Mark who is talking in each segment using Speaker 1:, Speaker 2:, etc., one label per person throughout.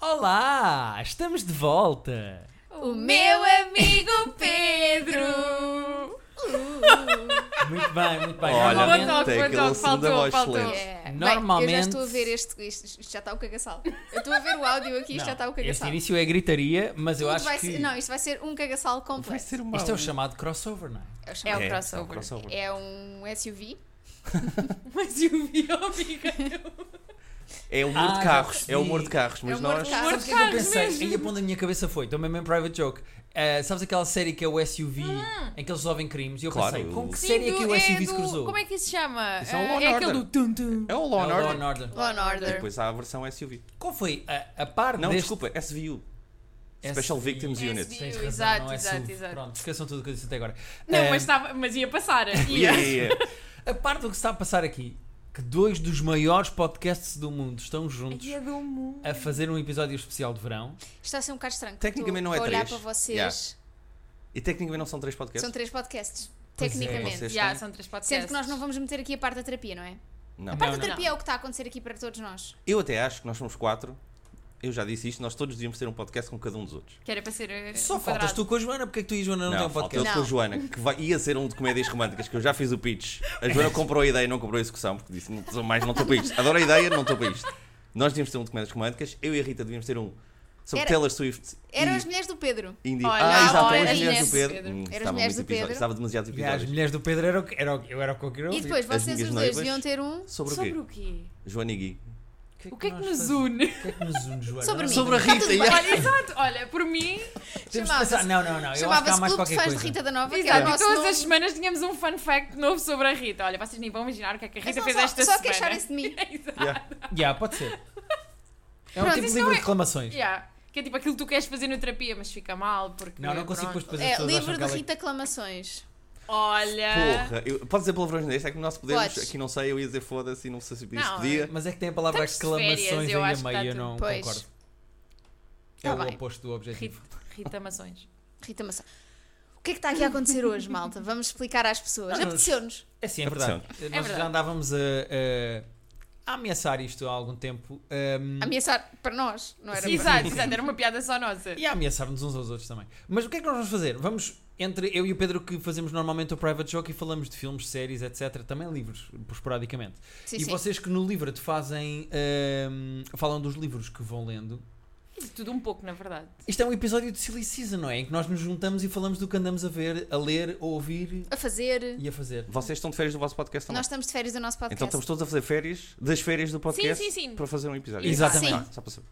Speaker 1: Olá, estamos de volta.
Speaker 2: O meu amigo Pedro!
Speaker 1: Muito bem, muito bem.
Speaker 2: Boa
Speaker 3: Olha,
Speaker 1: Normalmente,
Speaker 3: Boa
Speaker 2: toque,
Speaker 3: tem
Speaker 2: boa
Speaker 3: aquele
Speaker 2: toque,
Speaker 3: som da
Speaker 2: faltou,
Speaker 3: voz
Speaker 2: faltou.
Speaker 3: excelente.
Speaker 2: É.
Speaker 1: Normalmente-
Speaker 2: Bem, eu já estou a ver este. Isto, isto já está o cagaçal. Eu estou a ver o áudio aqui
Speaker 1: Não,
Speaker 2: e isto já está o
Speaker 1: este
Speaker 2: cagaçal.
Speaker 1: início é gritaria, mas eu
Speaker 2: Tudo
Speaker 1: acho
Speaker 2: vai
Speaker 1: que
Speaker 2: ser- não, isto vai ser um cagaçal completo.
Speaker 3: uma.
Speaker 1: isto é o chamado crossover, não é?
Speaker 2: É o
Speaker 3: É,
Speaker 2: chamado-
Speaker 3: é um
Speaker 4: crossover.
Speaker 3: crossover.
Speaker 2: É um SUV. um SUV, obrigado.
Speaker 3: É o
Speaker 1: Ah,
Speaker 3: humor
Speaker 1: já
Speaker 3: de carros.
Speaker 1: percebi.
Speaker 3: É o humor de carros, mas
Speaker 2: Tá, o humor de
Speaker 3: nós.
Speaker 2: carros.
Speaker 1: Sabes o que é que eu
Speaker 2: Carros
Speaker 1: pensei?
Speaker 2: mesmo.
Speaker 1: E a ponta da minha cabeça foi, também mesmo private joke. eh, sabes aquela série que é o SUV em que eles resolvem crimes? E eu
Speaker 3: Claro,
Speaker 1: pensei,
Speaker 3: o-
Speaker 1: com que
Speaker 4: Sim,
Speaker 1: série é que
Speaker 4: do-
Speaker 1: o SUV se
Speaker 4: do-
Speaker 1: cruzou?
Speaker 4: Como é que isso se chama?
Speaker 3: Isso é o Law
Speaker 4: Ah,
Speaker 3: and
Speaker 4: aquele
Speaker 3: Order.
Speaker 4: do tum tum.
Speaker 3: É o
Speaker 1: É o
Speaker 3: Law and
Speaker 1: Law and
Speaker 3: Order.
Speaker 1: Order.
Speaker 2: Law and
Speaker 3: E
Speaker 2: Order.
Speaker 3: depois há a versão SUV.
Speaker 1: Qual foi a, a parte
Speaker 3: Não,
Speaker 1: deste
Speaker 3: desculpa, SVU.
Speaker 1: SUV?
Speaker 3: Special Victims
Speaker 4: SVU.
Speaker 3: Unit.
Speaker 1: Tens
Speaker 4: Exato,
Speaker 1: razão, não é
Speaker 4: exato,
Speaker 1: SUV.
Speaker 4: exato.
Speaker 1: Pronto, esqueçam tudo o que eu disse até agora.
Speaker 4: Não,
Speaker 2: É.
Speaker 1: Eh,
Speaker 4: mas, estava, mas ia passar. Ia.
Speaker 3: Yeah, yeah, yeah.
Speaker 1: A parte do que se está a passar aqui, que dois dos maiores podcasts do mundo estão juntos
Speaker 4: Ia do mundo.
Speaker 1: a fazer um episódio especial de verão.
Speaker 2: Está a ser um bocado estranho. Estou
Speaker 3: Tecnicamente não é
Speaker 2: a olhar
Speaker 3: três.
Speaker 2: para vocês.
Speaker 3: Yeah. E tecnicamente não são três podcasts?
Speaker 2: São três podcasts.
Speaker 1: Pois é.
Speaker 2: Tecnicamente.
Speaker 3: Vocês
Speaker 4: Já,
Speaker 3: têm-
Speaker 4: são três podcasts.
Speaker 2: Sendo que nós não vamos meter aqui a parte da terapia, não é?
Speaker 3: um Não.
Speaker 2: A parte
Speaker 1: Não,
Speaker 2: da
Speaker 1: não.
Speaker 2: terapia é o que está a acontecer aqui para todos nós.
Speaker 3: Eu até acho que nós somos quatro. Eu já disse isto, nós todos devíamos ter um podcast com cada um dos outros.
Speaker 4: Que era para ser. eh,
Speaker 1: Só
Speaker 4: um
Speaker 1: faltas
Speaker 4: quadrado.
Speaker 1: tu com a Joana, porque é que tu e a Joana não, têm um
Speaker 3: falta
Speaker 1: podcast?
Speaker 3: eu com a
Speaker 2: Não.
Speaker 3: Joana, que vai- ia ser um de comédias românticas, que eu já fiz o pitch. A Joana comprou a ideia e não comprou a execução, porque disse, não, sou mais não estou para isto. Adoro a ideia, não estou para isto. Nós devíamos ter um de comédias românticas, eu e a Rita devíamos ter um sobre
Speaker 2: Era- um
Speaker 3: Taylor Swift
Speaker 2: Eram
Speaker 3: e
Speaker 2: as mulheres do Pedro.
Speaker 3: Indie.
Speaker 4: Olha,
Speaker 3: ah, exato,
Speaker 4: olha, as
Speaker 3: eram as mulheres do
Speaker 4: mulheres do
Speaker 3: Pedro.
Speaker 4: Pedro.
Speaker 3: Hum,
Speaker 2: Eram as
Speaker 3: estava
Speaker 2: mulheres
Speaker 3: muito
Speaker 2: do
Speaker 3: episódio,
Speaker 2: Pedro.
Speaker 3: estava demasiados
Speaker 1: E as
Speaker 3: episódios.
Speaker 1: mulheres do Pedro era o que era o, eu era o que eu
Speaker 2: E depois
Speaker 3: As
Speaker 2: vocês
Speaker 3: minhas
Speaker 2: os dois
Speaker 3: noivas.
Speaker 2: deviam
Speaker 1: Ah,
Speaker 2: ter um
Speaker 3: Sobre o quê?
Speaker 4: Sobre o quê?
Speaker 3: Joana e Gui.
Speaker 4: O que é que
Speaker 1: nós
Speaker 4: nos
Speaker 1: fazemos?
Speaker 4: une?
Speaker 1: O que é que nos une, Joana?
Speaker 2: sobre mim.
Speaker 3: Sobre a
Speaker 2: Está
Speaker 3: Rita,
Speaker 2: tudo bem.
Speaker 3: yeah.
Speaker 4: Olha, exato, olha, por mim,
Speaker 1: Temos de pensar...
Speaker 2: Chamava-se-
Speaker 1: Não, não, não. Eu acho que há mais
Speaker 2: Chamava-se Clube de
Speaker 1: qualquer
Speaker 2: Fãs
Speaker 1: coisa.
Speaker 2: de Rita da Nova, que era é o
Speaker 4: exato, e
Speaker 2: nosso
Speaker 4: todas
Speaker 2: nome.
Speaker 4: as semanas tínhamos um fun fact novo sobre a Rita. Olha, vocês nem vão imaginar o que é que a
Speaker 2: É
Speaker 4: Rita
Speaker 2: só,
Speaker 4: fez
Speaker 2: só-
Speaker 4: esta
Speaker 2: só
Speaker 4: semana.
Speaker 2: queixarem-se de mim.
Speaker 4: Exato.
Speaker 3: Yeah.
Speaker 1: Yeah, pode ser. É um
Speaker 2: Pronto,
Speaker 1: tipo
Speaker 4: isso
Speaker 1: livre
Speaker 4: não
Speaker 1: de
Speaker 4: é-
Speaker 1: reclamações.
Speaker 4: Yeah. Que é tipo aquilo que tu queres fazer na terapia, mas fica mal porque.
Speaker 1: Não, não consigo depois depois as
Speaker 4: pronto.
Speaker 2: É,
Speaker 1: pessoas acham
Speaker 2: livro
Speaker 1: que
Speaker 2: de
Speaker 1: ela é-
Speaker 2: Rita Clamações.
Speaker 4: Olha.
Speaker 3: Porra, eu, pode dizer palavrões neste, é que nós podemos,
Speaker 2: Podes.
Speaker 3: aqui não sei, eu ia dizer foda-se e não sei se
Speaker 4: Não,
Speaker 3: podia.
Speaker 1: Mas é que tem a palavra
Speaker 4: Estamos de férias,
Speaker 1: exclamações aí
Speaker 4: eu
Speaker 1: a
Speaker 4: acho que
Speaker 1: meio
Speaker 4: está
Speaker 1: e eu
Speaker 4: tudo-
Speaker 1: não
Speaker 2: Pois.
Speaker 1: concordo.
Speaker 2: Tá
Speaker 1: é o
Speaker 2: bem.
Speaker 1: oposto do objetivo.
Speaker 4: Rita, Rita Mações.
Speaker 2: Rita Maçã. O que é que está aqui a acontecer hoje, malta? Vamos explicar às pessoas.
Speaker 1: Não, não,
Speaker 2: Apeteceu-nos.
Speaker 1: É sim, é verdade. Nós
Speaker 4: verdade.
Speaker 1: já andávamos a, a- a ameaçar isto há algum tempo um,
Speaker 2: Ameaçar para nós, não era para
Speaker 4: Exato, exato, era uma piada só nossa.
Speaker 1: e a ameaçar-nos uns aos outros também. Mas o que é que nós vamos fazer? Vamos, entre eu e o Pedro, que fazemos normalmente o Private Joke e falamos de filmes, séries, etc., também livros, esporadicamente.
Speaker 2: Sim,
Speaker 1: e
Speaker 2: sim.
Speaker 1: vocês que no livro te fazem. ahm, falam dos livros que vão lendo.
Speaker 4: De Tudo um pouco, na verdade.
Speaker 1: Isto é um episódio de Silly Season, não é? Em que nós nos juntamos e falamos do que andamos a ver, a ler, a ouvir
Speaker 2: A fazer.
Speaker 1: e a fazer.
Speaker 3: Vocês estão de férias do vosso podcast também.
Speaker 2: Nós estamos de férias do nosso podcast.
Speaker 3: Então estamos todos a fazer férias, das férias do podcast,
Speaker 4: Sim, sim, sim.
Speaker 3: para fazer um episódio.
Speaker 1: Exatamente.
Speaker 3: Tá, só para saber.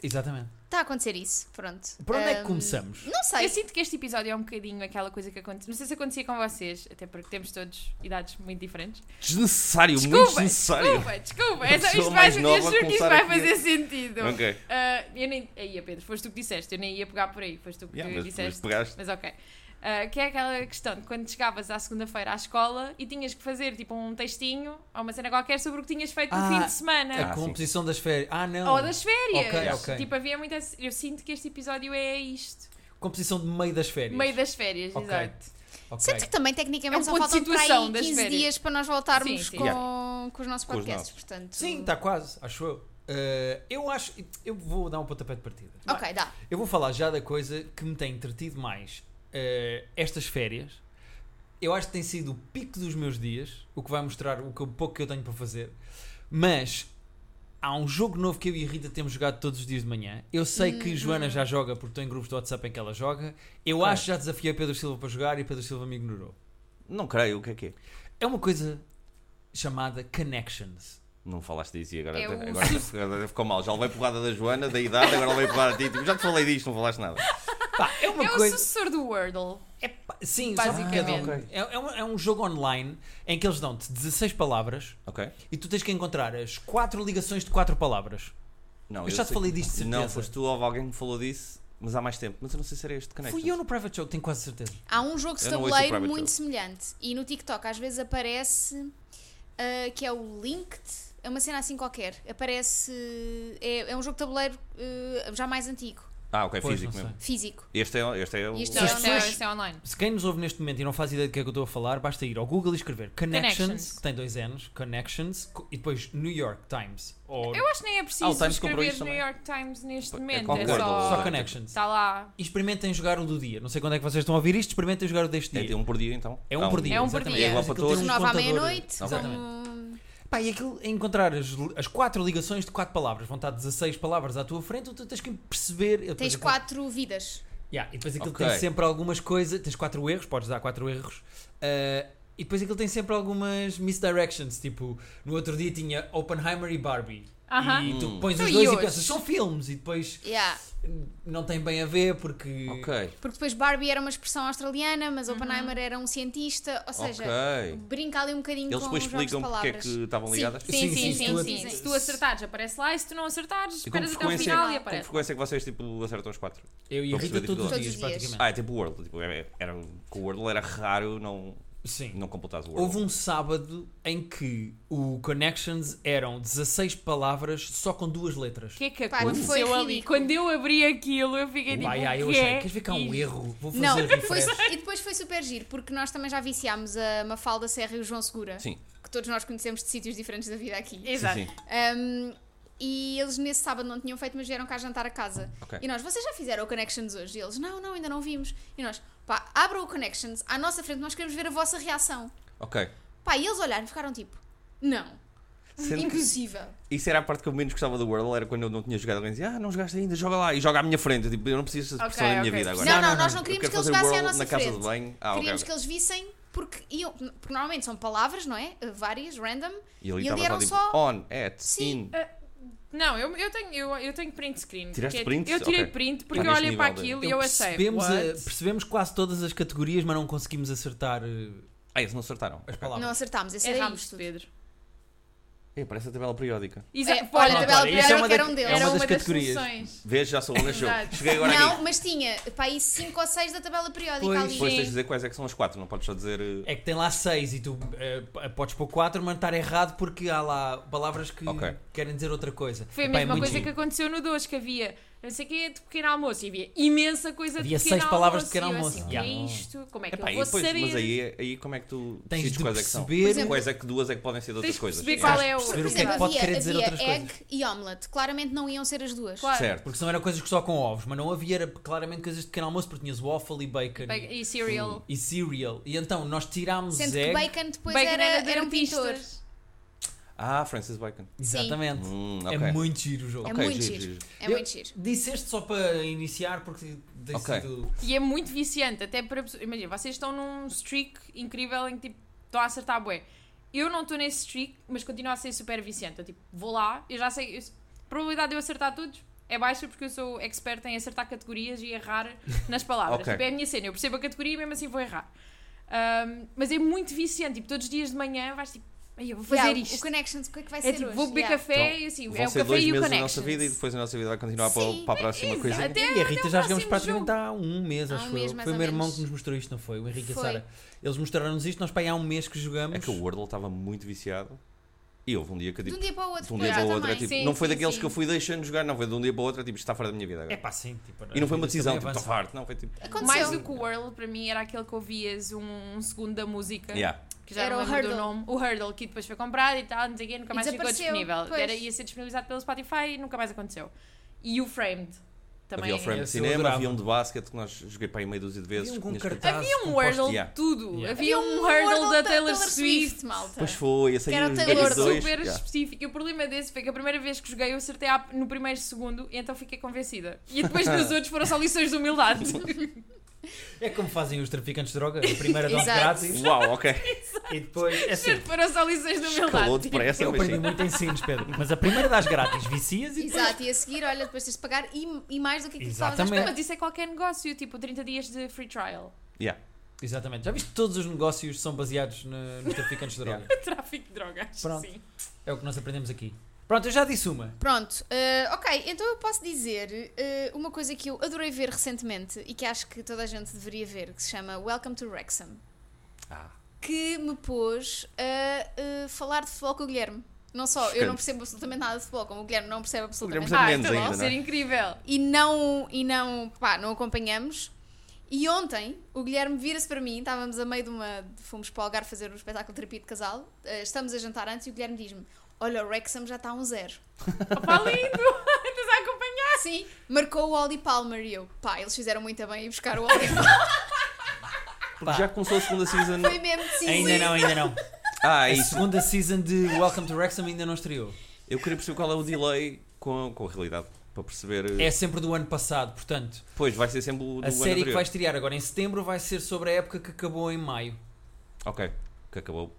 Speaker 1: Exatamente.
Speaker 2: Está a acontecer isso. Pronto.
Speaker 1: Por onde é que
Speaker 2: Ahm,
Speaker 1: começamos?
Speaker 2: Não
Speaker 4: Eu
Speaker 2: sei.
Speaker 4: sinto que este episódio é um bocadinho aquela coisa que acontece. Não sei se acontecia com vocês, até porque temos todos idades muito diferentes.
Speaker 3: Desnecessário, muito
Speaker 4: Desculpa,
Speaker 3: desnecessário.
Speaker 4: desculpa, desculpa.
Speaker 3: Uma
Speaker 4: É só-
Speaker 3: pessoa
Speaker 4: isto vai,
Speaker 3: mais
Speaker 4: eu
Speaker 3: nova
Speaker 4: juro que isto
Speaker 3: começar
Speaker 4: vai
Speaker 3: aqui a-
Speaker 4: fazer sentido.
Speaker 3: Ok.
Speaker 4: Ah, eu nem. Aí, Pedro, foste tu que disseste, eu nem ia pegar por aí, foste tu que
Speaker 3: Yeah, mas- mas
Speaker 4: disseste.
Speaker 3: pegaste.
Speaker 4: Mas ok. Ah, que é aquela questão de quando chegavas à segunda-feira à escola e tinhas que fazer tipo um textinho ou uma cena qualquer sobre o que tinhas feito
Speaker 1: Ah,
Speaker 4: no fim de semana.
Speaker 1: A
Speaker 3: Ah, sim.
Speaker 1: composição das férias. Ah, não.
Speaker 4: Ou das férias.
Speaker 1: Ok, ok.
Speaker 4: Tipo, havia muita. Eu sinto que este episódio é isto.
Speaker 1: Composição de meio das férias.
Speaker 4: Meio das férias,
Speaker 1: Ok.
Speaker 4: exato.
Speaker 1: Ok.
Speaker 2: Sinto que também, tecnicamente,
Speaker 4: É um
Speaker 2: só
Speaker 4: ponto de
Speaker 2: faltam para
Speaker 4: situação
Speaker 2: aí
Speaker 4: das
Speaker 2: 15
Speaker 4: férias.
Speaker 2: dias para nós voltarmos
Speaker 4: Sim, sim.
Speaker 2: Com,
Speaker 3: Yeah.
Speaker 2: com os nossos
Speaker 3: Com os
Speaker 2: podcasts.
Speaker 3: nossos.
Speaker 2: Portanto,
Speaker 1: Sim, tá. está quase, acho eu. Uh, eu acho. Eu vou dar um pontapé de partida.
Speaker 2: Ok, dá.
Speaker 1: Eu vou falar já da coisa que me tem entretido mais uh, estas férias. Eu acho que tem sido o pico dos meus dias, o que vai mostrar o, que, o pouco que eu tenho para fazer. Mas há um jogo novo que eu e a Rita temos jogado todos os dias de manhã. Eu sei que Joana já joga porque estou em grupos de WhatsApp em que ela joga. Eu acho que já desafiei Pedro Silva para jogar e Pedro Silva me ignorou.
Speaker 3: Não creio, o que é que é?
Speaker 1: É uma coisa chamada Connections.
Speaker 3: Não falaste disso e agora,
Speaker 4: É o-
Speaker 3: agora, agora ficou mal. Já levei porrada da Joana, da idade, agora levei porrada a ti. Tipo, já te falei disto, não falaste nada.
Speaker 1: Pá, é uma
Speaker 4: É o
Speaker 1: coisa.
Speaker 4: sucessor do Wordle.
Speaker 1: É pa- sim,
Speaker 4: Basicamente.
Speaker 1: basicamente. é, é um, é um jogo online em que eles dão-te 16 palavras
Speaker 3: Ok?
Speaker 1: e tu tens que encontrar as 4 ligações de 4 palavras.
Speaker 3: Não,
Speaker 1: Eu já te
Speaker 3: sei-
Speaker 1: falei disto, de certeza.
Speaker 3: Não, foste tu ou alguém que me falou disso, mas há mais tempo. Mas eu não sei se era este connection.
Speaker 1: Fui eu no Private Joke, tenho quase certeza.
Speaker 2: Há um jogo de
Speaker 3: Eu não ouço o
Speaker 2: tabuleiro
Speaker 3: Private
Speaker 2: muito
Speaker 3: Joke.
Speaker 2: semelhante. E no TikTok às vezes aparece ah, que é o Linked. É uma cena assim qualquer. Aparece. É, é um jogo de tabuleiro ah, já mais antigo.
Speaker 3: Ah, ok,
Speaker 1: Pois,
Speaker 3: físico
Speaker 1: não
Speaker 3: mesmo.
Speaker 2: Físico.
Speaker 3: Este é, este é o.
Speaker 2: Este
Speaker 4: Não,
Speaker 1: as
Speaker 4: este é,
Speaker 1: pessoas-
Speaker 4: este é online.
Speaker 1: Se quem nos ouve neste momento e não faz ideia do que é que eu estou a falar, basta ir ao Google e escrever Connections,
Speaker 4: Connections.
Speaker 1: que tem dois N's, Connections, co- e depois New York Times. Ou
Speaker 4: Eu acho que nem é
Speaker 3: Ah, o
Speaker 4: preciso
Speaker 3: Times comprou
Speaker 4: escrever
Speaker 3: isto
Speaker 4: New
Speaker 3: também.
Speaker 4: York Times neste
Speaker 3: É
Speaker 4: momento. É,
Speaker 3: qualquer
Speaker 4: só.
Speaker 3: coisa.
Speaker 1: só Connections.
Speaker 4: Está Tá lá.
Speaker 1: E experimentem jogar o do dia. Não sei quando é que vocês estão a ouvir isto, experimentem jogar o deste
Speaker 3: É
Speaker 1: dia.
Speaker 3: de um por dia, então.
Speaker 1: É um,
Speaker 3: Há
Speaker 1: por dia.
Speaker 4: É um por
Speaker 1: exatamente.
Speaker 4: dia.
Speaker 3: É igual para
Speaker 1: Aquilo tem
Speaker 3: todos.
Speaker 1: um
Speaker 2: Nove à
Speaker 1: contador-
Speaker 2: meia-noite, um-
Speaker 1: Exatamente.
Speaker 2: como.
Speaker 1: Pá, e aquilo é encontrar as, as quatro ligações de quatro palavras. Vão estar 16 palavras à tua frente, tu tens que perceber. eu depois
Speaker 2: Tens
Speaker 1: aquilo-
Speaker 2: quatro vidas.
Speaker 1: Yeah, e depois aquilo
Speaker 3: Ok.
Speaker 1: tem sempre algumas coisas. Tens quatro erros, podes dar quatro erros. ah, e depois aquilo tem sempre algumas misdirections. Tipo, no outro dia tinha Oppenheimer e Barbie.
Speaker 4: Aham.
Speaker 1: E tu
Speaker 3: Hum.
Speaker 1: pões os
Speaker 4: Então, e
Speaker 1: dois e
Speaker 4: hoje?
Speaker 1: pensas, são filmes. E depois hum,
Speaker 2: Yeah.
Speaker 1: não tem bem a ver porque.
Speaker 3: Ok.
Speaker 2: Porque depois Barbie era uma expressão australiana, mas Oppenheimer era um cientista, ou seja,
Speaker 3: Ok.
Speaker 2: brinca ali um bocadinho
Speaker 3: Eles
Speaker 2: com
Speaker 3: depois
Speaker 2: os jogos
Speaker 3: explicam
Speaker 2: de
Speaker 3: porque é
Speaker 2: palavras.
Speaker 3: que estavam ligadas? Tipo,
Speaker 4: Sim, sim,
Speaker 1: Sim,
Speaker 4: sim,
Speaker 1: sim,
Speaker 4: sim,
Speaker 1: sim.
Speaker 4: Se tu acertares, aparece lá. E se tu não acertares,
Speaker 3: E com
Speaker 4: esperas até o
Speaker 3: frequência,
Speaker 4: final e
Speaker 3: com
Speaker 4: aparece.
Speaker 3: frequência é que vocês tipo, acertam os quatro?
Speaker 1: Eu e a
Speaker 3: Estou a
Speaker 1: Rita
Speaker 3: perceber
Speaker 1: todos os
Speaker 2: dificuldades.
Speaker 1: dias,
Speaker 2: Todos os dias.
Speaker 1: praticamente.
Speaker 3: Ah, é tipo World. Tipo, era, era, com o World era raro não,
Speaker 1: Sim.
Speaker 3: não completares o World.
Speaker 1: Houve um sábado em que o Connections eram 16 palavras só com duas
Speaker 4: O
Speaker 1: letras.
Speaker 4: que é que
Speaker 2: Pá, foi
Speaker 4: aconteceu ali?
Speaker 2: ridículo.
Speaker 4: Quando eu abri aquilo, eu fiquei tipo.
Speaker 1: Vai, ai,
Speaker 4: o
Speaker 1: eu
Speaker 4: que
Speaker 1: achei.
Speaker 4: é
Speaker 1: Queres ver que há um
Speaker 4: isto?
Speaker 1: erro? Vou fazer
Speaker 2: Não,
Speaker 1: refresh.
Speaker 4: é,
Speaker 2: foi- e depois foi super giro, porque nós também já viciámos a Mafalda Serra e o João Segura,
Speaker 3: Sim,
Speaker 2: que todos nós conhecemos de sítios diferentes da vida aqui.
Speaker 4: Exato.
Speaker 3: sim, sim.
Speaker 2: Um, e eles nesse sábado não tinham feito, mas vieram cá jantar a casa.
Speaker 3: Ok.
Speaker 2: E nós, vocês já fizeram o Connections hoje? E eles, não, não, ainda não vimos. E nós, pá, abram o Connections à nossa frente, nós queremos ver a vossa reação.
Speaker 3: Ok.
Speaker 2: Pá, e eles olharam e ficaram tipo, não,
Speaker 3: Sendo que
Speaker 2: impossível.
Speaker 3: isso era a parte que eu menos gostava do World, era quando eu não tinha jogado. Alguém dizia, ah, não jogaste ainda, joga lá. E joga à minha frente. Eu, Tipo, eu não preciso dessa
Speaker 4: Ok,
Speaker 3: pressão na minha
Speaker 4: ok.
Speaker 3: vida agora.
Speaker 2: Não,
Speaker 1: não,
Speaker 2: não,
Speaker 1: não,
Speaker 2: nós
Speaker 1: não.
Speaker 2: não queríamos
Speaker 3: eu
Speaker 2: que
Speaker 3: quero
Speaker 2: eles
Speaker 3: fazer um
Speaker 2: jogassem à nossa
Speaker 3: World na casa
Speaker 2: frente.
Speaker 3: de banho. Ah, ok.
Speaker 2: queríamos
Speaker 3: ok.
Speaker 2: que eles vissem porque iam, porque normalmente são palavras, não é? Uh, Várias, random. e
Speaker 3: E ali
Speaker 2: ali
Speaker 3: estava
Speaker 2: eram
Speaker 3: tipo,
Speaker 2: só-
Speaker 3: on, at,
Speaker 2: Sim.
Speaker 3: in.
Speaker 4: Não, eu, eu, tenho, eu, eu tenho print screen.
Speaker 3: Tiraste
Speaker 4: que é-
Speaker 3: print?
Speaker 4: Eu tirei
Speaker 3: Ok.
Speaker 4: print porque
Speaker 3: Ah,
Speaker 4: eu
Speaker 3: neste
Speaker 4: olhei para
Speaker 3: nível de-
Speaker 4: aquilo e eu achei.
Speaker 1: Então percebemos, a-
Speaker 4: what?
Speaker 1: percebemos quase todas as categorias, mas não conseguimos acertar eh,
Speaker 3: Ah, eles não acertaram.
Speaker 1: as
Speaker 3: Ok.
Speaker 1: palavras.
Speaker 2: Não acertámos, esse era
Speaker 4: Erramos,
Speaker 2: isto.
Speaker 4: Pedro.
Speaker 3: Ei, parece a tabela periódica.
Speaker 4: Exato.
Speaker 2: É, olha,
Speaker 1: Pronto,
Speaker 2: a tabela
Speaker 1: É, olha, isso é
Speaker 2: periódica
Speaker 1: uma
Speaker 2: que era
Speaker 1: da-
Speaker 2: um
Speaker 1: é
Speaker 2: deles.
Speaker 1: uma
Speaker 4: era
Speaker 1: das
Speaker 4: uma das
Speaker 1: categorias.
Speaker 4: soluções.
Speaker 3: Vês, já sou bom neste jogo.
Speaker 4: Verdade.
Speaker 3: Cheguei agora
Speaker 2: Não,
Speaker 3: aqui.
Speaker 2: mas tinha para aí 5 ou 6 da tabela periódica
Speaker 1: Pois.
Speaker 2: ali.
Speaker 3: Depois
Speaker 4: Sim.
Speaker 3: tens de dizer quais é que são as quatro, não podes só dizer. eh,
Speaker 1: É que tem lá 6 e tu eh, p- podes pôr 4, mas estar errado porque há lá palavras que
Speaker 3: Ok.
Speaker 1: querem dizer outra coisa.
Speaker 4: Foi a
Speaker 1: Epá, é
Speaker 4: mesma
Speaker 1: muito
Speaker 4: coisa que
Speaker 1: giro.
Speaker 4: aconteceu no 2, que havia não sei o quê de pequeno almoço e havia imensa coisa
Speaker 1: Havia
Speaker 4: de pequeno
Speaker 1: seis palavras de pequeno
Speaker 4: almoço. E eu
Speaker 1: almoço.
Speaker 4: Assim,
Speaker 1: Yeah.
Speaker 4: "Que é isto? Como é que
Speaker 3: Epá,
Speaker 4: eu
Speaker 3: e
Speaker 4: vou
Speaker 3: depois-
Speaker 4: saber?
Speaker 3: Mas aí, aí como é que tu
Speaker 1: Tens
Speaker 3: decides
Speaker 1: de
Speaker 3: quais é que são?
Speaker 1: perceber.
Speaker 2: exemplo,
Speaker 3: Quais é que duas é que podem ser de
Speaker 4: Tens
Speaker 3: outras
Speaker 4: de
Speaker 3: coisas?
Speaker 4: perceber
Speaker 3: É.
Speaker 4: qual é o.
Speaker 1: perceber o
Speaker 2: Por
Speaker 1: que é que
Speaker 2: exemplo,
Speaker 1: pode
Speaker 2: havia,
Speaker 1: querer dizer
Speaker 2: havia
Speaker 1: outras
Speaker 2: egg
Speaker 1: coisas.
Speaker 2: e omelette. Claramente não iam ser as duas.
Speaker 4: Claro.
Speaker 3: Certo.
Speaker 1: Porque senão era coisas que só com ovos, mas não havia era claramente coisas de pequeno almoço porque tinhas waffle e bacon
Speaker 4: Bacon- E cereal.
Speaker 1: e cereal. E então nós tirámos
Speaker 2: Sendo que
Speaker 1: egg.
Speaker 2: Bacon depois
Speaker 4: Bacon
Speaker 2: era,
Speaker 4: era de
Speaker 2: era um pintor.
Speaker 4: artistas.
Speaker 3: Ah, Francis Bacon.
Speaker 1: Exatamente.
Speaker 3: Hum,
Speaker 1: É
Speaker 3: ok.
Speaker 1: muito giro o jogo.
Speaker 2: É
Speaker 3: Ok,
Speaker 2: muito
Speaker 3: giro,
Speaker 2: giro.
Speaker 3: giro.
Speaker 2: É
Speaker 1: Eu-
Speaker 2: muito giro.
Speaker 1: Disseste só para iniciar porque tem
Speaker 3: Ok.
Speaker 1: sido.
Speaker 4: E é muito viciante, até para pessoas. Imagina, vocês estão num streak incrível em que tipo, estão a acertar bué. Eu não estou nesse streak, mas continua a ser super viciante. Eu tipo, vou lá, eu já sei. eu- a probabilidade de eu acertar todos é baixa porque eu sou expert em acertar categorias e errar nas palavras.
Speaker 3: Ok.
Speaker 4: Tipo, é a minha cena, eu percebo a categoria e mesmo assim vou errar. Ahm, mas é muito viciante, tipo, todos os dias de manhã vais tipo, "Ai, eu vou fazer
Speaker 2: Yeah, o- O
Speaker 4: isto.
Speaker 2: Connections, o que é que vai
Speaker 4: É
Speaker 2: ser
Speaker 4: tipo,
Speaker 2: hoje?
Speaker 4: vou beber
Speaker 2: Yeah.
Speaker 4: café
Speaker 3: Então,
Speaker 4: e assim,
Speaker 3: Vão
Speaker 4: é o
Speaker 3: ser
Speaker 4: café
Speaker 3: dois
Speaker 4: e o
Speaker 3: meses da nossa
Speaker 4: connection.
Speaker 3: vida e depois a nossa vida vai continuar para, o-
Speaker 2: Sim, é um
Speaker 3: para a próxima coisinha.
Speaker 4: Até-
Speaker 1: e a Rita
Speaker 4: até
Speaker 1: já
Speaker 4: o
Speaker 1: jogamos
Speaker 4: próximo
Speaker 1: praticamente
Speaker 4: jogo.
Speaker 1: há um mês,
Speaker 2: Há um
Speaker 1: acho
Speaker 2: mês,
Speaker 1: eu.
Speaker 2: mais
Speaker 1: Foi o
Speaker 2: ou
Speaker 1: meu irmão
Speaker 2: menos.
Speaker 1: que nos mostrou isto, não foi? O Henrique e a
Speaker 2: Foi.
Speaker 1: Sara. Eles mostraram-nos isto, nós pai há um mês que jogamos.
Speaker 3: É que o Wordle estava muito viciado e houve um dia que eu,
Speaker 2: De um
Speaker 3: tipo,
Speaker 2: dia para o outro.
Speaker 3: de um dia
Speaker 2: pois,
Speaker 3: para o
Speaker 2: já
Speaker 3: outro, é,
Speaker 2: também.
Speaker 3: tipo,
Speaker 4: Sim,
Speaker 3: não foi
Speaker 4: sim,
Speaker 3: daqueles
Speaker 4: sim.
Speaker 3: que eu fui deixando jogar, não foi de um dia para o outro, é, tipo, isto está fora da minha vida agora.
Speaker 1: É pá, sim. Tipo,
Speaker 3: e não foi uma
Speaker 1: isto
Speaker 3: decisão,
Speaker 1: também
Speaker 3: tipo, estou
Speaker 1: avança.
Speaker 3: farto, não, foi tipo.
Speaker 2: Aconteceu.
Speaker 4: Mais do que o Whirl, para mim, era aquele que ouvias um, um segundo da música.
Speaker 3: Yeah.
Speaker 4: que já
Speaker 2: Era
Speaker 4: não
Speaker 2: o
Speaker 4: lembro do
Speaker 2: Hurdle.
Speaker 4: nome, o um Hurdle, que depois foi comprado e tal, não sei o quê, nunca
Speaker 2: E
Speaker 4: mais ficou
Speaker 2: desapareceu,
Speaker 4: disponível.
Speaker 2: pois.
Speaker 4: Era, ia ser disponibilizado pelo Spotify e nunca mais aconteceu. E o Framed também. é.
Speaker 3: Havia o frame de
Speaker 1: Esse eu
Speaker 3: cinema,
Speaker 1: adorava.
Speaker 3: havia um de basquete que nós joguei para aí meio dúzia de vezes.
Speaker 1: Havia um com
Speaker 3: tinhas-
Speaker 1: cartaz.
Speaker 4: Havia um
Speaker 1: com
Speaker 4: Hurdle de
Speaker 3: Yeah.
Speaker 4: tudo.
Speaker 1: Yeah.
Speaker 4: Havia um Hurdle da Taylor, Swift.
Speaker 2: malta.
Speaker 3: Pois foi, esse aí
Speaker 2: Que era o
Speaker 3: os
Speaker 2: Taylor
Speaker 4: Era
Speaker 3: dois. dois,
Speaker 4: super
Speaker 3: yeah.
Speaker 4: específico. E o problema desse foi que a primeira vez que joguei eu acertei à- no primeiro segundo e então fiquei convencida. E depois nos outros foram só lições de humildade.
Speaker 1: É como fazem os traficantes de droga. A primeira dose
Speaker 2: Exato.
Speaker 1: grátis
Speaker 3: Uau, ok.
Speaker 1: e depois. É assim.
Speaker 4: foram só lições de
Speaker 3: Calou
Speaker 4: humildade.
Speaker 3: depressa,
Speaker 1: Eu
Speaker 3: mas
Speaker 1: aprendi
Speaker 3: sim.
Speaker 1: muito em sinos, Pedro. Mas a primeira das grátis, vicias e depois.
Speaker 2: Exato, e a seguir, olha, depois tens de pagar e, e mais do que aquilo que estavas à
Speaker 1: Exatamente.
Speaker 4: Não, mas isso é qualquer negócio, tipo 30 dias de free trial.
Speaker 3: Yeah.
Speaker 1: Exatamente. Já viste que todos os negócios são baseados na- nos traficantes de droga?
Speaker 4: Tráfico de drogas.
Speaker 1: Pronto.
Speaker 4: Sim.
Speaker 1: É o que nós aprendemos aqui. Pronto, eu já disse uma.
Speaker 2: Pronto, eh, ok, então eu posso dizer eh, uma coisa que eu adorei ver recentemente e que acho que toda a gente deveria ver, que se chama Welcome to Wrexham,
Speaker 3: Ah,
Speaker 2: que me pôs a eh, falar de futebol com o Guilherme. Não só, eu
Speaker 3: Chocante.
Speaker 2: não percebo absolutamente nada de futebol, como o Guilherme não percebe
Speaker 3: Guilherme
Speaker 2: absolutamente
Speaker 3: percebe
Speaker 4: Ah,
Speaker 2: nada.
Speaker 3: menos
Speaker 4: então
Speaker 3: ainda,
Speaker 4: vai
Speaker 3: não é?
Speaker 4: ser incrível.
Speaker 2: E não, e não, pá, não acompanhamos. E ontem o Guilherme vira-se para mim, estávamos a meio de uma. fomos para o Algarve fazer um espetáculo de terapia de casal, eh, estamos a jantar antes e o Guilherme diz-me: Olha, o Wrexham já está a um zero.
Speaker 4: Opa, lindo! Estás a acompanhar?
Speaker 2: Sim, marcou o Aldi Palmer e eu, pá, eles fizeram muito bem e buscar o Aldi Palmer.
Speaker 1: Pá.
Speaker 3: Porque já começou a segunda season.
Speaker 2: Foi mesmo decisivo.
Speaker 1: Ainda não, ainda não.
Speaker 3: Ah,
Speaker 1: A
Speaker 3: é isso.
Speaker 1: segunda season de Welcome to Wrexham ainda não estreou.
Speaker 3: Eu queria perceber qual é o delay com, com a realidade. Para perceber.
Speaker 1: É sempre do ano passado, portanto,
Speaker 3: Pois, vai ser sempre o do
Speaker 1: a
Speaker 3: ano
Speaker 1: série que
Speaker 3: anterior.
Speaker 1: vai estrear agora em setembro vai ser sobre a época que acabou em maio.
Speaker 3: Ok, que acabou bem.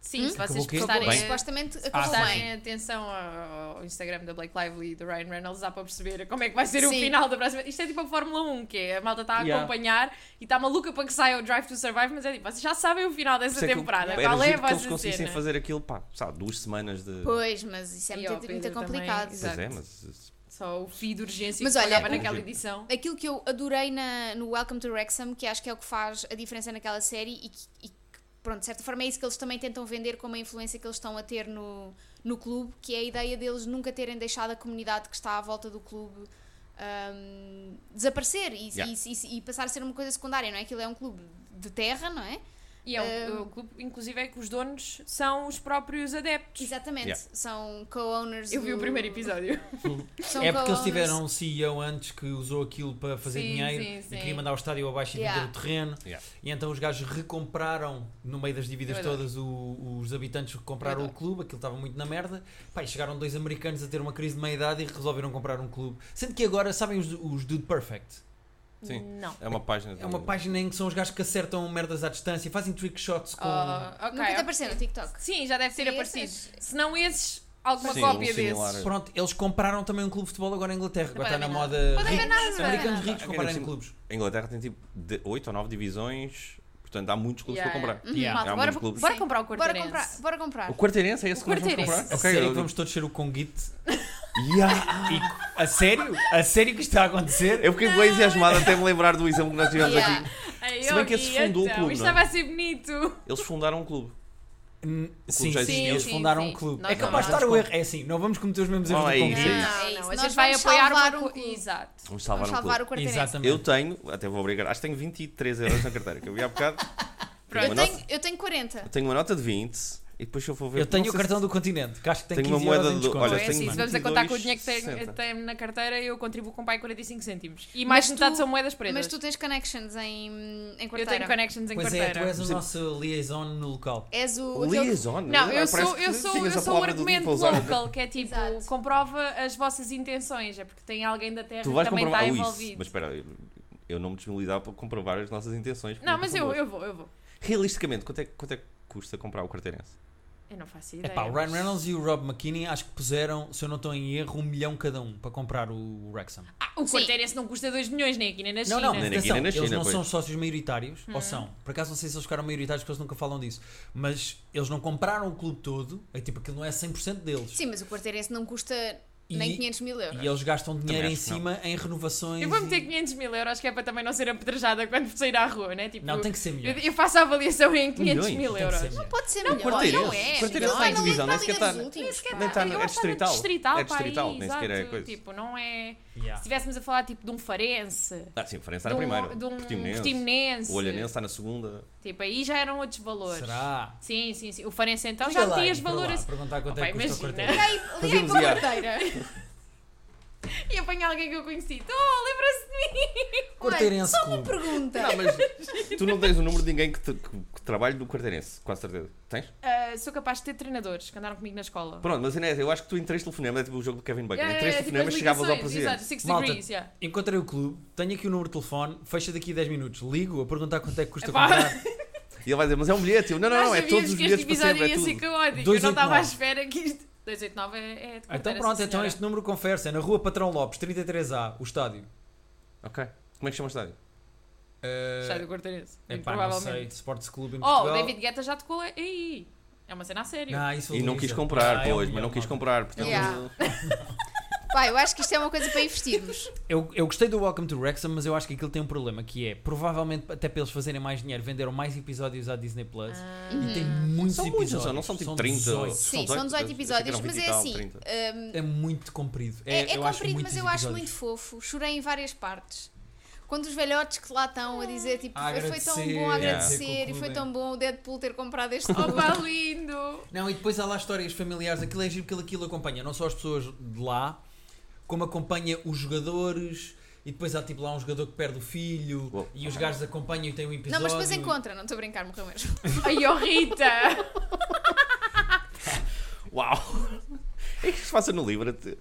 Speaker 4: Sim,
Speaker 2: Hum?
Speaker 4: se vocês
Speaker 1: Acabou o quê?
Speaker 4: prestarem,
Speaker 2: Bem,
Speaker 3: Bem.
Speaker 2: supostamente
Speaker 1: Ah,
Speaker 2: acabou
Speaker 1: tá.
Speaker 2: bem.
Speaker 4: prestarem atenção ao ao Instagram da Blake Lively e do Ryan Reynolds, dá para perceber como é que vai ser o
Speaker 2: Sim.
Speaker 4: final da próxima. Isto é tipo a Fórmula 1, que é, a malta está a
Speaker 3: Yeah.
Speaker 4: acompanhar e está maluca para que saia o Drive to Survive, mas é tipo, vocês já sabem o final
Speaker 3: Por
Speaker 4: dessa
Speaker 3: isso é que eu-
Speaker 4: temporada.
Speaker 3: era
Speaker 4: Qual é a
Speaker 3: giro que eles
Speaker 4: vossa
Speaker 3: conseguissem
Speaker 4: cena?
Speaker 3: fazer aquilo, pá, sabe, duas semanas de.
Speaker 2: Pois,
Speaker 3: Pois
Speaker 2: mas isso é
Speaker 4: E
Speaker 2: muito,
Speaker 4: ao Pedro
Speaker 2: muito
Speaker 4: também,
Speaker 2: complicado.
Speaker 4: exato.
Speaker 3: é, mas.
Speaker 4: Só o fio de urgência
Speaker 2: Mas
Speaker 4: que
Speaker 2: olha,
Speaker 4: pagava
Speaker 3: o-
Speaker 4: naquela edição.
Speaker 2: Aquilo que eu adorei na- no Welcome to Wrexham, que acho que é o que faz a diferença naquela série e que, e que, pronto, de certa forma é isso que eles também tentam vender como a influência que eles estão a ter no, no clube, que é a ideia deles nunca terem deixado a comunidade que está à volta do clube hum, desaparecer e,
Speaker 3: Yeah.
Speaker 2: e- e- e passar a ser uma coisa secundária, não é? Aquilo é um clube de terra, não é?
Speaker 4: E é um, o clube, inclusive, é que os donos são os próprios adeptos.
Speaker 2: Exatamente.
Speaker 3: Yeah.
Speaker 2: São co-owners
Speaker 4: Eu vi o
Speaker 2: do-
Speaker 4: primeiro episódio. Então
Speaker 2: são
Speaker 1: é porque eles
Speaker 2: co-owners-
Speaker 1: tiveram um CEO antes que usou aquilo para fazer
Speaker 4: Sim,
Speaker 1: dinheiro
Speaker 4: sim, sim.
Speaker 1: e queria mandar o estádio abaixo e
Speaker 2: Yeah.
Speaker 1: vender o terreno.
Speaker 3: Yeah.
Speaker 1: E então os gajos recompraram, no meio das dívidas
Speaker 4: Eu adoro.
Speaker 1: todas, o- os habitantes que compraram
Speaker 4: Eu
Speaker 1: o
Speaker 4: adoro.
Speaker 1: clube, aquilo estava muito na merda. Pá, e chegaram dois americanos a ter uma crise de meia-idade e resolveram comprar um clube. Sendo que agora, sabem os, os Dude Perfect?
Speaker 3: Sim.
Speaker 4: Não.
Speaker 3: É uma página.
Speaker 1: É uma
Speaker 3: de-
Speaker 1: página em que são os gajos que acertam merdas à distância, fazem trick shots com...
Speaker 4: Ah, ok,
Speaker 2: Nunca te
Speaker 4: ok.
Speaker 2: apareceu no TikTok.
Speaker 4: Sim, já deve ter
Speaker 2: Sim,
Speaker 4: aparecido.
Speaker 2: esses-
Speaker 4: Se não esses, alguma
Speaker 3: Sim,
Speaker 4: cópia
Speaker 3: um similar.
Speaker 4: desses.
Speaker 1: Pronto, eles compraram também um clube de futebol agora na Inglaterra. Agora está
Speaker 4: podem
Speaker 1: na
Speaker 4: ver
Speaker 1: moda.
Speaker 4: nada. Podem ver
Speaker 1: ricos-
Speaker 4: nada, não é?
Speaker 1: Americanos ricos
Speaker 3: Agora,
Speaker 1: compararem
Speaker 3: assim,
Speaker 1: clubes.
Speaker 3: A Inglaterra tem tipo de 8 ou 9 divisões, portanto há muitos clubes
Speaker 4: Yeah,
Speaker 3: para
Speaker 4: yeah.
Speaker 3: comprar.
Speaker 1: Yeah.
Speaker 4: Malta,
Speaker 3: Há
Speaker 4: bora,
Speaker 3: muitos clubes.
Speaker 4: bora
Speaker 2: Sim.
Speaker 4: comprar o
Speaker 2: Bora
Speaker 4: Quarteirense.
Speaker 2: comprar. Bora comprar.
Speaker 3: O Quarteirense é esse
Speaker 4: O
Speaker 3: que nós vamos comprar?
Speaker 4: Quarteirense.
Speaker 1: A
Speaker 3: Ok,
Speaker 1: sério
Speaker 3: eu-
Speaker 1: que vamos todos ser o Conguite?
Speaker 3: Yeah.
Speaker 1: E, a sério? A sério que isto está a acontecer?
Speaker 3: Eu fiquei bem entusiasmado até me lembrar do exemplo que nós tivemos
Speaker 2: Yeah.
Speaker 3: aqui.
Speaker 4: Ai,
Speaker 3: Se bem
Speaker 4: eu
Speaker 3: que esse
Speaker 4: vi,
Speaker 3: fundou o
Speaker 4: então,
Speaker 3: clube,
Speaker 4: Isto
Speaker 3: não é?
Speaker 4: estava a ser bonito.
Speaker 3: Eles fundaram um clube.
Speaker 1: N- Sim,
Speaker 3: já
Speaker 1: sim,
Speaker 3: existia.
Speaker 1: eles
Speaker 4: Sim,
Speaker 1: fundaram
Speaker 4: sim,
Speaker 1: um clube.
Speaker 4: nós
Speaker 1: é capaz de
Speaker 4: não
Speaker 1: estar o
Speaker 3: vamos.
Speaker 1: erro. É assim, não vamos cometer os mesmos erros
Speaker 3: Olha
Speaker 1: do
Speaker 3: aí.
Speaker 1: Conguite.
Speaker 3: isso.
Speaker 4: Não,
Speaker 2: É isso.
Speaker 4: não, a
Speaker 2: Nós
Speaker 4: gente vai
Speaker 2: vamos
Speaker 4: apoiar uma
Speaker 2: salvar um
Speaker 4: co-
Speaker 2: clube.
Speaker 4: Exato.
Speaker 3: Vamos salvar
Speaker 2: Vamos
Speaker 3: um clube.
Speaker 2: salvar o Quarteirense.
Speaker 1: Exatamente.
Speaker 3: Eu tenho, até vou obrigar, acho que tenho 23 euros na carteira, que eu vi há bocado.
Speaker 4: Pronto.
Speaker 2: Eu
Speaker 3: Uma nota-
Speaker 2: tenho, eu tenho 40.
Speaker 3: eu tenho uma nota de 20 e depois eu vou ver.
Speaker 1: Eu tenho
Speaker 3: não
Speaker 1: o
Speaker 3: sei
Speaker 1: cartão
Speaker 3: se-
Speaker 1: do continente, que acho que tem
Speaker 3: Tenho uma
Speaker 1: 15
Speaker 3: moeda
Speaker 1: euros em
Speaker 3: do-
Speaker 1: desconto.
Speaker 3: olha,
Speaker 4: Ou é
Speaker 3: tenho um
Speaker 4: assim, se vamos a
Speaker 3: 22,60.
Speaker 4: contar com o dinheiro que tenho, tenho na carteira, eu contribuo com o pai 45 cêntimos. E
Speaker 2: Mas
Speaker 4: mais
Speaker 2: tu-
Speaker 4: metade são moedas pretas.
Speaker 2: Mas tu tens connections em, em
Speaker 4: eu
Speaker 2: quarteira.
Speaker 4: tenho connections em
Speaker 1: Pois é, tu
Speaker 4: quarteira.
Speaker 1: és o nosso liaison no local.
Speaker 2: És o. aquele-
Speaker 3: Liaison?
Speaker 4: Não, eu
Speaker 3: Parece
Speaker 4: sou,
Speaker 3: que
Speaker 4: eu sou,
Speaker 3: tinhas
Speaker 4: eu
Speaker 3: a
Speaker 4: sou o
Speaker 3: palavra do dia
Speaker 4: argumento
Speaker 3: para usar.
Speaker 4: local, que é tipo,
Speaker 2: Exato.
Speaker 4: comprova as vossas intenções. É porque tem alguém da terra
Speaker 3: Tu
Speaker 4: que
Speaker 3: vais
Speaker 4: também
Speaker 3: comprovar
Speaker 4: está
Speaker 3: Ah, isso,
Speaker 4: envolvido.
Speaker 3: Mas espera, eu- eu não me desmilidar para comprovar as nossas intenções.
Speaker 4: Não, mas
Speaker 3: por
Speaker 4: eu,
Speaker 3: favor.
Speaker 4: eu vou, eu vou.
Speaker 3: Realisticamente, quanto é, quanto é que custa comprar o quarteirense?
Speaker 4: Eu não faço
Speaker 1: É
Speaker 4: ideia.
Speaker 1: pá, o Ryan Reynolds e o Rob McKinney acho que puseram, se eu não estou em erro, um milhão cada um para comprar o Wrexham.
Speaker 4: Ah, o
Speaker 2: Sim.
Speaker 4: quarteirense não custa 2 milhões nem aqui, nem na China. Hum.
Speaker 1: Não, não,
Speaker 3: Nem na
Speaker 1: atenção,
Speaker 3: Guiné, nem na
Speaker 1: eles
Speaker 3: China,
Speaker 1: não
Speaker 3: pois.
Speaker 1: são sócios maioritários, ou são? Por acaso não sei se eles ficaram maioritários porque eles nunca falam disso. Mas eles não compraram o clube todo, é tipo, aquilo não é 100% deles.
Speaker 2: Sim, mas o quarteirense não custa
Speaker 1: E-
Speaker 2: nem 500 mil euros.
Speaker 1: E eles gastam dinheiro em
Speaker 3: Também acho que não.
Speaker 1: cima em renovações.
Speaker 4: Então, Eu vou meter
Speaker 1: e-
Speaker 4: 500 mil euros, que é para também não ser apedrejada quando sair à rua, né? Tipo,
Speaker 1: Não, tem que ser
Speaker 4: eu,
Speaker 1: melhor.
Speaker 4: eu faço a avaliação em 500
Speaker 3: Milhões?
Speaker 4: mil
Speaker 1: Tem que
Speaker 4: euros.
Speaker 1: ser melhor.
Speaker 2: Pode ser
Speaker 4: Não,
Speaker 2: melhor.
Speaker 4: quarteirense.
Speaker 2: Não é.
Speaker 3: Quarteirense
Speaker 2: Não
Speaker 3: está em
Speaker 2: é na Liga-
Speaker 3: divisão, nem sequer
Speaker 2: na Liga
Speaker 3: está-
Speaker 2: dos Últimos, pá.
Speaker 3: Nem está no-
Speaker 4: Eu
Speaker 3: é
Speaker 4: acho que está
Speaker 3: distrital.
Speaker 4: no distrital,
Speaker 3: É
Speaker 4: pá,
Speaker 3: distrital,
Speaker 4: aí,
Speaker 3: nem sequer é
Speaker 4: exato.
Speaker 3: coisa.
Speaker 4: Tipo, não é... Se
Speaker 1: Yeah.
Speaker 4: estivéssemos a falar, tipo, de um farense...
Speaker 3: Ah, sim, o Farense
Speaker 4: De
Speaker 3: era
Speaker 4: um,
Speaker 3: primeiro.
Speaker 4: de um
Speaker 3: Portimonense.
Speaker 4: Portimonense.
Speaker 3: O Olhanense está na segunda.
Speaker 4: Tipo, aí já eram outros valores.
Speaker 1: Será?
Speaker 4: Sim, sim, sim. O Farense então
Speaker 1: Liga
Speaker 4: já
Speaker 1: lá,
Speaker 4: metias
Speaker 1: ir para lá,
Speaker 4: valores.
Speaker 1: perguntar quanto é
Speaker 4: Opa,
Speaker 1: que custa o
Speaker 4: imagina.
Speaker 1: quarteirão.
Speaker 2: Liguei
Speaker 3: Fazemos
Speaker 2: para a
Speaker 3: IA.
Speaker 2: quarteira.
Speaker 4: E apanhar alguém que eu conheci. Oh, lembra-se de mim!
Speaker 1: Quarteirense
Speaker 2: Só uma
Speaker 1: Clube.
Speaker 2: pergunta.
Speaker 3: Não, mas tu não tens o número de ninguém que, te- que- que trabalhe do quarteirense, com certeza. Tens?
Speaker 4: Ah, sou capaz de ter treinadores que andaram comigo na escola.
Speaker 3: Pronto, mas Inés, eu acho que tu em três telefonemas, é tipo o jogo do Kevin Bacon,
Speaker 4: Yeah,
Speaker 3: em
Speaker 4: yeah,
Speaker 3: três
Speaker 4: yeah, tipo,
Speaker 3: telefonemas
Speaker 4: as
Speaker 3: chegavas ao
Speaker 4: ligações,
Speaker 3: presidente.
Speaker 4: Exato, six
Speaker 1: Malta,
Speaker 4: degrees, é yeah.
Speaker 1: Encontrei o clube, tenho aqui o número de telefone, fecha daqui a 10 minutos, ligo a perguntar quanto é que custa
Speaker 4: Epá.
Speaker 1: comprar.
Speaker 3: E ele vai dizer, mas é um bilhete. Eu, não, não,
Speaker 4: Nós
Speaker 3: não, é
Speaker 4: sabíamos
Speaker 3: todos os
Speaker 4: que este
Speaker 3: bilhetes para
Speaker 4: Ah, episódio
Speaker 3: sempre, é
Speaker 4: ia ser
Speaker 3: tudo.
Speaker 4: caótico. Eu não
Speaker 1: 289.
Speaker 4: estava à espera que isto. 289 é, é de
Speaker 1: Então
Speaker 4: quarteira,
Speaker 1: pronto,
Speaker 4: sim,
Speaker 1: então
Speaker 4: senhora.
Speaker 1: este número conversa é na rua Patrão Lopes, 33A, o estádio.
Speaker 3: Ok. Como é que chama o estádio? eh,
Speaker 4: Está do Quarteirense.
Speaker 1: É
Speaker 4: muito
Speaker 1: pá, não sei,
Speaker 4: provavelmente.
Speaker 1: Sports Clube em
Speaker 4: Oh,
Speaker 1: Portugal.
Speaker 4: o David Guetta já tocou aí. É uma cena a sério.
Speaker 1: Não, isso
Speaker 3: E não
Speaker 1: valoriza.
Speaker 3: quis comprar,
Speaker 1: Ah, é um
Speaker 3: pois, mas
Speaker 1: milhão,
Speaker 3: não quis
Speaker 4: É.
Speaker 1: malta.
Speaker 3: comprar. Portanto,
Speaker 2: Yeah. Pá, eu acho que isto é uma coisa para investirmos.
Speaker 1: Eu, eu gostei do Welcome to Wrexham, mas eu acho que aquilo tem um problema, que é, provavelmente, até para eles fazerem mais dinheiro, venderam mais episódios à Disney Plus.
Speaker 2: Ah.
Speaker 1: E tem muitos
Speaker 3: São muitos,
Speaker 1: episódios.
Speaker 3: não são? Não são tipo 30?
Speaker 1: 18.
Speaker 2: Sim, são 18 episódios, mas é assim. hum,
Speaker 1: É muito comprido. É,
Speaker 2: É, é
Speaker 1: eu acho
Speaker 2: comprido,
Speaker 1: muitos
Speaker 2: mas eu acho
Speaker 1: episódios.
Speaker 2: muito fofo. Chorei em várias partes. Quando os velhotes que lá estão a dizer, tipo,
Speaker 1: A
Speaker 2: foi tão
Speaker 1: Ah, agradecer, é.
Speaker 2: bom
Speaker 1: yeah.
Speaker 2: agradecer e
Speaker 1: Concludem.
Speaker 2: foi tão bom o Deadpool ter comprado este clube.
Speaker 4: Opa, lindo!
Speaker 1: Não, e depois há lá histórias familiares. Aquilo é giro porque aquilo acompanha não só as pessoas de lá, como acompanha os jogadores. E depois há tipo lá um jogador que perde o filho.
Speaker 3: Uou.
Speaker 1: E os gajos acompanham e têm um episódio.
Speaker 2: Não, mas depois encontra, não estou a brincar, morreu mesmo.
Speaker 4: Ai, oh Rita!
Speaker 3: Uau! É que isto faça no livro.
Speaker 1: Tu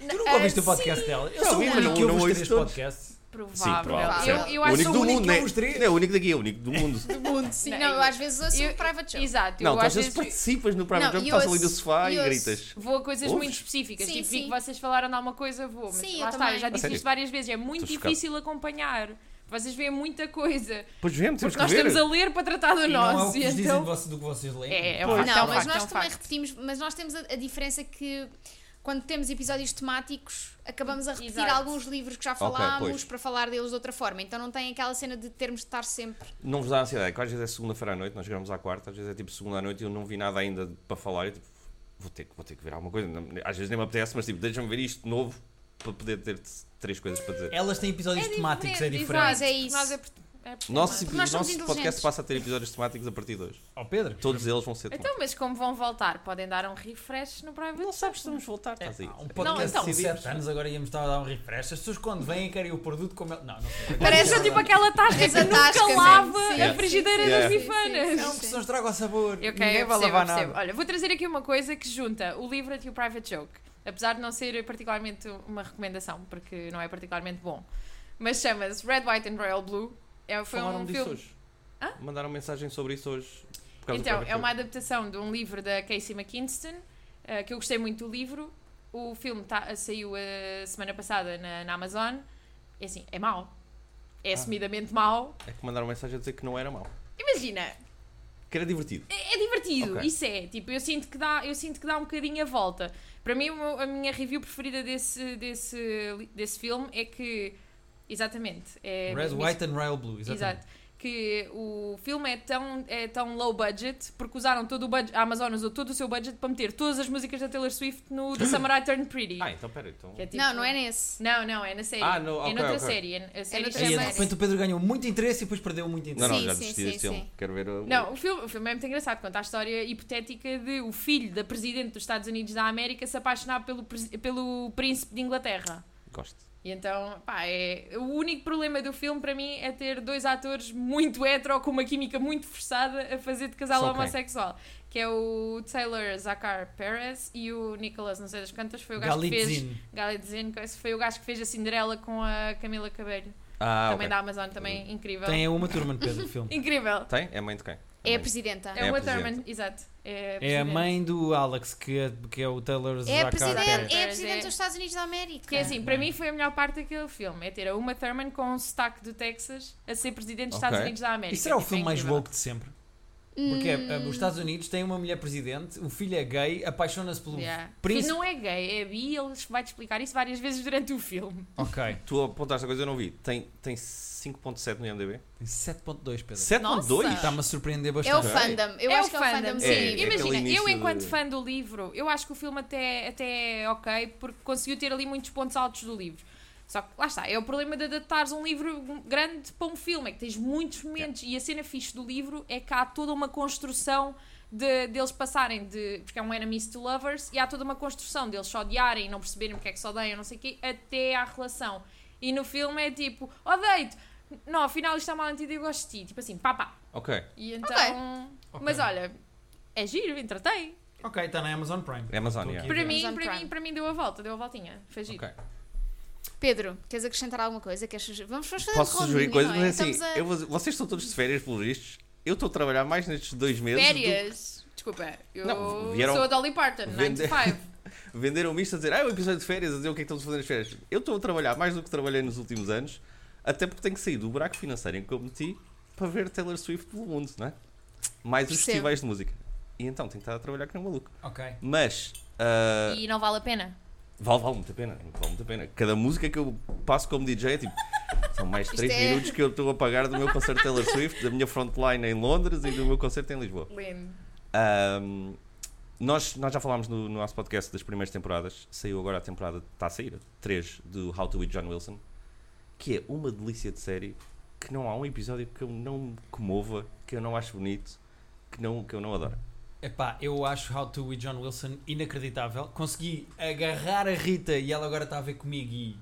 Speaker 1: nunca ouviste
Speaker 2: É,
Speaker 1: o
Speaker 4: Ah,
Speaker 1: podcast dela? Eu
Speaker 3: Já
Speaker 1: sou o
Speaker 3: ouvi, mas
Speaker 1: único
Speaker 3: não-
Speaker 1: que
Speaker 3: não
Speaker 1: ouve os
Speaker 3: ouço
Speaker 1: três
Speaker 3: todos.
Speaker 1: podcasts.
Speaker 4: Provável.
Speaker 2: provável.
Speaker 4: Eu,
Speaker 2: Sim.
Speaker 4: eu
Speaker 3: o
Speaker 4: acho
Speaker 3: único do
Speaker 1: único
Speaker 3: mundo,
Speaker 1: que
Speaker 3: né?
Speaker 1: ouve os três.
Speaker 3: Não, é o único daqui, é o único do mundo.
Speaker 2: Mundo, sim.
Speaker 4: Não,
Speaker 2: Ah, Não,
Speaker 4: eu-
Speaker 2: eu às vezes ouço
Speaker 4: eu-
Speaker 2: um private show.
Speaker 4: Exato,
Speaker 3: Não, então
Speaker 4: eu
Speaker 3: tu às
Speaker 4: às
Speaker 3: vezes
Speaker 4: vezes
Speaker 3: participas no private
Speaker 2: Não,
Speaker 3: job,
Speaker 2: e
Speaker 3: estás ali do
Speaker 2: ouço-
Speaker 3: sofá e
Speaker 2: e ouço.
Speaker 3: gritas.
Speaker 4: vou a coisas
Speaker 3: Ouves?
Speaker 4: muito específicas.
Speaker 2: Sim,
Speaker 4: tipo, vi
Speaker 2: sim.
Speaker 4: que vocês falaram de alguma coisa, vou. Mas
Speaker 2: Sim,
Speaker 4: lá
Speaker 2: eu
Speaker 4: está,
Speaker 2: também.
Speaker 4: eu já
Speaker 2: A
Speaker 4: disse
Speaker 3: sério?
Speaker 4: isto várias vezes. É muito
Speaker 3: Estou chocado.
Speaker 4: difícil acompanhar. Vocês veem muita coisa.
Speaker 3: Pois vemos, temos
Speaker 4: Porque
Speaker 3: que
Speaker 4: nós
Speaker 3: ver.
Speaker 4: estamos a ler para tratar do
Speaker 1: E não é o
Speaker 4: nosso.
Speaker 1: que
Speaker 4: e
Speaker 1: vos dizem de
Speaker 4: então.
Speaker 1: voce- do que vocês leem.
Speaker 4: É, é um
Speaker 3: Pois.
Speaker 4: facto,
Speaker 2: Não,
Speaker 4: é um
Speaker 2: mas
Speaker 4: facto,
Speaker 2: nós
Speaker 4: é um
Speaker 2: também
Speaker 4: facto.
Speaker 2: repetimos, mas nós temos a, a diferença que quando temos episódios temáticos acabamos a repetir
Speaker 4: Exato.
Speaker 2: alguns livros que já
Speaker 3: Ok,
Speaker 2: falámos
Speaker 3: pois.
Speaker 2: para falar deles de outra forma. Então não tem aquela cena de termos de estar sempre.
Speaker 3: Não vos dá ansiedade, que às vezes é segunda-feira à noite, nós gravamos à quarta, às vezes é tipo segunda à noite e eu não vi nada ainda para falar. Eu, tipo, vou ter, que- vou ter que ver alguma coisa. Não- Às vezes nem me apetece, mas tipo, deixa-me ver isto de novo para poder ter três coisas para
Speaker 4: É.
Speaker 3: dizer.
Speaker 1: Elas têm episódios temáticos, é
Speaker 4: diferente,
Speaker 1: diferente.
Speaker 2: Mas é isso.
Speaker 4: Nós é por- é por-
Speaker 3: Nosso,
Speaker 2: Porque nós somos
Speaker 3: nosso podcast
Speaker 2: inteligentes.
Speaker 3: passa a ter episódios temáticos a partir de hoje.
Speaker 1: Ó Pedro,
Speaker 3: Todos eles vão ser temáticos.
Speaker 4: Então, mas como vão voltar? Podem dar um refresh no private
Speaker 3: Não sabes se vamos voltar, estás aí.
Speaker 1: há um podcast
Speaker 4: então,
Speaker 1: de
Speaker 3: decidimos.
Speaker 1: 7 anos, agora íamos estar a dar um refresh. As pessoas quando vêm querem o produto como... ele- Não, não sei.
Speaker 4: Parece tipo aquela tasca que
Speaker 2: Essa tasca,
Speaker 4: nunca
Speaker 2: sim,
Speaker 4: lava
Speaker 2: sim,
Speaker 4: a
Speaker 3: sim,
Speaker 4: frigideira
Speaker 3: sim,
Speaker 4: das
Speaker 3: sim,
Speaker 4: bifanas.
Speaker 1: Não, porque senão estraga o sabor.
Speaker 4: Ok, eu
Speaker 1: Ninguém vai lavar
Speaker 4: percebo, eu percebo.
Speaker 1: nada.
Speaker 4: Olha, vou trazer aqui uma coisa que junta o livro e o private joke. Apesar de não ser particularmente uma recomendação, porque não é particularmente bom. Mas chama-se Red, White and Royal Blue. É, foi
Speaker 3: Falaram
Speaker 4: um
Speaker 3: disso
Speaker 4: filme.
Speaker 3: hoje.
Speaker 4: Hã?
Speaker 3: Mandaram mensagem sobre isso hoje. por causa do
Speaker 4: Então,
Speaker 3: próprio
Speaker 4: é uma
Speaker 3: filme.
Speaker 4: adaptação de um livro da Casey McKinston, eh, que eu gostei muito do livro. O filme tá- saiu a semana passada na, na Amazon. É assim, é mau. É
Speaker 3: Ah.
Speaker 4: assumidamente mau.
Speaker 3: É que mandaram mensagem a dizer que não era mau.
Speaker 4: Imagina,
Speaker 3: Que era divertido.
Speaker 4: é divertido,
Speaker 3: Ok.
Speaker 4: isso é. Tipo, eu sinto que dá, eu sinto que dá um bocadinho a volta. Para mim, o meu- a minha review preferida desse, desse, desse filme é que. Exatamente. É
Speaker 1: Red,
Speaker 4: mis-
Speaker 1: White and Royal Blue, exatamente.
Speaker 4: Exato. Que o filme é tão, é tão low budget porque usaram todo o budget. A Amazon usou todo o seu budget para meter todas as músicas da Taylor Swift no The Summer I Turned Pretty.
Speaker 3: Ah, então pera, então.
Speaker 4: que é tipo-
Speaker 2: Não, não é nesse.
Speaker 4: Não, não, é na série.
Speaker 3: Ah, no-
Speaker 4: é
Speaker 3: ok,
Speaker 4: noutra
Speaker 3: ok.
Speaker 4: série. É, a série
Speaker 2: noutra
Speaker 1: Aí,
Speaker 2: série.
Speaker 4: chama-
Speaker 1: de repente o Pedro ganhou muito interesse e depois perdeu muito
Speaker 3: Não,
Speaker 1: interesse.
Speaker 3: não,
Speaker 2: Sim,
Speaker 3: já
Speaker 2: sim,
Speaker 3: desisti
Speaker 2: sim,
Speaker 3: desse filme.
Speaker 2: sim.
Speaker 3: Quero ver o.
Speaker 4: Não, o filme, o filme é muito engraçado, conta a história hipotética de o filho da Presidente dos Estados Unidos da América se apaixonar pelo, presi- pelo Príncipe de Inglaterra.
Speaker 3: Gosto.
Speaker 4: E então, pá, é... o único problema do filme para mim é ter dois atores muito hetero com uma química muito forçada a fazer de casal
Speaker 3: São quem?
Speaker 4: homossexual. Que é o Taylor Zachar Perez e o Nicholas, não sei das quantas, foi o gajo que fez...
Speaker 1: Galitzin.
Speaker 4: Galitzin, que esse foi o gajo que fez a Cinderela com a Camila Cabello.
Speaker 3: Ah,
Speaker 4: também
Speaker 3: ok.
Speaker 4: da Amazon, também incrível.
Speaker 1: Tem a uma turma Pedro no filme.
Speaker 4: Incrível.
Speaker 3: Tem? É mãe de quem?
Speaker 2: É a
Speaker 3: Mãe-
Speaker 2: presidenta.
Speaker 4: É,
Speaker 3: a
Speaker 4: o
Speaker 3: presidente.
Speaker 4: Waterman, exato. É,
Speaker 1: É a
Speaker 4: presidente.
Speaker 1: mãe do Alex, que é, que é o Taylor
Speaker 2: É a
Speaker 1: Zachar Perez.
Speaker 2: presidente, é a
Speaker 4: É.
Speaker 2: presidente dos Estados Unidos da América.
Speaker 4: Que é assim, para mim foi a melhor parte daquele filme, é ter a Uma Thurman com um sotaque do Texas a ser presidente dos
Speaker 3: Ok.
Speaker 4: Estados Unidos da América.
Speaker 1: E será o
Speaker 4: Tipo, é
Speaker 1: filme mais
Speaker 4: incrível.
Speaker 1: woke de sempre? Porque
Speaker 2: Hum,
Speaker 1: é, os Estados Unidos têm uma mulher presidente, o filho é gay, apaixona-se pelo
Speaker 4: Yeah.
Speaker 1: príncipe.
Speaker 4: Que não é gay, é bi, ele vai-te explicar isso várias vezes durante o filme.
Speaker 1: Ok,
Speaker 3: Tu apontaste a coisa, eu não vi. Tem, tem 5.7 no IMDB?
Speaker 1: tem 7.2 Pedro. E
Speaker 3: 7.2
Speaker 1: está-me a surpreender
Speaker 2: É o
Speaker 1: bastante.
Speaker 3: fa-
Speaker 2: fandom. Eu
Speaker 4: é
Speaker 2: acho
Speaker 4: o
Speaker 2: que é o fandom, sim.
Speaker 3: É, é aquele
Speaker 4: Imagina, eu
Speaker 3: início
Speaker 4: enquanto
Speaker 3: de-
Speaker 4: fã do livro, eu acho que o filme até, até é ok, porque conseguiu ter ali muitos pontos altos do livro. Só que lá está, é o problema de adaptares um livro grande para um filme, é que tens muitos momentos e a cena fixe do livro é que há toda uma construção de- deles passarem de. porque é um enemies to lovers e há toda uma construção deles se odiarem e não perceberem porque é que se odeiam, não sei o quê, até à relação. E no filme é tipo, odeio-te! Não, afinal isto é mal entendido, eu gosto de ti. Tipo assim, pá pá.
Speaker 3: Ok.
Speaker 4: E então.
Speaker 1: Ok.
Speaker 4: Mas olha, é giro, entretei.
Speaker 1: Ok, está na Amazon Prime.
Speaker 3: É Amazon,
Speaker 1: Estou
Speaker 3: yeah.
Speaker 1: aqui a
Speaker 4: Para
Speaker 1: ver.
Speaker 4: mim,
Speaker 2: Amazon
Speaker 4: para
Speaker 2: Prime.
Speaker 4: mim, para mim deu a volta, deu a voltinha. Foi giro.
Speaker 3: Ok.
Speaker 2: Pedro, queres acrescentar alguma coisa? Queres sugerir? Vamos vamos fazer
Speaker 3: Posso
Speaker 2: um
Speaker 3: sugerir
Speaker 2: rondinho,
Speaker 3: coisas,
Speaker 2: não é?
Speaker 3: mas é assim,
Speaker 2: Estamos a-
Speaker 3: eu vou dizer- vocês estão todos de férias, pelos vistos. Eu estou a trabalhar mais nestes dois meses.
Speaker 4: Férias. Desculpa, eu
Speaker 3: Não, vieram-
Speaker 4: sou a Dolly Parton, 9 to
Speaker 3: Vende-
Speaker 4: 5.
Speaker 3: Do... Venderam-me isto a dizer, ah, é um episódio de férias, a dizer o que é que estamos a fazer nas férias. Eu estou a trabalhar mais do que trabalhei nos últimos anos, até porque tenho que sair do buraco financeiro em que eu me meti para ver Taylor Swift pelo mundo, não é? Mais os
Speaker 2: Percebo.
Speaker 3: festivais de música. E então tenho que estar a trabalhar que nem um maluco.
Speaker 1: Ok.
Speaker 3: Mas. ah,
Speaker 4: E não vale a pena.
Speaker 3: Vale, vale muito a pena, vale muito a pena. Cada música que eu passo como DJ é tipo. São mais
Speaker 2: Isto
Speaker 3: 3
Speaker 2: é-
Speaker 3: minutos que eu estou a pagar do meu concerto de Taylor Swift, da minha frontline em Londres e do meu concerto em Lisboa.
Speaker 4: Lindo.
Speaker 3: Ahm, nós, nós já falámos no, no nosso podcast das primeiras temporadas, saiu agora a temporada, está a sair, 3 do How to Eat John Wilson, que é uma delícia de série, que não há um episódio que eu não me comova, que eu não acho bonito, que, não, que eu não adoro.
Speaker 1: Epá, eu acho How to with John Wilson inacreditável. Consegui agarrar a Rita e ela agora está a ver comigo e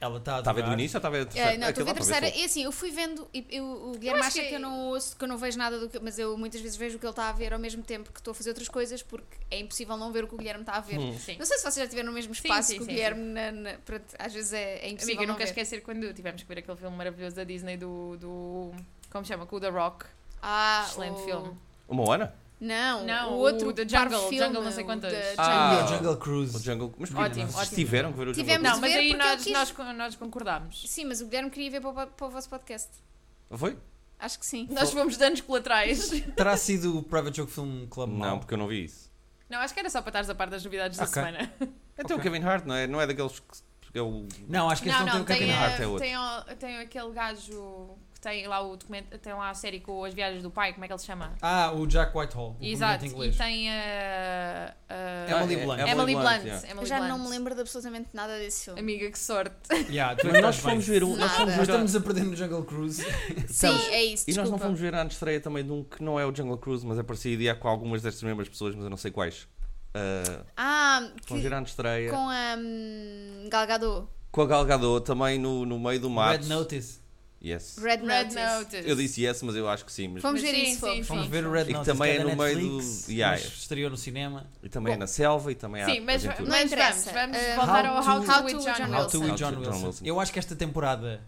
Speaker 1: ela está a
Speaker 3: Estava do
Speaker 1: adorar.
Speaker 3: início ou estava Tá a terceira?
Speaker 2: É, não, estou a
Speaker 3: Aquilo
Speaker 2: ver a
Speaker 3: dá para
Speaker 2: terceira.
Speaker 3: ver
Speaker 2: E assim, eu fui vendo, e eu, o Guilherme
Speaker 4: acho
Speaker 2: acha que...
Speaker 4: que-
Speaker 2: eu não ouço, que eu não vejo nada do que. Mas eu muitas vezes vejo o que ele está a ver ao mesmo tempo que estou a fazer outras coisas, porque é impossível não ver o que o Guilherme está a ver.
Speaker 3: Hum.
Speaker 4: Sim.
Speaker 2: Não sei se vocês já estiveram no mesmo
Speaker 4: Sim,
Speaker 2: espaço
Speaker 4: sim,
Speaker 2: que o
Speaker 4: sim,
Speaker 2: Guilherme, na- na- pronto, às vezes é, é impossível.
Speaker 4: Amiga, eu
Speaker 2: não
Speaker 4: nunca
Speaker 2: ver.
Speaker 4: esquecer quando tivemos que ver aquele filme maravilhoso da Disney do. do como se chama? Com o The Rock.
Speaker 2: Ah,
Speaker 4: Excelente
Speaker 2: o-
Speaker 4: filme.
Speaker 3: Hum, Uma Moana?
Speaker 2: Não,
Speaker 4: Não,
Speaker 2: o outro
Speaker 4: o The
Speaker 2: parvo
Speaker 4: Jungle,
Speaker 2: filme,
Speaker 4: Jungle não sei
Speaker 2: o
Speaker 4: quantas.
Speaker 2: The
Speaker 3: Ah,
Speaker 1: E
Speaker 2: Jungle.
Speaker 1: o Jungle Cruise.
Speaker 3: O Jungle... Mas porquê?
Speaker 4: Ótimo,
Speaker 3: Vocês
Speaker 4: ótimo.
Speaker 3: tiveram que ver o Jungle
Speaker 2: Tivemos-
Speaker 4: Não,
Speaker 3: Cruise?
Speaker 4: mas
Speaker 2: ver
Speaker 4: aí
Speaker 2: porque
Speaker 4: nós,
Speaker 2: eu quis-
Speaker 4: nós, con- nós concordámos.
Speaker 2: Sim, mas o Guilherme queria ver para, o- para o vosso podcast.
Speaker 3: Foi?
Speaker 2: Acho que sim.
Speaker 4: Nós fomos danos colaterais.
Speaker 1: Terá sido o Private Joke Film Club
Speaker 3: Não,
Speaker 1: mau?
Speaker 3: porque eu não vi isso.
Speaker 4: não, acho que era só para estares a par das novidades da
Speaker 1: Ok.
Speaker 4: semana.
Speaker 3: Então o Kevin Hart, não é, não é daqueles que... É o...
Speaker 1: Não, acho que este não, tem o
Speaker 3: tem
Speaker 1: Kevin
Speaker 3: a-
Speaker 1: Hart.
Speaker 3: Hart, é outro.
Speaker 4: tem, o- tem aquele gajo que tem lá o documento, tem lá a série com as viagens do pai, como é que ele se chama?
Speaker 1: Ah, o Jack Whitehall. O
Speaker 4: Exato,
Speaker 1: comediante
Speaker 4: e
Speaker 1: inglês.
Speaker 4: tem a. a-
Speaker 1: Emily
Speaker 3: Ah, é-
Speaker 1: Blunt.
Speaker 3: é
Speaker 4: Emily Blunt.
Speaker 3: yeah.
Speaker 4: Emily
Speaker 2: já
Speaker 4: Blunt.
Speaker 2: não me lembro de absolutamente nada desse filme.
Speaker 4: Amiga, que sorte.
Speaker 1: Yeah, tu é que
Speaker 3: Mas nós
Speaker 1: estás
Speaker 3: fomos
Speaker 1: bem.
Speaker 3: ver um... Nós
Speaker 2: Nada.
Speaker 3: fomos
Speaker 1: Nós
Speaker 3: ver
Speaker 1: estamos a perder no Jungle Cruise.
Speaker 2: Sim, é isso.
Speaker 3: Então, E nós não
Speaker 2: desculpa.
Speaker 3: fomos ver a estreia também de um que não é o Jungle Cruise, mas é parecido e é com algumas destas mesmas pessoas, mas eu não sei quais. Ah,
Speaker 2: Ah,
Speaker 3: fomos ver
Speaker 2: que,
Speaker 3: a estreia com...
Speaker 2: com a hum, Gal Gadot.
Speaker 3: a Gal Gadot também no, no meio do mato.
Speaker 1: Red Notice.
Speaker 3: Yes.
Speaker 2: Red,
Speaker 4: Red
Speaker 2: Notice.
Speaker 4: Notice.
Speaker 3: Eu disse yes, mas eu acho que sim. Mas...
Speaker 2: Vamos
Speaker 4: Mas
Speaker 2: ver
Speaker 4: sim,
Speaker 2: isso,
Speaker 4: sim,
Speaker 2: fomos.
Speaker 4: sim.
Speaker 1: Fomos ver o Red
Speaker 3: E que
Speaker 1: Notice.
Speaker 3: também
Speaker 1: que
Speaker 3: é no meio do-
Speaker 1: Netflix,
Speaker 3: Yeah.
Speaker 1: mas Estreou no cinema.
Speaker 3: E também é na selva e também há
Speaker 4: Sim, mas,
Speaker 3: aventura.
Speaker 2: Não
Speaker 4: mas vamos,
Speaker 2: interessa.
Speaker 4: vamos
Speaker 2: Uh,
Speaker 4: voltar
Speaker 1: How
Speaker 4: ao
Speaker 1: to-
Speaker 4: How to,
Speaker 2: How
Speaker 4: with
Speaker 2: to
Speaker 4: John,
Speaker 2: John
Speaker 1: How to
Speaker 2: Wilson.
Speaker 1: with John
Speaker 3: How to with John
Speaker 1: Wilson.
Speaker 3: Wilson.
Speaker 1: Eu acho que esta temporada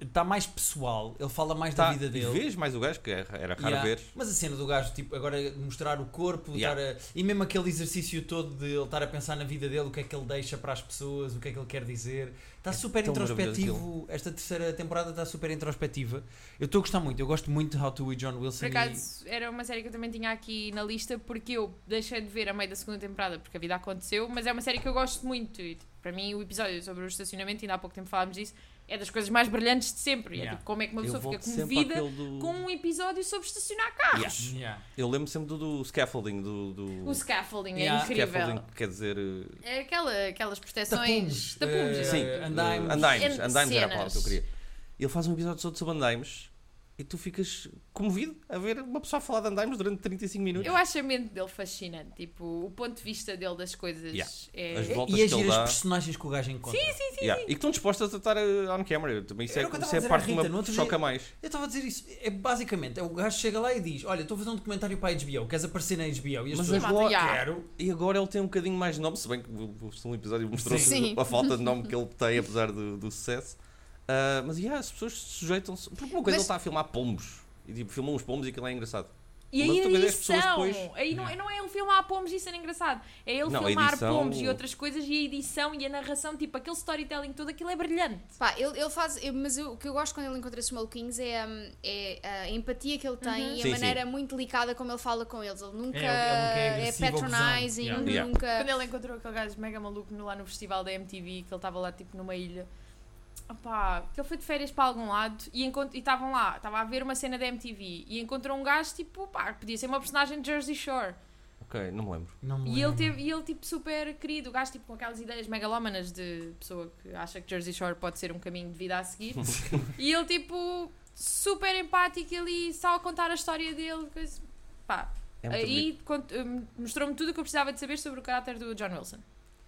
Speaker 1: está mais pessoal. Ele fala mais
Speaker 3: Tá,
Speaker 1: da vida
Speaker 3: e
Speaker 1: dele.
Speaker 3: Vês mais o gajo, que era era raro
Speaker 1: Yeah.
Speaker 3: ver.
Speaker 1: Mas a cena do gajo, tipo, agora mostrar o corpo,
Speaker 3: Yeah.
Speaker 1: estar a- e mesmo aquele exercício todo de ele estar a pensar na vida dele, o que é que ele deixa para as pessoas, o que é que ele quer dizer. Está super
Speaker 3: É tão
Speaker 1: introspectivo. Esta terceira temporada está super introspectiva. Eu estou a gostar muito. Eu gosto muito de How to with John
Speaker 4: Por
Speaker 1: Wilson. e...
Speaker 4: acaso, era uma série que eu também tinha aqui na lista porque eu deixei de ver a meio da segunda temporada porque a vida aconteceu, mas é uma série que eu gosto muito e tipo, para mim o episódio sobre o estacionamento, ainda há pouco tempo falámos disso, é das coisas mais brilhantes de sempre. É
Speaker 1: Yeah.
Speaker 4: tipo, como é que uma
Speaker 3: Eu
Speaker 4: pessoa
Speaker 3: volto
Speaker 4: fica
Speaker 3: sempre
Speaker 4: comovida
Speaker 3: àquele do...
Speaker 4: com um episódio sobre estacionar carros.
Speaker 3: Yeah.
Speaker 1: Yeah.
Speaker 3: Eu lembro sempre do, do scaffolding, do... do...
Speaker 4: O scaffolding
Speaker 1: Yeah.
Speaker 4: é incrível.
Speaker 3: Scaffolding, que quer dizer... eh,
Speaker 4: É aquela, aquelas
Speaker 1: Tapumes,
Speaker 4: proteções. Tapumes.
Speaker 1: eh,
Speaker 4: exato.
Speaker 3: Sim,
Speaker 1: Eh,
Speaker 3: andaimes.
Speaker 1: andaimes.
Speaker 3: Andaimes,
Speaker 4: Entre
Speaker 3: era a
Speaker 4: cenas.
Speaker 3: palavra que eu queria. Ele faz um episódio todo sobre andaimes e tu ficas comovido a ver uma pessoa a falar de andaimes durante 35 minutos.
Speaker 4: Eu acho a mente dele fascinante. Tipo, o ponto de vista dele das coisas
Speaker 3: Yeah.
Speaker 4: é.
Speaker 3: As voltas
Speaker 1: E as
Speaker 3: que ele
Speaker 1: giras
Speaker 3: dá.
Speaker 1: personagens que o gajo encontra.
Speaker 3: Yeah. E que estão dispostas a estar eh, on camera. Eu Também isso é,
Speaker 1: Era o que eu estava a
Speaker 3: isso é
Speaker 1: dizer à
Speaker 3: parte que
Speaker 1: Rita,
Speaker 3: me
Speaker 1: no outro
Speaker 3: choca
Speaker 1: dia.
Speaker 3: mais.
Speaker 1: Eu estava a dizer isso. É basicamente, é o gajo chega lá e diz: Olha, estou a fazer um documentário para a HBO, queres aparecer na HBO? E as
Speaker 3: Mas
Speaker 1: pessoas
Speaker 4: as
Speaker 1: "Claro,
Speaker 4: lojas-
Speaker 1: quero.
Speaker 3: E agora ele tem um bocadinho mais de nome, se bem que o- o- um episódio mostrou
Speaker 2: Sim.
Speaker 3: a falta de nome que ele tem, apesar do, do sucesso. Ah, mas yeah, as pessoas sujeitam-se. Porque uma
Speaker 2: Mas-
Speaker 3: coisa ele está a filmar pombos. E tipo, filmam os pombos e aquilo é engraçado.
Speaker 4: E
Speaker 3: Mas
Speaker 4: aí
Speaker 3: tu
Speaker 4: a
Speaker 3: vês as pessoas
Speaker 4: edição.
Speaker 3: depois-
Speaker 4: Aí não,
Speaker 1: Yeah.
Speaker 4: não é ele filmar pomos e ser engraçado. É ele
Speaker 3: Não, a
Speaker 4: filmar
Speaker 3: edição-
Speaker 4: pomos e outras coisas e a edição e a narração, tipo, aquele storytelling todo, aquilo é brilhante.
Speaker 2: Pá, ele, ele faz. eu- mas eu- o que eu gosto quando ele encontra esses maluquinhos é, hum, é a empatia que ele tem e a
Speaker 3: Sim,
Speaker 2: maneira muito delicada como ele fala com eles. Ele nunca
Speaker 1: É, ele- ele
Speaker 3: um
Speaker 1: nunca é
Speaker 2: é,
Speaker 1: agressivo ou
Speaker 2: patronizing,
Speaker 1: gozão.
Speaker 3: Yeah.
Speaker 2: nunca.
Speaker 4: Quando ele encontrou aquele gajo mega maluco no- lá no festival da MTV, que ele estava lá, tipo, numa ilha. Opá, que ele foi de férias para algum lado e encont- e estavam lá, estava a ver uma cena da MTV e encontrou um gajo, tipo, pá, podia ser uma personagem de Jersey Shore.
Speaker 3: Ok, não me lembro.
Speaker 1: Não me
Speaker 4: E ele,
Speaker 1: lembro.
Speaker 4: teve, e ele, tipo, super querido, o gajo, tipo, com aquelas ideias megalómanas de pessoa que acha que Jersey Shore pode ser um caminho de vida a seguir. e ele, tipo, super empático ali, só a contar a história dele. coisa- Pá,
Speaker 3: É muito bonito.
Speaker 4: aí cont- hum, mostrou-me tudo o que eu precisava de saber sobre o caráter do John Wilson.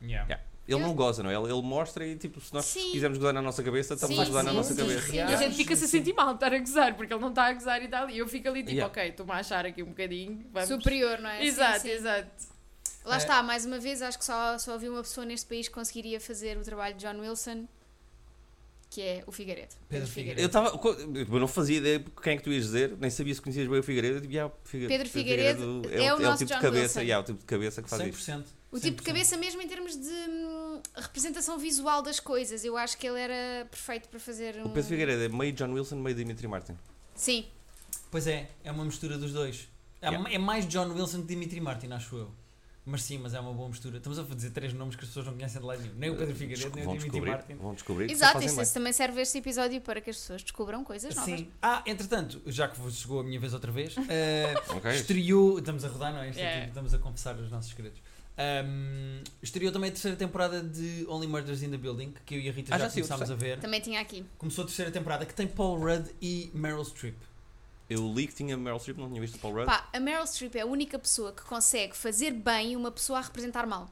Speaker 1: Yeah.
Speaker 3: Ele não goza, não é? Ele, ele mostra e, tipo, se nós
Speaker 2: Sim.
Speaker 3: quisermos gozar na nossa cabeça, estamos
Speaker 2: Sim,
Speaker 3: a gozar na
Speaker 2: sim,
Speaker 3: nossa
Speaker 2: sim,
Speaker 3: cabeça.
Speaker 2: sim.
Speaker 4: E a gente fica-se a sentir mal de estar a gozar, porque ele não está a gozar e tal. E eu fico ali, tipo,
Speaker 3: Yeah.
Speaker 4: ok, estou-me a achar aqui um bocadinho. Vamos.
Speaker 2: Superior, não é? Sim,
Speaker 4: Exato,
Speaker 2: sim.
Speaker 4: exato.
Speaker 2: Lá
Speaker 1: É.
Speaker 2: está, mais uma vez, acho que só, só havia uma pessoa neste país que conseguiria fazer o trabalho de John Wilson, que é o Figueiredo.
Speaker 1: Pedro Figueiredo.
Speaker 3: Eu estava. Eu não fazia ideia de quem é que tu ias dizer, nem sabia se conhecias bem o Figueiredo. eu Tipo, yeah, Figue-
Speaker 2: Pedro Figueiredo é o nosso
Speaker 3: tipo
Speaker 2: John
Speaker 3: de cabeça,
Speaker 2: Wilson.
Speaker 3: yeah, o tipo de cabeça que faz isto.
Speaker 1: 100%.
Speaker 2: O tipo de
Speaker 1: 100%.
Speaker 2: cabeça mesmo em termos de hum, representação visual das coisas. Eu acho que ele era perfeito para fazer um...
Speaker 3: O Pedro Figueiredo é meio John Wilson, meio Dimitri Martin.
Speaker 2: Sim.
Speaker 1: Pois é, é uma mistura dos dois. É,
Speaker 3: Yeah.
Speaker 1: ma- é mais John Wilson que Dimitri Martin, acho eu. Mas sim, mas é uma boa mistura. Estamos a dizer três nomes que as pessoas não conhecem de lado nenhum. Nem o Pedro Figueiredo, nem o
Speaker 3: vão,
Speaker 1: Dimitri
Speaker 3: Eh, descobrir,
Speaker 1: Martin.
Speaker 3: vão descobrir. que
Speaker 2: Exato,
Speaker 3: fazem
Speaker 2: isso,
Speaker 3: bem.
Speaker 2: isso também serve este episódio para que as pessoas descubram coisas novas.
Speaker 1: Sim. Ah, entretanto, já que vos chegou a minha vez outra vez, eh,
Speaker 2: é
Speaker 3: Ok.
Speaker 1: estreou. Estamos a rodar, não é? Isto
Speaker 4: Yeah.
Speaker 1: aqui, estamos a confessar os nossos segredos. Ahm, estreou também a terceira temporada de Only Murders in the Building, que eu e a Rita
Speaker 3: Ah,
Speaker 1: já,
Speaker 3: já sei, eu
Speaker 1: começámos a ver.
Speaker 2: Também tinha aqui.
Speaker 1: Começou a terceira temporada que tem Paul Rudd e Meryl Streep.
Speaker 3: Eu li que tinha Meryl Streep, não tinha visto Paul Rudd.
Speaker 2: Pá, a Meryl Streep é a única pessoa que consegue fazer bem uma pessoa a representar mal.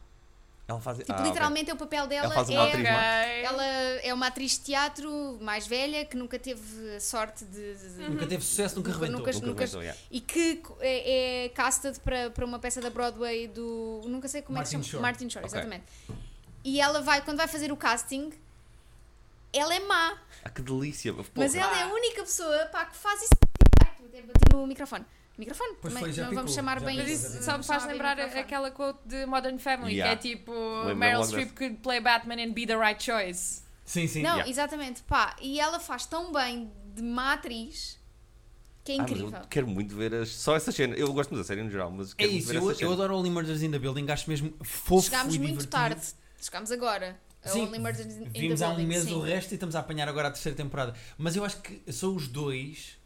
Speaker 3: Ela faz...
Speaker 2: Tipo,
Speaker 3: ah, ok.
Speaker 2: literalmente é o papel dela.
Speaker 3: Ela faz uma
Speaker 2: é...
Speaker 3: atriz.
Speaker 2: Ela é uma atriz de teatro mais velha que nunca teve sorte de. de- de-
Speaker 1: Nunca teve sucesso, nunca
Speaker 2: Uhum. Nunca-
Speaker 1: rebentou.
Speaker 2: nunca-
Speaker 3: Nunca
Speaker 2: nunca-
Speaker 3: pensou, yeah.
Speaker 2: E que co- é, é casted para, para uma peça da Broadway do. Nunca sei como é que
Speaker 1: Martin
Speaker 2: chama.
Speaker 1: Short.
Speaker 2: Martin Shore,
Speaker 3: Ok.
Speaker 2: exatamente. E ela vai, quando vai fazer o casting, ela é má.
Speaker 3: Ah, que delícia. Porra. Ah,
Speaker 2: Mas ela é
Speaker 1: Ah.
Speaker 2: a única pessoa pá, que faz isso. Tipo, Ai, até bati no microfone. Microfone,
Speaker 1: Pois
Speaker 2: também,
Speaker 1: foi, já
Speaker 2: não
Speaker 1: picou,
Speaker 2: vamos chamar
Speaker 1: já
Speaker 2: bem
Speaker 4: Mas
Speaker 1: picou,
Speaker 2: isso.
Speaker 1: já
Speaker 4: isso
Speaker 1: picou.
Speaker 4: só me faz
Speaker 2: Não
Speaker 4: lembrar
Speaker 2: chamar bem no
Speaker 4: aquela quote de Modern Family,
Speaker 3: Yeah.
Speaker 4: que é tipo
Speaker 3: me
Speaker 4: Meryl
Speaker 3: logo
Speaker 4: Streep could play Batman and be the right choice.
Speaker 1: Sim, sim.
Speaker 2: Não,
Speaker 3: Yeah.
Speaker 2: exatamente, pá. E ela faz tão bem de má atriz que é
Speaker 3: Ah, mas eu
Speaker 2: incrível.
Speaker 3: quero muito ver as... só essa cena. Eu gosto muito da série no geral, mas
Speaker 1: É
Speaker 3: quero
Speaker 1: isso,
Speaker 3: muito ver
Speaker 1: eu,
Speaker 3: essa cena.
Speaker 1: eu adoro Only Murders in the Building, acho mesmo fofo
Speaker 2: Chegámos
Speaker 1: e
Speaker 2: muito
Speaker 1: divertido.
Speaker 2: tarde. Chegámos agora. A
Speaker 1: Sim,
Speaker 2: Only Murders in the
Speaker 1: Vimos há um
Speaker 2: Building,
Speaker 1: mês
Speaker 2: sim.
Speaker 1: o resto e estamos a apanhar agora a terceira temporada. Mas eu acho que são os dois,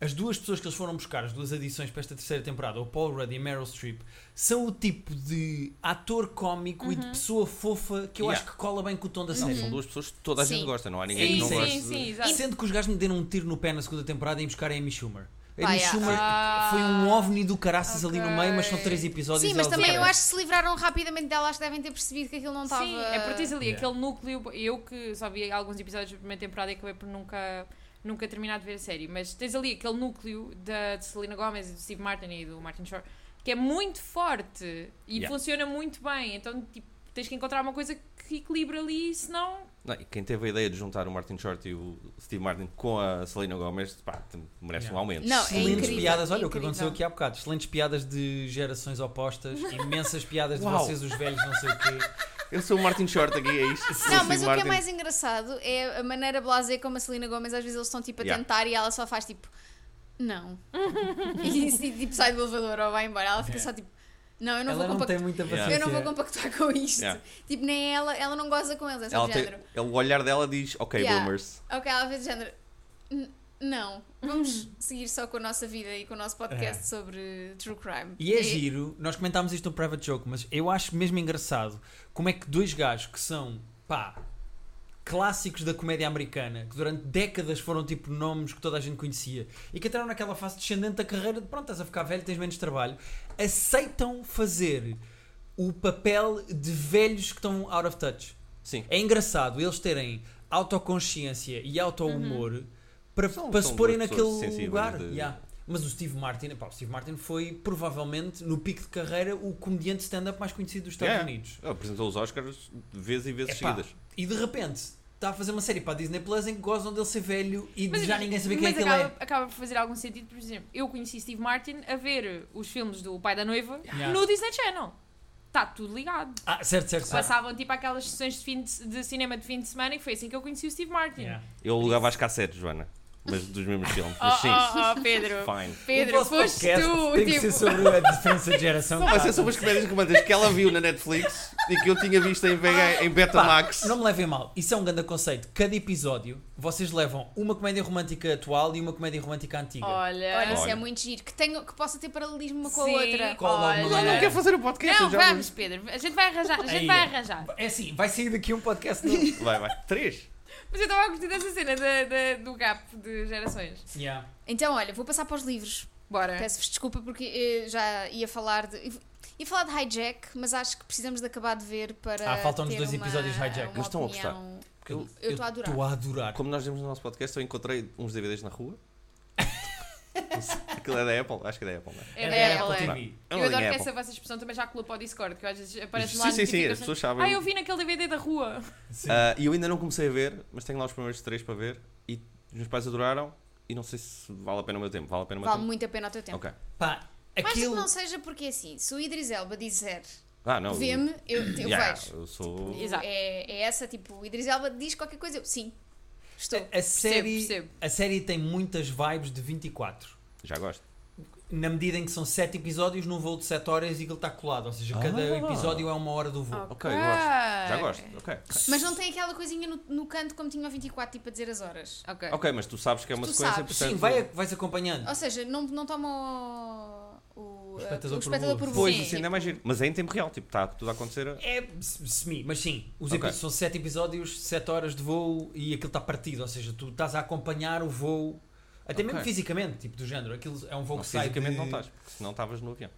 Speaker 1: as duas pessoas que eles foram buscar, as duas adições para esta terceira temporada, o Paul Rudd e a Meryl Streep, são o tipo de ator cómico
Speaker 2: Uhum.
Speaker 1: e de pessoa fofa que eu
Speaker 3: Yeah.
Speaker 1: acho que cola bem com o tom da
Speaker 3: Não,
Speaker 1: série.
Speaker 3: São duas pessoas que toda a gente
Speaker 2: Sim.
Speaker 3: gosta, não há ninguém que
Speaker 4: Sim,
Speaker 3: não
Speaker 1: sim,
Speaker 3: goste.
Speaker 4: sim,
Speaker 3: de-
Speaker 4: sim, exato.
Speaker 1: Sendo que os gajos me deram um tiro no pé na segunda temporada e ir buscar a Amy Schumer. A
Speaker 2: Pá,
Speaker 1: Amy
Speaker 2: yeah.
Speaker 1: Schumer
Speaker 4: Ah,
Speaker 1: foi um ovni do caraças ali no
Speaker 4: ok.
Speaker 1: meio, mas são três episódios. e
Speaker 2: Sim, mas
Speaker 1: ela
Speaker 2: também eu
Speaker 1: desaparece.
Speaker 2: acho que se livraram rapidamente dela, acho que devem ter percebido que aquilo não estava.
Speaker 4: Sim, é porque tens ali
Speaker 1: Yeah.
Speaker 4: aquele núcleo. Eu que só vi alguns episódios da primeira temporada e acabei por nunca, nunca terminar de ver a série. Mas tens ali aquele núcleo da, de Selena Gomez, e do Steve Martin e do Martin Short que é muito forte e
Speaker 3: Yeah.
Speaker 4: funciona muito bem. Então, tipo, tens que encontrar uma coisa que equilibra ali, senão.
Speaker 3: Não, e quem teve a ideia de juntar o Martin Short e o Steve Martin com a Selena Gomez, pá, te- merece um
Speaker 1: Yeah.
Speaker 3: aumento.
Speaker 2: Não, é
Speaker 1: Excelentes
Speaker 2: incrível,
Speaker 1: piadas, olha o que
Speaker 2: incrível.
Speaker 1: aconteceu aqui há bocado. Excelentes piadas de gerações opostas, imensas piadas de
Speaker 3: Uau.
Speaker 1: vocês, os velhos, não sei o quê.
Speaker 3: Eu sou o Martin Short aqui, é isto. Sou
Speaker 2: Não,
Speaker 3: o
Speaker 2: mas o que
Speaker 3: Steve
Speaker 2: é
Speaker 3: Martin.
Speaker 2: mais engraçado é a maneira blasé como a Celina Gomes às vezes eles estão tipo a
Speaker 3: Yeah.
Speaker 2: tentar e ela só faz tipo não. e isso, tipo sai do elevador ou vai embora. Ela fica só tipo não, eu não
Speaker 1: Ela
Speaker 2: vou
Speaker 1: não tem
Speaker 2: compactuar.
Speaker 1: muita
Speaker 3: Yeah.
Speaker 1: paciência.
Speaker 2: Eu não vou compactuar com isto.
Speaker 3: Yeah.
Speaker 2: Tipo, nem ela, ela não goza com eles, é só
Speaker 3: Ela
Speaker 2: de
Speaker 3: tem-
Speaker 2: género.
Speaker 3: ele- O olhar dela diz, ok,
Speaker 2: Yeah.
Speaker 3: boomers.
Speaker 2: Ok, ela fez de género. "N- Não,
Speaker 1: Uhum.
Speaker 2: vamos seguir só com a nossa vida e com o nosso podcast sobre true crime.
Speaker 1: É. E é giro, nós comentámos isto no private joke, mas eu acho mesmo engraçado como é que dois gajos que são, pá, clássicos da comédia americana, que durante décadas foram tipo nomes que toda a gente conhecia e que entraram naquela fase descendente da carreira de pronto, estás a ficar velho, tens menos trabalho, aceitam fazer o papel de velhos que estão out of touch.
Speaker 3: Sim.
Speaker 1: É engraçado eles terem autoconsciência e auto-humor
Speaker 4: Uhum.
Speaker 1: para,
Speaker 3: São-
Speaker 1: para
Speaker 3: são
Speaker 1: se porem
Speaker 3: duas pessoas
Speaker 1: naquele
Speaker 3: sensíveis
Speaker 1: lugar.
Speaker 3: de-
Speaker 1: Yeah. Mas o Steve Martin, pá, o Steve Martin foi provavelmente no pico de carreira o comediante stand-up mais conhecido dos Estados
Speaker 3: Yeah.
Speaker 1: Unidos.
Speaker 3: Ele apresentou os Oscars vezes e vezes
Speaker 1: Epá,
Speaker 3: seguidas.
Speaker 1: E de repente está a fazer uma série para a Disney Plus em que gozam dele ser velho e de já ninguém saber quem é
Speaker 4: mas
Speaker 1: que ele
Speaker 4: acaba,
Speaker 1: é.
Speaker 4: acaba por fazer algum sentido, por exemplo, eu conheci Steve Martin a ver os filmes do Pai da Noiva
Speaker 1: Yeah.
Speaker 4: no Disney Channel. Está tudo ligado.
Speaker 1: Ah, certo, certo, certo.
Speaker 4: Passavam tipo aquelas sessões de, fim de, de cinema de fim de semana e foi assim que eu conheci o Steve Martin.
Speaker 1: Yeah.
Speaker 3: Eu alugava as cassetes, Joana, mas dos mesmos filmes.
Speaker 4: Oh,
Speaker 3: Mas sim,
Speaker 4: oh, oh, Pedro.
Speaker 3: fine.
Speaker 1: O
Speaker 4: Pedro,
Speaker 1: vosso
Speaker 4: foste
Speaker 1: podcast
Speaker 4: tu.
Speaker 1: Tem que
Speaker 4: tipo,
Speaker 1: ser sobre a diferença de geração.
Speaker 3: Vai
Speaker 1: pá.
Speaker 3: ser é sobre as comédias românticas que ela viu na Netflix e que eu tinha visto em, VH
Speaker 2: Ah,
Speaker 3: em
Speaker 1: Pá,
Speaker 3: Betamax.
Speaker 1: Não me levem mal, isso é um grande conceito. Cada episódio vocês levam uma comédia romântica atual e uma comédia romântica antiga.
Speaker 4: Olha,
Speaker 2: Olha, isso é
Speaker 3: Olha.
Speaker 2: muito giro. Que, tenho, que possa ter paralelismo uma com a
Speaker 4: Sim,
Speaker 2: outra.
Speaker 1: Qual alguma
Speaker 4: olha.
Speaker 3: Não, não quero fazer o podcast.
Speaker 4: Não,
Speaker 3: eu já
Speaker 4: vamos, Pedro. A gente vai arranjar. A
Speaker 1: Aí
Speaker 4: gente vai
Speaker 1: é.
Speaker 4: arranjar.
Speaker 1: É assim, vai sair daqui um podcast novo.
Speaker 3: Vai, vai. Três.
Speaker 4: Mas eu estava a curtir dessa cena da- da- do gap de gerações.
Speaker 1: Yeah.
Speaker 2: Então, olha, vou passar para os livros.
Speaker 1: É.
Speaker 4: Bora.
Speaker 2: Peço-vos desculpa porque eh, já ia falar de. Ia falar de hijack, mas acho que precisamos de acabar de ver para.
Speaker 1: Ah, faltam-nos
Speaker 2: ter
Speaker 1: dois
Speaker 2: uma-
Speaker 1: episódios de Hijack.
Speaker 2: uma
Speaker 3: Mas estão a
Speaker 2: opinião.
Speaker 3: Porque eu-
Speaker 2: Eu estou a adorar.
Speaker 1: Estou a adorar.
Speaker 3: Ah, Como nós dizemos no nosso podcast, eu encontrei uns DVDs na rua. Aquilo é da Apple? Acho que é da Apple, não é?
Speaker 4: É
Speaker 1: É
Speaker 4: da
Speaker 1: da
Speaker 4: Apple,
Speaker 1: Apple
Speaker 4: é.
Speaker 1: TV.
Speaker 3: Eu
Speaker 4: Eu
Speaker 3: não
Speaker 4: adoro
Speaker 3: tenho
Speaker 4: que
Speaker 3: Apple.
Speaker 4: essa vossa expressão também já colou para o Discord, que às vezes aparece lá
Speaker 3: Sim, sim, sim,
Speaker 4: notificações.
Speaker 3: as pessoas sabem.
Speaker 4: Ah, eu vi naquele DVD da rua.
Speaker 1: Sim.
Speaker 3: Ah, E eu ainda não comecei a ver, mas tenho lá os primeiros três para ver. E os meus pais adoraram. E não sei se vale a pena o meu tempo. Vale a pena o meu
Speaker 2: Vale
Speaker 3: tempo?
Speaker 2: muito a pena o teu tempo.
Speaker 3: Ok.
Speaker 1: Pá,
Speaker 2: Mas que
Speaker 1: aquilo.
Speaker 2: não seja porque assim, se o Idris Elba disser
Speaker 3: Ah, não.
Speaker 2: vê-me, eu, eu
Speaker 3: Yeah,
Speaker 2: vejo.
Speaker 3: Eu sou.
Speaker 4: Exato.
Speaker 2: É, é essa, tipo, o Idris Elba diz qualquer coisa, eu sim, estou.
Speaker 1: A série,
Speaker 4: percebo.
Speaker 1: a série tem muitas vibes de 24.
Speaker 3: Já gosto.
Speaker 1: na medida em que são 7 episódios num voo de 7 horas e que ele está colado. Ou seja,
Speaker 3: Ah.
Speaker 1: cada episódio é uma hora do voo.
Speaker 3: Ok, gosto.
Speaker 2: Ah,
Speaker 3: Já
Speaker 2: é.
Speaker 3: gosto. Ok.
Speaker 2: Mas não tem aquela coisinha no, no canto como tinha o 24, tipo a dizer as horas.
Speaker 4: Ok.
Speaker 3: Ok, mas tu sabes que é uma
Speaker 2: Tu
Speaker 3: sequência,
Speaker 2: sabes.
Speaker 3: portanto.
Speaker 1: Sim, vai, vais acompanhando.
Speaker 2: Ou seja, não, não toma o, o,
Speaker 1: O espectador
Speaker 2: o
Speaker 1: por
Speaker 2: espectador
Speaker 1: voo.
Speaker 2: por
Speaker 3: Pois,
Speaker 2: voo.
Speaker 3: o cinema é mais giro. Mas é em tempo real, tipo, está tudo a acontecer. a-
Speaker 1: É s- semi, mas sim, os
Speaker 3: Ok.
Speaker 1: episódios são 7 episódios, 7 horas de voo e aquilo está partido. Ou seja, tu estás a acompanhar o voo, até
Speaker 3: Ok.
Speaker 1: mesmo fisicamente, tipo do género. Aquilo é um voo
Speaker 3: Não,
Speaker 1: que sai.
Speaker 3: fisicamente
Speaker 1: de-
Speaker 3: não estás, porque senão estavas no avião.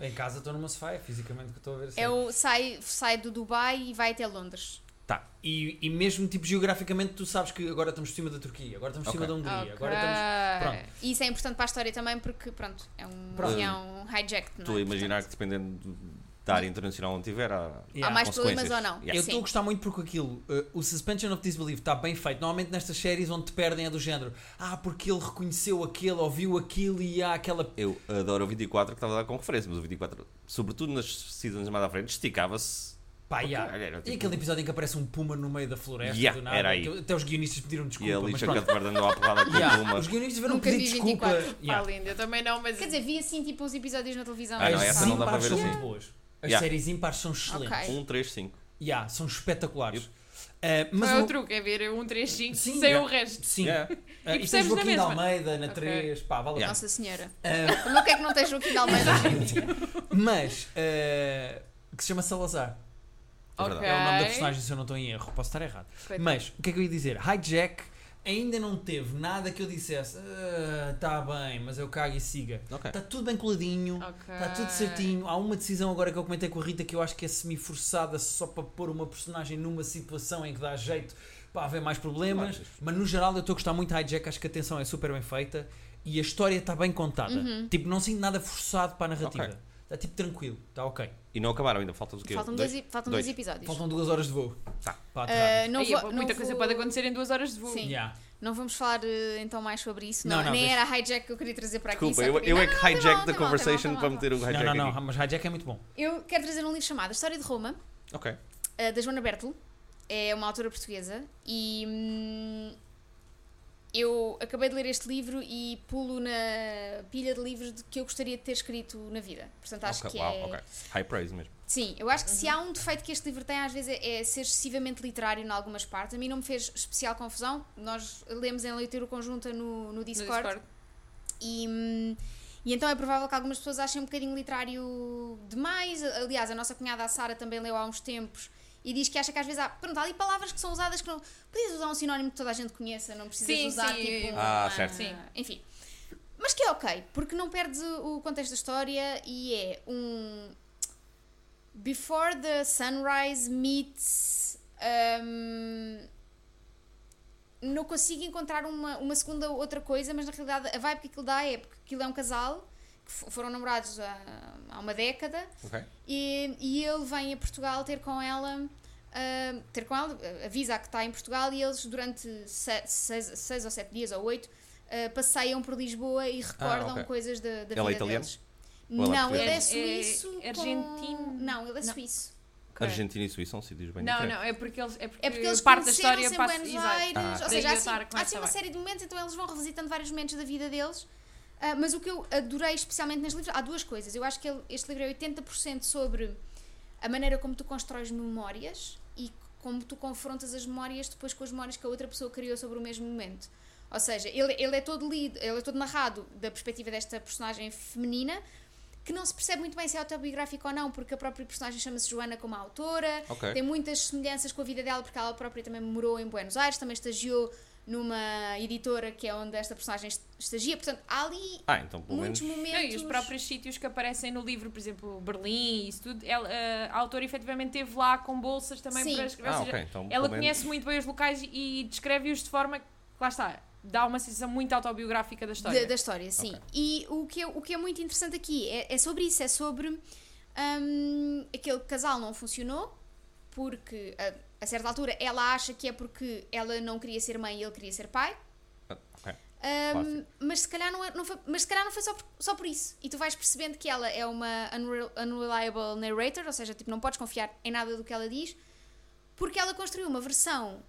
Speaker 1: Em casa estou numa sofá, é fisicamente que eu estou a ver. a
Speaker 2: É
Speaker 1: série.
Speaker 2: o sai, sai do Dubai e vai até Londres.
Speaker 1: Tá. E, e mesmo tipo geograficamente tu sabes que agora estamos por cima da Turquia, agora estamos por cima da
Speaker 3: Ok.
Speaker 1: Hungria,
Speaker 4: Ok.
Speaker 1: agora estamos. pronto.
Speaker 2: E isso é importante para a história também porque, pronto, é um
Speaker 1: Pronto.
Speaker 2: avião hijacked, não
Speaker 3: Estou a
Speaker 2: é?
Speaker 3: imaginar que dependendo do- da área internacional onde tiver, há.
Speaker 2: Portanto, Há mais
Speaker 3: consequências.
Speaker 2: problemas ou não?
Speaker 3: Yeah.
Speaker 1: Eu
Speaker 2: Sim.
Speaker 1: estou a gostar muito porque aquilo, eh, o Suspension of Disbelief está bem feito. Normalmente nestas séries onde te perdem é do género, ah, porque ele reconheceu aquele, ouviu aquilo e há aquela.
Speaker 3: Eu adoro o 24 que estava a dar com referência, mas o 24, sobretudo nas seasons mais à frente, esticava-se.
Speaker 1: Pá,
Speaker 3: Porque,
Speaker 1: e há.
Speaker 3: olha, era
Speaker 1: E
Speaker 3: tipo-
Speaker 1: aquele episódio em que aparece um puma no meio da floresta
Speaker 3: Yeah,
Speaker 1: do nada.
Speaker 3: era aí.
Speaker 1: que Até os guionistas pediram
Speaker 3: E
Speaker 1: desculpa.
Speaker 3: a
Speaker 1: mas
Speaker 3: Lixa
Speaker 1: pronto.
Speaker 3: Cadverde andou à porrada com
Speaker 1: Yeah,
Speaker 3: uma.
Speaker 1: Os guionistas viram
Speaker 2: Nunca
Speaker 1: pedir
Speaker 2: vi
Speaker 1: desculpa.
Speaker 2: 24.
Speaker 1: Yeah.
Speaker 4: Pá, lindo, eu também não, mas.
Speaker 2: Quer dizer, vi assim tipo uns episódios na televisão.
Speaker 3: Ah, não,
Speaker 1: As
Speaker 2: sabe?
Speaker 3: essa não dá para
Speaker 1: ímpares
Speaker 3: ver
Speaker 1: são
Speaker 3: assim.
Speaker 1: muito boas. As
Speaker 3: Yeah.
Speaker 1: séries ímpares são excelentes.
Speaker 2: Ok.
Speaker 3: Um, três, cinco.
Speaker 1: Yeah, são espetaculares.
Speaker 3: Yep.
Speaker 1: Eh, mas
Speaker 4: não é
Speaker 1: o-
Speaker 4: o truque, é ver um 3, 5
Speaker 1: Sim,
Speaker 4: sem
Speaker 1: é.
Speaker 4: o resto.
Speaker 1: Sim.
Speaker 3: Yeah.
Speaker 1: Eh, e tens
Speaker 4: percebes na
Speaker 1: Joaquim de
Speaker 4: mesma.
Speaker 1: Almeida na
Speaker 4: Ok.
Speaker 1: 3, pá, vale a pena.
Speaker 2: Nossa Senhora.
Speaker 1: Eh,
Speaker 2: Como é que é que não tens Joaquim de Almeida?
Speaker 1: Mas, eh, que se chama Salazar.
Speaker 3: É
Speaker 4: Ok.
Speaker 3: verdade.
Speaker 1: É o nome da personagem, se eu não estou em erro. Posso estar errado.
Speaker 4: Coitado.
Speaker 1: Mas, o que é que eu ia dizer? Hijack ainda não teve nada que eu dissesse está bem, mas eu cago e siga.
Speaker 3: Ok.
Speaker 1: Está tudo bem coladinho.
Speaker 4: Ok.
Speaker 3: Tá
Speaker 1: Está Tá
Speaker 2: Ah.
Speaker 1: tudo certinho. Há uma decisão agora que eu comentei com a Rita que eu acho que é semi-forçada só para pôr uma personagem numa situação em que dá jeito para haver mais problemas.
Speaker 3: Claro.
Speaker 1: Mas no geral eu estou a gostar muito de Hijack, acho que a tensão é super bem feita e a história está bem contada.
Speaker 2: Uhum.
Speaker 1: Tipo, não sinto nada forçado para a narrativa.
Speaker 3: Ok.
Speaker 1: Está tipo tranquilo, está ok.
Speaker 3: E não acabaram ainda, faltam o quê?
Speaker 2: Faltam
Speaker 3: Dois?
Speaker 2: dois, e- faltam
Speaker 3: Dois.
Speaker 2: dois episódios.
Speaker 1: Faltam duas horas de voo.
Speaker 3: Tá.
Speaker 1: Para
Speaker 2: Ah,
Speaker 1: aterrar.
Speaker 2: não
Speaker 4: Aí,
Speaker 2: vou-
Speaker 4: pá,
Speaker 2: não
Speaker 4: muita coisa
Speaker 2: vou-
Speaker 4: pode acontecer em duas horas de voo.
Speaker 2: Sim.
Speaker 1: Yeah.
Speaker 2: Não vamos falar eh, então mais sobre isso.
Speaker 1: Não,
Speaker 2: Não,
Speaker 1: não,
Speaker 2: nem
Speaker 1: deixa.
Speaker 2: era a hijack que eu queria trazer para aqui.
Speaker 3: Desculpa,
Speaker 2: só
Speaker 3: eu,
Speaker 2: queria-
Speaker 3: eu
Speaker 2: Não,
Speaker 3: é que
Speaker 2: não, tem
Speaker 3: hijack
Speaker 2: mal, tem
Speaker 3: the
Speaker 2: mal, tem
Speaker 3: conversation
Speaker 2: mal,
Speaker 3: para
Speaker 2: tem mal.
Speaker 3: meter o hijack
Speaker 1: não, não,
Speaker 3: aqui.
Speaker 1: não, mas Hijack é muito bom.
Speaker 2: Eu quero trazer um livro chamado História de Roma,
Speaker 3: Ok.
Speaker 2: eh, da Joana Bertel. É uma autora portuguesa e hum, eu acabei de ler este livro e pulo na pilha de livros de que eu gostaria de ter escrito na vida. Portanto, acho que
Speaker 3: Ok, uau,
Speaker 2: é...
Speaker 3: ok. High praise mesmo.
Speaker 2: Sim, eu acho que
Speaker 4: Uhum.
Speaker 2: se há um defeito que este livro tem, às vezes é é ser excessivamente literário em algumas partes. A mim não me fez especial confusão. Nós lemos em leitura conjunta no, no
Speaker 4: No
Speaker 2: Discord,
Speaker 4: Discord.
Speaker 2: E, hum, e então é provável que algumas pessoas achem um bocadinho literário demais. Aliás, a nossa cunhada a Sara também leu há uns tempos e diz que acha que às vezes há, pronto, há ali palavras que são usadas que não. Podias usar um sinónimo que toda a gente conheça, não precisas
Speaker 4: Sim,
Speaker 2: usar
Speaker 4: sim.
Speaker 2: tipo.
Speaker 3: Ah,
Speaker 2: uma-
Speaker 3: certo.
Speaker 4: Sim.
Speaker 2: Enfim. Mas que é ok, porque não perdes o o contexto da história e é um. Before the Sunrise meets. hum, não consigo encontrar uma, uma segunda ou outra coisa, mas na realidade a vibe que aquilo dá é porque aquilo é um casal que fo- foram namorados há, há uma década
Speaker 3: Ok.
Speaker 2: e, e ele vem a Portugal ter com ela. ah, ter com ela, ah, avisa que está em Portugal e eles durante se- seis, seis ou sete dias ou oito ah, passeiam por Lisboa e recordam
Speaker 3: Ah, ok.
Speaker 2: coisa coisas da, da
Speaker 3: Ele é
Speaker 2: vida
Speaker 3: italiano?
Speaker 2: deles.
Speaker 3: Ou ele é
Speaker 2: Não, ele é
Speaker 4: português? É- é
Speaker 2: suíço. com-
Speaker 4: argentino?
Speaker 2: Não, ele é
Speaker 4: Não.
Speaker 2: suíço.
Speaker 4: Ok.
Speaker 3: Argentina e Suíça são sítios bem
Speaker 4: Não,
Speaker 3: diferentes.
Speaker 4: não, é porque eles. É porque,
Speaker 2: É porque eles
Speaker 4: parte da
Speaker 2: conheceram-se
Speaker 4: história
Speaker 2: em
Speaker 4: passa.
Speaker 2: Buenos
Speaker 4: exato.
Speaker 2: Aires,
Speaker 3: Ah,
Speaker 2: ou
Speaker 3: ok.
Speaker 2: seja, há
Speaker 4: Daí eu
Speaker 2: assim,
Speaker 4: estar
Speaker 2: há
Speaker 4: com essa
Speaker 2: assim uma
Speaker 4: vibe.
Speaker 2: série de momentos, então eles vão revisitando vários momentos da vida deles. Ah, mas o que eu adorei especialmente neste livro, há duas coisas. Eu acho que ele- este livro é 80% sobre a maneira como tu constróis memórias e como tu confrontas as memórias depois com as memórias que a outra pessoa criou sobre o mesmo momento. Ou seja, ele, ele é todo lido, ele é todo narrado da perspectiva desta personagem feminina, que não se percebe muito bem se é autobiográfico ou não, porque a própria personagem chama-se Joana como a autora,
Speaker 3: Ok.
Speaker 2: tem muitas semelhanças com a vida dela, porque ela própria também morou em Buenos Aires, também estagiou numa editora que é onde esta personagem est- estagia, portanto, há ali
Speaker 3: Ah, então pelo menos.
Speaker 2: muitos momentos.
Speaker 4: Não, e os próprios sítios que aparecem no livro, por exemplo, Berlim, isso tudo, ela, eh, a autora efetivamente esteve lá com bolsas também
Speaker 2: Sim.
Speaker 4: para escrever. ou
Speaker 3: Ah,
Speaker 4: seja,
Speaker 3: ok. Então,
Speaker 4: Ela
Speaker 3: pelo menos-
Speaker 4: conhece muito bem os locais e descreve-os de forma que, lá está, dá uma sensação muito autobiográfica da história.
Speaker 2: Da, da história, sim.
Speaker 3: Ok.
Speaker 2: E o que, é, o que é muito interessante aqui é, é sobre isso, é sobre hum, aquele casal não funcionou porque a, a certa altura ela acha que é porque ela não queria ser mãe e ele queria ser pai.
Speaker 3: Ah, ok.
Speaker 2: Hum,
Speaker 3: Clássico.
Speaker 2: mas se calhar não, é- não foi, mas se calhar não foi só por, só por isso. E tu vais percebendo que ela é uma unrel- unreliable narrator, ou seja, tipo, não podes confiar em nada do que ela diz, porque ela construiu uma versão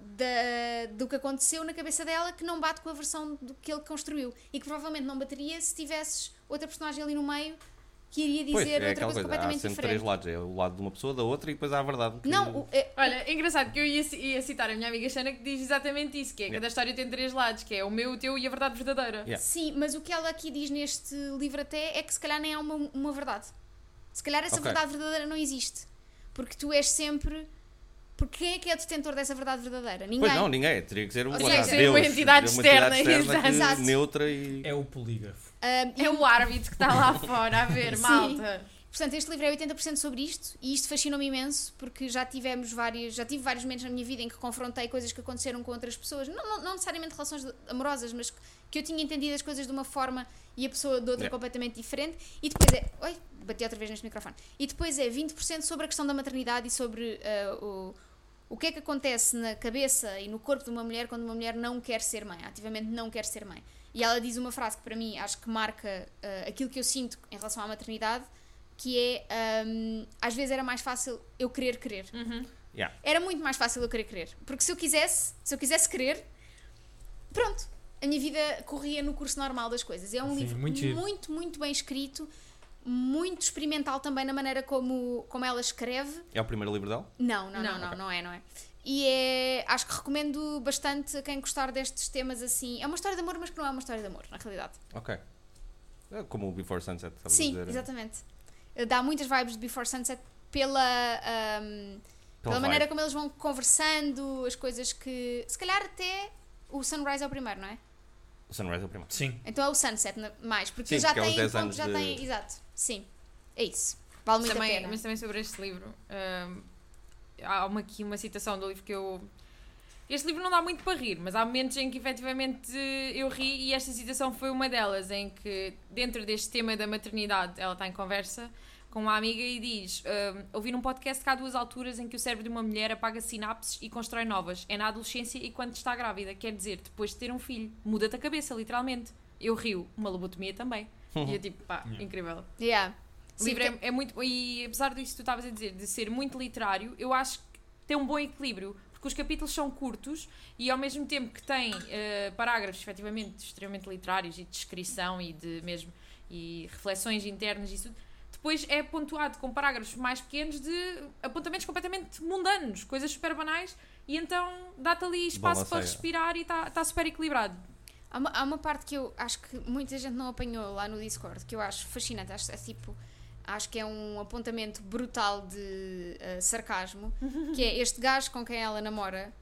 Speaker 2: da- do que aconteceu na cabeça dela que não bate com a versão do que ele construiu e que provavelmente não bateria se tivesses outra personagem ali no meio que iria dizer
Speaker 3: Pois, é
Speaker 2: outra
Speaker 3: aquela
Speaker 2: coisa
Speaker 3: coisa. Há
Speaker 2: completamente
Speaker 3: sempre três
Speaker 2: diferente.
Speaker 3: lados. É o lado de uma pessoa, da outra e depois há a verdade. que-
Speaker 2: Não, o- é-
Speaker 4: Olha, é engraçado que eu ia, ci- ia citar a minha amiga Xana que diz exatamente isso: que é
Speaker 3: Yeah.
Speaker 4: cada história tem três lados, que é o meu, o teu e a verdade verdadeira.
Speaker 3: Yeah.
Speaker 2: sim, mas o que ela aqui diz neste livro até é que se calhar nem há uma, uma verdade. Se calhar essa
Speaker 3: Ok.
Speaker 2: verdade verdadeira não existe. Porque tu és sempre. Porque quem é que é o detentor dessa verdade verdadeira? Ninguém.
Speaker 3: Pois não, ninguém. Teria que ser um
Speaker 4: Ou seja,
Speaker 3: lado.
Speaker 4: ser uma
Speaker 3: Deus,
Speaker 4: entidade
Speaker 3: uma
Speaker 4: externa,
Speaker 3: externa que-
Speaker 2: exato.
Speaker 3: neutra e.
Speaker 1: É o polígrafo.
Speaker 2: Ah, e
Speaker 4: É o árbitro que está lá fora a ver,
Speaker 2: Sim.
Speaker 4: malta.
Speaker 2: Portanto, este livro é 80% sobre isto e isto fascinou-me imenso porque já tivemos várias, já tive vários momentos na minha vida em que confrontei coisas que aconteceram com outras pessoas, não, não, não necessariamente relações de- amorosas, mas que- que eu tinha entendido as coisas de uma forma e a pessoa de outra
Speaker 3: Yeah.
Speaker 2: completamente diferente. E depois é, oi, bati outra vez neste microfone. E depois é 20% sobre a questão da maternidade e sobre ah, o o que é que acontece na cabeça e no corpo de uma mulher quando uma mulher não quer ser mãe, ativamente não quer ser mãe. E ela diz uma frase que para mim acho que marca ah, aquilo que eu sinto em relação à maternidade, que é hum, às vezes era mais fácil eu querer querer.
Speaker 1: Hum.
Speaker 3: Yeah.
Speaker 2: Era muito mais fácil eu querer querer. Porque se eu quisesse, se eu quisesse querer, pronto, a minha vida corria no curso normal das coisas. É um
Speaker 1: Sim,
Speaker 2: livro
Speaker 1: muito giro.
Speaker 2: muito, muito bem escrito, muito experimental também na maneira como, como ela escreve.
Speaker 3: É o primeiro livro dela?
Speaker 2: Não, não, não,
Speaker 4: Não.
Speaker 2: não, não é, não é. E é, acho que recomendo bastante a quem gostar destes temas assim. É uma história de amor, mas que não é uma história de amor, na realidade.
Speaker 3: Ok. É Como o Before Sunset, estava a
Speaker 2: Sim,
Speaker 3: dizer. é
Speaker 2: exatamente. Dá muitas vibes de Before Sunset pela, ahm, pela maneira como eles vão conversando, as coisas que. Se calhar até o Sunrise é o primeiro, não é?
Speaker 3: O Sunrise é o primeiro.
Speaker 1: Sim.
Speaker 2: Então é o Sunset na- mais, porque
Speaker 3: Sim,
Speaker 2: já
Speaker 3: porque é
Speaker 2: tem.
Speaker 3: uns 10
Speaker 2: ponto-
Speaker 3: anos
Speaker 2: já
Speaker 3: de-
Speaker 2: tem exato, sim. É isso. Vale muito a
Speaker 4: Também, é
Speaker 2: pena.
Speaker 4: mas também sobre este livro. hum, há uma, aqui uma citação do livro que eu. Este livro não dá muito para rir, mas há momentos em que efetivamente eu ri e esta citação foi uma delas, em que dentro deste tema da maternidade ela está em conversa com uma amiga e diz: hum, Ouvi num podcast que há duas alturas em que o cérebro de uma mulher apaga sinapses e constrói novas. É na adolescência e quando está grávida. Quer dizer, depois de ter um filho, muda-te a cabeça, literalmente. Eu rio, uma lobotomia também. E eu tipo, pá,
Speaker 1: Yeah.
Speaker 4: incrível.
Speaker 2: Yeah.
Speaker 4: O
Speaker 2: Sim,
Speaker 4: livro
Speaker 2: porque-
Speaker 4: é, é muito. E apesar disso que tu estavas a dizer, de ser muito literário, eu acho que tem um bom equilíbrio, porque os capítulos são curtos e ao mesmo tempo que tem eh, parágrafos efetivamente extremamente literários e de descrição e de mesmo e reflexões internas e isso tudo, depois é pontuado com parágrafos mais pequenos de apontamentos completamente mundanos, coisas super banais, e então dá-te ali espaço para
Speaker 3: Balanceia.
Speaker 4: respirar e está tá super equilibrado.
Speaker 2: Há uma, há uma parte que eu acho que muita gente não apanhou lá no Discord, que eu acho fascinante. Acho, é tipo, acho que é um apontamento brutal de ah, sarcasmo, que é este gajo com quem ela namora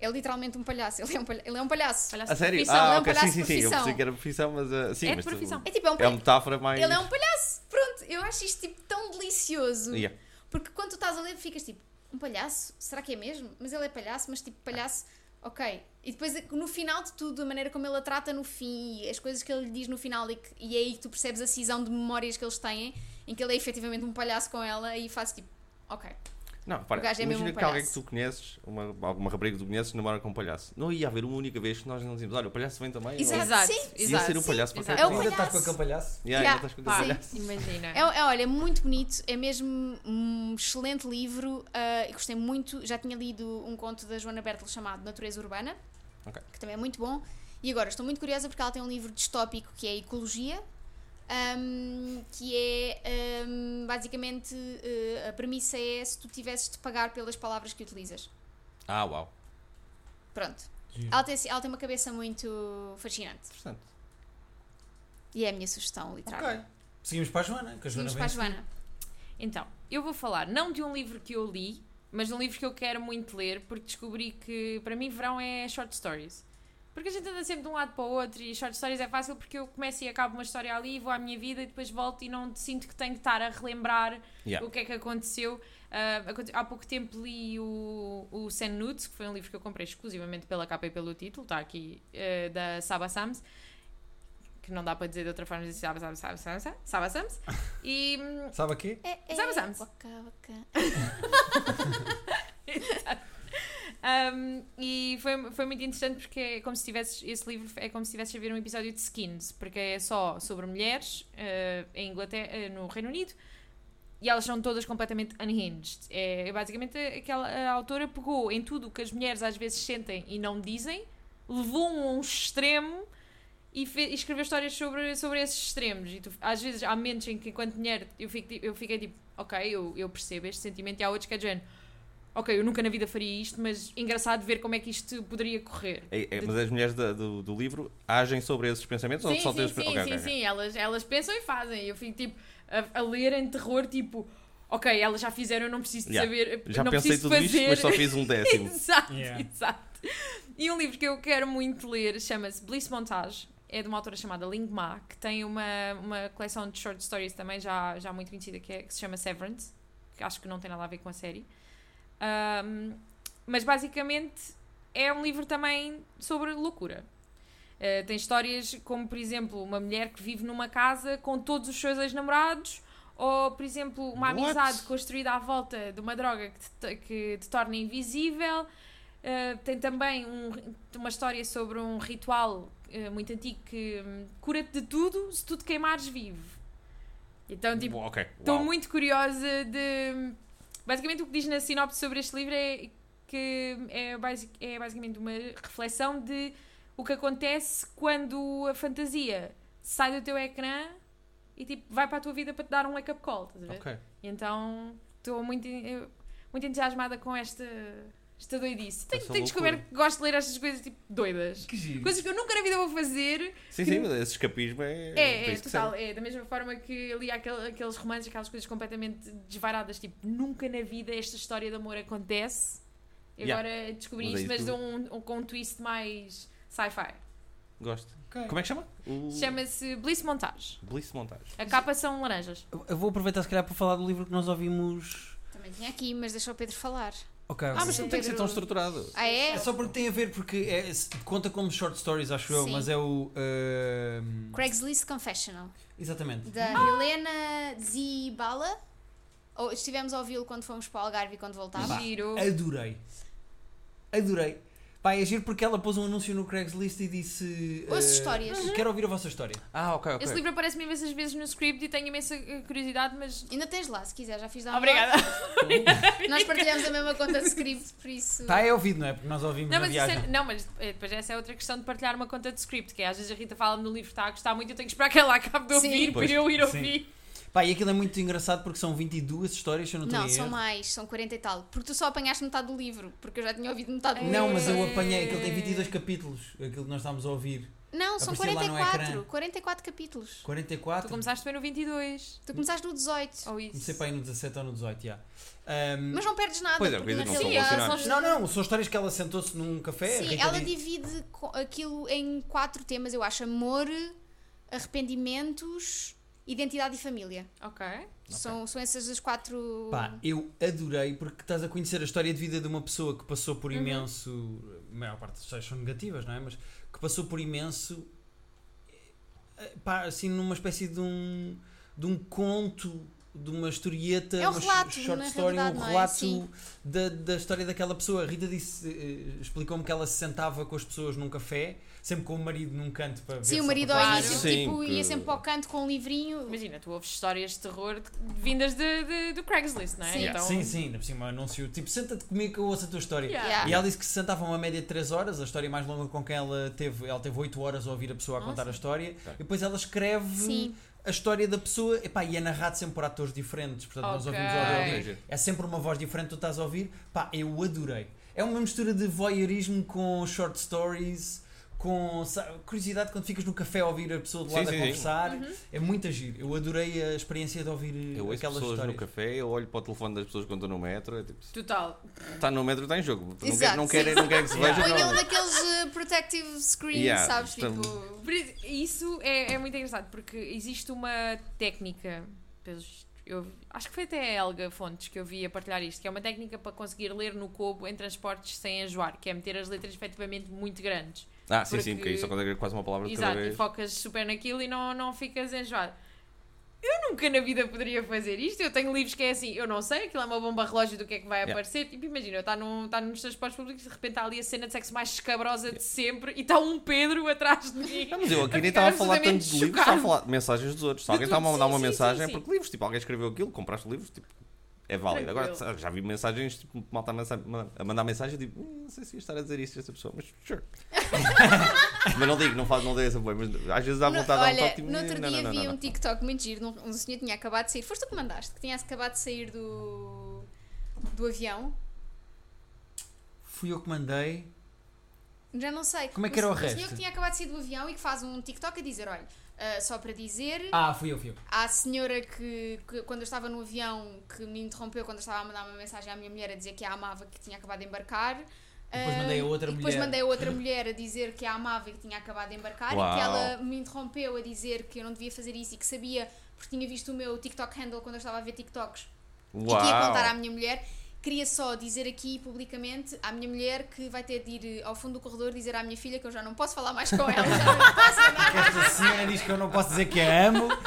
Speaker 2: é literalmente um palhaço. Ele é um, palha- ele é um palhaço.
Speaker 4: Olha
Speaker 3: A sério?
Speaker 2: profissão,
Speaker 3: Ah,
Speaker 2: é um
Speaker 3: ok, sim,
Speaker 2: palhaço
Speaker 3: sim, sim. Eu
Speaker 2: profissão.
Speaker 3: pensei que era profissão, mas. ah, sim,
Speaker 4: É de
Speaker 3: mas tu-
Speaker 4: profissão.
Speaker 2: É tipo, é um
Speaker 3: É uma
Speaker 2: palha-
Speaker 3: metáfora mais.
Speaker 2: Ele é um palhaço. Pronto, eu acho isto tipo, tão delicioso.
Speaker 3: Yeah.
Speaker 2: Porque quando tu estás a ler, ficas tipo, um palhaço? Será que é mesmo? Mas ele é palhaço, mas tipo, palhaço, ok. E depois no final de tudo, a maneira como ele a trata no fim e as coisas que ele lhe diz no final, e, que- e é aí que tu percebes a cisão de memórias que eles têm, em que ele é efetivamente um palhaço com ela, e faz tipo, ok.
Speaker 3: Não, para,
Speaker 2: O gajo é
Speaker 3: imagina
Speaker 2: mesmo um
Speaker 3: que alguém que
Speaker 2: palhaço.
Speaker 3: tu conheces, uma, alguma rapariga que tu conheces, namora com um palhaço. Não ia haver uma única vez que nós não dizíamos, olha, o palhaço vem também.
Speaker 2: Exato.
Speaker 3: Ou-
Speaker 4: Exato,
Speaker 2: sim.
Speaker 3: Ia
Speaker 4: exato.
Speaker 3: ser um palhaço
Speaker 4: Sim,
Speaker 3: para
Speaker 2: exato. É um
Speaker 1: Ainda estás com
Speaker 2: palhaço.
Speaker 1: aquele palhaço?
Speaker 3: Yeah,
Speaker 2: Yeah.
Speaker 3: ainda estás com
Speaker 4: Pá,
Speaker 3: palhaço.
Speaker 4: imagina.
Speaker 2: É, é, olha, muito bonito, é mesmo um excelente livro, ah, e gostei muito. Já tinha lido um conto da Joana Bertel chamado Natureza Urbana,
Speaker 3: Ok.
Speaker 2: que também é muito bom. E agora estou muito curiosa porque ela tem um livro distópico que é Ecologia, ahm, que é ahm, basicamente eh, a premissa é se tu tivesses de pagar pelas palavras que utilizas.
Speaker 3: Ah, uau.
Speaker 2: Pronto.
Speaker 1: Giro.
Speaker 2: Ela tem, esse- ela tem uma cabeça muito fascinante.
Speaker 3: Interessante.
Speaker 2: E é a minha sugestão literária.
Speaker 1: Ok. Seguimos para a Joana, que a Joana
Speaker 2: Vamos
Speaker 1: vem. assim.
Speaker 2: para a Joana.
Speaker 4: Então, eu vou falar não de um livro que eu li, mas de um livro que eu quero muito ler, porque descobri que para mim verão é short stories. Porque a gente anda sempre de um lado para o outro e short stories é fácil porque eu começo e acabo uma história ali, vou à minha vida e depois volto e não sinto que tenho que estar a relembrar
Speaker 3: Yeah.
Speaker 4: o que é que aconteceu. Ah, aconte- há pouco tempo li o, o Sen Nudes, que foi um livro que eu comprei exclusivamente pela capa e pelo título, está aqui, eh, da Saba Sams, que não dá para dizer de outra forma, diz Saba Sams, Saba Sams, Saba Sams. E hum,
Speaker 1: Sabe a quê?
Speaker 2: É,
Speaker 4: Sabe, sabe.
Speaker 2: waka, waka.
Speaker 4: Um, e foi, foi muito interessante porque é como se tivesses, esse livro é como se estivesses a ver um episódio uh, de Skins, porque é só sobre mulheres eh, em Inglaterra, eh, no Reino Unido E elas são todas completamente unhinged. É, basicamente, aquela a autora pegou em tudo que as mulheres às vezes sentem e não dizem, levou-o a um extremo e, fe- e escreveu histórias sobre, sobre esses extremos. E tu- às vezes há momentos em que, enquanto mulher, eu, fico, ti- eu fiquei tipo, ok, eu, eu percebo este sentimento, e há outros que é de género, ok, eu nunca na vida faria isto, mas engraçado ver como é que isto poderia correr.
Speaker 3: É- é- mas as mulheres da- do, do livro agem sobre esses pensamentos ou
Speaker 4: Sim,
Speaker 3: só
Speaker 4: sim,
Speaker 3: têm os
Speaker 4: sim,
Speaker 3: pensamentos?
Speaker 4: sim, sim. Elas, elas pensam e fazem. Eu fico tipo a, a ler em terror, tipo, ok, elas já fizeram, eu não preciso de
Speaker 3: Yeah.
Speaker 4: saber,
Speaker 3: Já
Speaker 4: não
Speaker 3: pensei
Speaker 4: preciso
Speaker 3: tudo
Speaker 4: de fazer.
Speaker 3: isto, mas só fiz um décimo.
Speaker 4: exato,
Speaker 1: Yeah.
Speaker 4: exato. E um livro que eu quero muito ler chama-se Bliss Montage. É de uma autora chamada Ling Ma, que tem uma, uma coleção de short stories também já, já muito conhecida, que, é- que se chama Severance, que acho que não tem nada a ver com a série. Ahm, mas basicamente é um livro também sobre loucura. Uh, tem histórias como, por exemplo, uma mulher que vive numa casa com todos os seus ex-namorados, ou, por exemplo, uma
Speaker 3: What?
Speaker 4: amizade construída à volta de uma droga que te, to- que te torna invisível. Uh, tem também um ri- uma história sobre um ritual uh, muito antigo que hum, cura-te de tudo se tu te queimares vivo. Então, tipo,
Speaker 3: Uau, ok,
Speaker 4: Estou
Speaker 3: uau.
Speaker 4: muito curiosa de. Basicamente, o que diz na sinopse sobre este livro é que é, basic- é basicamente uma reflexão de o que acontece quando a fantasia sai do teu ecrã e tipo, vai para a tua vida para te dar um wake-up call. Estás a ver?
Speaker 3: Ok.
Speaker 4: Então, estou muito, en- eu- muito entusiasmada com esta, esta doidice. Tenho,
Speaker 3: Essa
Speaker 4: tenho
Speaker 3: loucura.
Speaker 4: descoberto que gosto de ler estas coisas tipo doidas.
Speaker 1: Que giro.
Speaker 4: Coisas que eu nunca na vida vou fazer
Speaker 3: Sim, sim, mas esse escapismo é.
Speaker 4: é,
Speaker 3: para
Speaker 4: é,
Speaker 3: isso que
Speaker 4: total.
Speaker 3: serve.
Speaker 4: É, da mesma forma que ali há aquele- aqueles romances, aquelas coisas completamente desvaradas, tipo, nunca na vida esta história de amor acontece. E
Speaker 3: Yeah.
Speaker 4: agora descobri
Speaker 3: Mas é
Speaker 4: isto, mas de
Speaker 3: isso
Speaker 4: um, um- com um twist mais sci-fi.
Speaker 3: Gosto.
Speaker 1: Ok.
Speaker 3: Como é que chama? O...
Speaker 4: Chama-se Bliss Montage.
Speaker 3: Bliss Montage.
Speaker 4: A capa são laranjas.
Speaker 5: Eu- Eu vou aproveitar, se calhar, para falar do livro que nós ouvimos.
Speaker 2: Também tinha aqui, mas deixa o Pedro falar.
Speaker 1: Ok, ok.
Speaker 3: Ah, mas não tem que ser tão estruturado.
Speaker 2: Ah, é?
Speaker 1: É só porque tem a ver, porque é- se- conta como short stories, acho eu,
Speaker 2: Sim.
Speaker 1: mas é o. ehm,
Speaker 2: Craigslist Confessional,
Speaker 1: exatamente.
Speaker 2: da Helena Zibala. Ou estivemos a ouvi-lo quando fomos para o Algarve e quando
Speaker 3: Tá.
Speaker 2: voltámos.
Speaker 1: Bah,
Speaker 4: Giro.
Speaker 3: É
Speaker 1: Adorei. Adorei. Vai agir porque ela pôs um anúncio no Craigslist e disse. eh,
Speaker 2: Ouço histórias.
Speaker 1: Quero ouvir a vossa história.
Speaker 3: Ah, ok, ok.
Speaker 4: Esse livro aparece-me imensas vezes no script e tenho imensa eh, curiosidade, mas.
Speaker 2: Ainda tens lá, se quiser, já fiz download.
Speaker 4: Obrigada.
Speaker 2: Nós partilhamos a mesma conta de script, por isso.
Speaker 1: Está é ouvido, não é? Porque nós ouvimos
Speaker 4: Não
Speaker 1: na
Speaker 4: mas, isso
Speaker 1: viagem.
Speaker 4: é- não, mas eh, depois essa é outra questão de partilhar uma conta de script, que é às vezes a Rita fala-me do livro que está a gostar muito, eu tenho que esperar que ela acabe de
Speaker 2: Sim.
Speaker 4: ouvir
Speaker 3: Pois,
Speaker 4: para eu ir
Speaker 1: sim.
Speaker 4: ouvir.
Speaker 1: Pá, e aquilo é muito engraçado porque são 22 histórias, se eu não estou
Speaker 2: Não,
Speaker 1: em
Speaker 2: são
Speaker 1: erro.
Speaker 2: mais, são 40 e tal. Porque tu só apanhaste metade do livro, porque eu já tinha ouvido metade do
Speaker 1: Não,
Speaker 2: livro.
Speaker 1: mas eu apanhei, aquilo tem 22 capítulos, aquilo que nós estávamos a ouvir.
Speaker 2: Não, são
Speaker 1: Aparecia lá no
Speaker 2: 44.
Speaker 1: ecrã.
Speaker 2: 44 capítulos.
Speaker 1: 44?
Speaker 3: Ah, tá.
Speaker 4: Tu começaste bem no 22.
Speaker 2: Tu começaste no 18.
Speaker 4: Ou isso.
Speaker 1: Comecei para aí no 17 ou no 18, já. Ahm,
Speaker 2: Mas não perdes nada.
Speaker 3: Pois é,
Speaker 2: porque na
Speaker 3: coisas que não são
Speaker 2: realidade-
Speaker 3: relacionadas.
Speaker 1: Não, não, são histórias que ela sentou-se num café.
Speaker 2: Sim,
Speaker 1: Rita
Speaker 2: ela
Speaker 1: Lee-
Speaker 2: divide co- aquilo em quatro temas, eu acho: amor, arrependimentos, identidade e família.
Speaker 4: Ok.
Speaker 2: São, são essas as quatro.
Speaker 1: Pá, eu adorei porque estás a conhecer a história de vida de uma pessoa que passou por
Speaker 2: Uhum.
Speaker 1: imenso. A maior parte das histórias são negativas, não é? Mas que passou por imenso. eh, Pá, assim, numa espécie de um. de um conto, de uma historieta.
Speaker 2: É um
Speaker 1: uma sh-
Speaker 2: relato,
Speaker 1: short
Speaker 2: na
Speaker 1: story,
Speaker 2: realidade,
Speaker 1: um
Speaker 2: não é?
Speaker 1: relato
Speaker 2: Sim.
Speaker 1: da, da história daquela pessoa. A Rita disse. eh, explicou-me que ela se sentava com as pessoas num café, sempre com o marido num canto para ver
Speaker 2: Sim,
Speaker 1: só
Speaker 2: o marido
Speaker 1: para
Speaker 2: ao
Speaker 4: Claro.
Speaker 2: início
Speaker 3: Sim,
Speaker 2: tipo,
Speaker 3: que-
Speaker 2: ia sempre para o canto com um livrinho.
Speaker 4: Imagina, tu ouves histórias de terror de- vindas de, de- do Craigslist, não é?
Speaker 2: Sim.
Speaker 4: Então,
Speaker 1: Sim, sim, ainda por cima anúncio. Tipo, senta-te comigo que eu ouço a tua história.
Speaker 4: Yeah.
Speaker 2: Yeah.
Speaker 1: E ela disse que se sentavam a média de 3 horas, a história mais longa com que ela teve, ela teve 8 horas a ouvir a pessoa a contar a história, e depois ela escreve
Speaker 3: Hum.
Speaker 2: Sim.
Speaker 1: a história da pessoa, epá, e é narrado sempre por atores diferentes, portanto nós
Speaker 4: Ok.
Speaker 1: ouvimos
Speaker 3: Ah,
Speaker 1: ao
Speaker 3: ok,
Speaker 1: ouvir.
Speaker 3: giro.
Speaker 1: É sempre uma voz diferente que tu estás a ouvir, pá, eu adorei. É uma mistura de voyeurismo com short stories, com sa- curiosidade quando ficas no café a ouvir a pessoa do
Speaker 3: Sim,
Speaker 1: lado
Speaker 3: sim,
Speaker 1: a
Speaker 3: sim.
Speaker 1: conversar.
Speaker 4: Uhum.
Speaker 1: É muito giro. Eu adorei a experiência de ouvir
Speaker 3: Eu ouço
Speaker 1: aquelas
Speaker 3: pessoas
Speaker 1: histórias.
Speaker 3: no café, eu olho para o telefone das pessoas quando estou no metro. É tipo, se
Speaker 4: Total.
Speaker 3: está no metro, está em jogo. Não
Speaker 2: Exato,
Speaker 3: quer, não quer, não quer que se veja.
Speaker 2: Ou então
Speaker 3: Não.
Speaker 2: daqueles eh, protective screens,
Speaker 3: Yeah, Então,
Speaker 2: sabes?
Speaker 3: estamos-
Speaker 2: Tipo.
Speaker 4: Por isso- Isso é, é muito engraçado, porque existe uma técnica, pelos, eu, acho que foi até a Helga Fontes que eu vi a partilhar isto, que é uma técnica para conseguir ler no cobo em transportes sem enjoar, que é meter as letras efetivamente muito grandes.
Speaker 3: Ah, sim, sim,
Speaker 4: Porque-
Speaker 3: porque isso consegue quase uma palavra de cada
Speaker 4: Exato, e
Speaker 3: vez.
Speaker 4: focas super naquilo e não, não ficas enjoado. eu nunca na vida poderia fazer isto. Eu tenho livros que é assim, eu não sei, aquilo é uma bomba relógio do que é que vai
Speaker 3: Yeah.
Speaker 4: aparecer. Tipo, imagina, está num, tá nos transportes públicos e de repente está ali a cena de sexo mais escabrosa de sempre e está um Pedro atrás de mim.
Speaker 3: Não, mas eu aqui nem
Speaker 4: Eu
Speaker 3: estava a
Speaker 4: fiquei
Speaker 3: falar tanto
Speaker 4: absolutamente
Speaker 3: de livros, estava a
Speaker 4: chocada.
Speaker 3: falar de mensagens dos outros. Se
Speaker 4: De
Speaker 3: alguém
Speaker 4: tudo,
Speaker 3: está a mandar
Speaker 4: sim,
Speaker 3: uma
Speaker 4: sim,
Speaker 3: mensagem
Speaker 4: sim,
Speaker 3: é porque livros, tipo, alguém escreveu aquilo, compraste livros, tipo, é válido.
Speaker 4: Tranquilo.
Speaker 3: Agora já vi mensagens, tipo, malta a mensa- a mandar mensagem, tipo, "Hum, não sei se ia estar a dizer isto a esta pessoa, mas sure. mas não digo, não, falo, não dei essa apoio, mas às vezes dá
Speaker 2: No-
Speaker 3: vontade de dar um
Speaker 2: olha,
Speaker 3: toque, tipo,
Speaker 2: no outro
Speaker 3: não,
Speaker 2: dia
Speaker 3: não, não,
Speaker 2: vi
Speaker 3: não,
Speaker 2: um
Speaker 3: não.
Speaker 2: TikTok muito giro, de um, um senhor tinha acabado de sair. Foste tu que mandaste, que tinha acabado de sair do, do avião.
Speaker 1: Fui eu que mandei.
Speaker 2: Já não sei.
Speaker 1: Como é que era o
Speaker 2: O senhor
Speaker 1: resto?
Speaker 2: que tinha acabado de sair do avião e que faz um TikTok a dizer: olha, ah, só para dizer,
Speaker 1: Ah, fui eu, fui eu.
Speaker 2: à senhora que, que quando eu estava no avião, que me interrompeu quando eu estava a mandar uma mensagem à minha mulher a dizer que a amava, que tinha acabado de embarcar.
Speaker 1: Depois mandei a
Speaker 2: ah,
Speaker 1: outra
Speaker 2: e Depois
Speaker 1: mulher.
Speaker 2: mandei a outra mulher a dizer que a amava e que tinha acabado de embarcar e
Speaker 3: Uau.
Speaker 2: que ela me interrompeu a dizer que eu não devia fazer isso e que sabia porque tinha visto o meu TikTok handle quando eu estava a ver TikToks
Speaker 4: um
Speaker 2: e que ia
Speaker 3: Uau.
Speaker 2: contar à minha mulher. Queria só dizer aqui publicamente à minha mulher que vai ter de ir eh, ao fundo do corredor dizer à minha filha que eu já não posso falar mais com ela. Já não posso andar mais.
Speaker 5: Esta senhora diz que eu não posso dizer que a amo.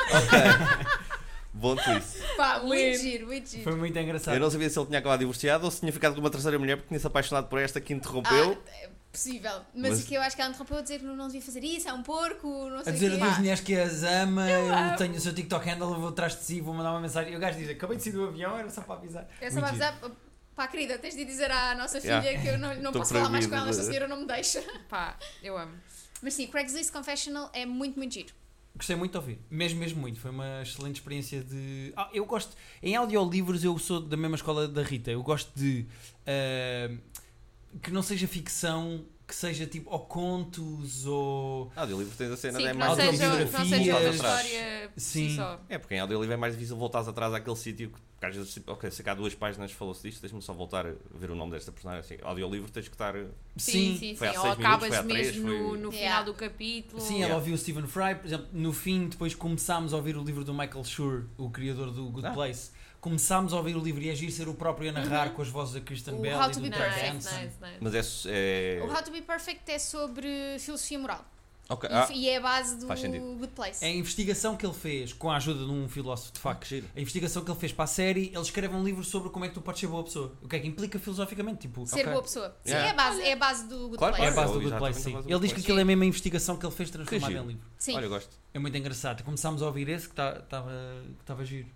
Speaker 3: Bom twist.
Speaker 2: Pá, muito
Speaker 4: Lindo.
Speaker 2: giro, muito giro.
Speaker 1: Foi muito
Speaker 3: Eu
Speaker 1: engraçado.
Speaker 3: não sabia se ele tinha acabado divorciado ou se tinha ficado com uma terceira mulher porque tinha se apaixonado por esta que interrompeu.
Speaker 2: Ah, é possível. Mas,
Speaker 3: um Mas-
Speaker 2: o que eu acho que ela interrompeu a dizer que não, não devia fazer isso, é um porco, não
Speaker 1: A
Speaker 2: sei
Speaker 1: dizer a
Speaker 2: o quê. Ah,
Speaker 1: duas mulheres que as ama, é. eu,
Speaker 4: amo.
Speaker 1: tenho o seu TikTok handle, eu vou atrás de si, e vou mandar uma mensagem. E o gajo diz: Acabei de sair do avião, era só para avisar.
Speaker 2: É só
Speaker 1: Muito
Speaker 2: para
Speaker 1: giro.
Speaker 2: avisar, pá, querida, tens de dizer à nossa filha
Speaker 3: Yeah.
Speaker 2: que eu não, não
Speaker 3: Tô
Speaker 2: posso falar mais com ela,
Speaker 3: proibido
Speaker 2: esta
Speaker 3: de-
Speaker 2: senhora não me deixa.
Speaker 4: Pá, eu amo.
Speaker 2: Mas sim, Craigslist Confessional é muito, muito giro.
Speaker 1: Gostei muito de ouvir, mesmo, mesmo muito. Foi uma excelente experiência de. Ah, eu gosto. Em audiolivros, eu sou da mesma escola da Rita. Eu gosto de. ah, que não seja ficção, que seja tipo. ou contos, ou.
Speaker 3: Audiolivro tens a cena
Speaker 4: Ah, Sim,
Speaker 3: é
Speaker 4: que
Speaker 3: mais
Speaker 4: não seja, que não seja uma
Speaker 1: autobiografias.
Speaker 4: história por si
Speaker 1: Sim.
Speaker 4: só.
Speaker 3: É, porque em audiolivro é mais difícil voltares atrás àquele sítio que porque às vezes, tipo, ok, se cá há duas páginas falou-se disto, deixa-me só voltar a ver o nome desta personagem. Assim, audiolivro tens que estar. eh,
Speaker 4: Sim, sim,
Speaker 3: Foi há
Speaker 4: sim. Ou
Speaker 3: seis minutos, foi há
Speaker 4: acabas
Speaker 3: três,
Speaker 4: mesmo no,
Speaker 3: foi-
Speaker 4: no
Speaker 2: Yeah.
Speaker 4: final do
Speaker 2: Tipo,
Speaker 4: capítulo.
Speaker 1: Sim,
Speaker 3: Yeah.
Speaker 1: ela ouviu o Stephen Fry, por exemplo, no fim, depois começámos a ouvir o livro do Michael Schur, o criador do Good
Speaker 3: Ah.
Speaker 1: Place. Começámos a ouvir o livro e agir ser o próprio a narrar com as vozes da Kristen
Speaker 2: Uhum. O
Speaker 1: Bell
Speaker 2: How
Speaker 1: e
Speaker 2: to
Speaker 1: do
Speaker 2: Be
Speaker 1: Ted
Speaker 2: Nice,
Speaker 1: Danson.
Speaker 4: nice, nice.
Speaker 3: Mas é. su- é...
Speaker 2: O How to Be Perfect é sobre filosofia moral.
Speaker 3: Ok,
Speaker 2: E-
Speaker 3: ah,
Speaker 2: e, é a base do
Speaker 3: faz sentido.
Speaker 2: Good Place.
Speaker 1: É a investigação que ele fez, com a ajuda de um filósofo de facto, a investigação que ele fez para a série, ele escreve um livro sobre como é que tu podes ser boa pessoa. O que é que implica filosoficamente? Tipo,
Speaker 2: Ser
Speaker 3: Ok.
Speaker 2: boa pessoa. Sim,
Speaker 3: Yeah.
Speaker 2: é, a base, é a base do Good
Speaker 3: Claro,
Speaker 1: é a
Speaker 2: Place.
Speaker 3: claro.
Speaker 1: base do Good
Speaker 3: Exatamente,
Speaker 1: Place,
Speaker 3: a
Speaker 1: sim.
Speaker 3: base do
Speaker 1: Ele
Speaker 3: Good
Speaker 1: diz que
Speaker 3: Place.
Speaker 1: aquilo é mesmo a investigação que ele fez transformada
Speaker 3: giro.
Speaker 1: em livro.
Speaker 2: Sim.
Speaker 3: Olha, eu gosto.
Speaker 1: É muito engraçado. Começámos a ouvir esse que estava que estava giro.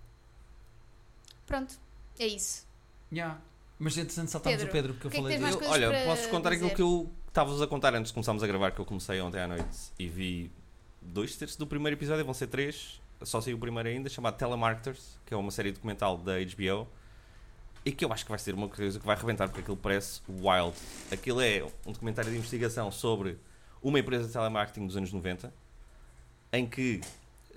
Speaker 2: Pronto, é isso.
Speaker 1: Yeah. Mas é interessante saltarmos
Speaker 2: Pedro,
Speaker 1: o Pedro porque
Speaker 2: o
Speaker 1: eu
Speaker 2: que é que
Speaker 1: falei
Speaker 2: tens
Speaker 1: dele.
Speaker 2: mais
Speaker 3: Eu-
Speaker 2: coisas
Speaker 3: olha,
Speaker 2: para
Speaker 3: posso contar aquilo
Speaker 2: dizer.
Speaker 3: que eu estava-vos a contar antes de começarmos a gravar, que eu comecei ontem à noite e vi dois terços do primeiro episódio, vão ser três, só saiu o primeiro ainda, chamado Telemarketers, que é uma série documental da HBO, e que eu acho que vai ser uma coisa que vai arrebentar, porque aquilo parece wild. Aquilo é um documentário de investigação sobre uma empresa de telemarketing dos anos 90, em que,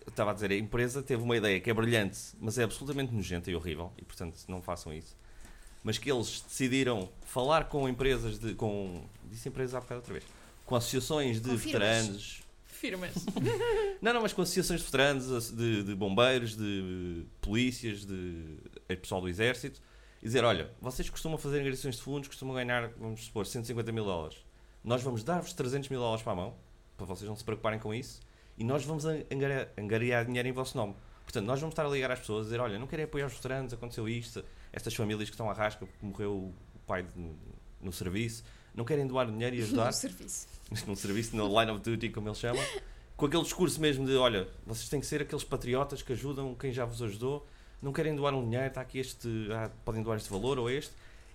Speaker 3: eu estava a dizer, a empresa teve uma ideia que é brilhante, mas é absolutamente nojenta e horrível, e portanto não façam isso mas que eles decidiram falar com empresas de. com. disse empresas há bocado outra vez. Com associações de
Speaker 2: Com firmas.
Speaker 3: veteranos.
Speaker 4: Firmas.
Speaker 3: Não, não, mas com associações de veteranos, asso- de, de bombeiros, de polícias, de eh, pessoal do exército, e dizer: olha, vocês costumam fazer ingressões de fundos, costumam ganhar, vamos supor, 150 mil dólares. Nós vamos dar-vos 300 mil dólares para a mão, para vocês não se preocuparem com isso, e nós vamos an- angariar, angariar dinheiro em vosso nome. Portanto, nós vamos estar a ligar às pessoas a dizer: olha, não querem apoiar os veteranos, aconteceu isto, estas famílias que estão à rasca porque morreu o pai de- no serviço, não querem doar dinheiro e ajudar
Speaker 2: No serviço.
Speaker 3: num serviço, no line of duty, como eles chamam, com aquele discurso mesmo de: olha, vocês têm que ser aqueles patriotas que ajudam quem já vos ajudou, não querem doar um dinheiro, está aqui este, ah, podem doar este valor ou este,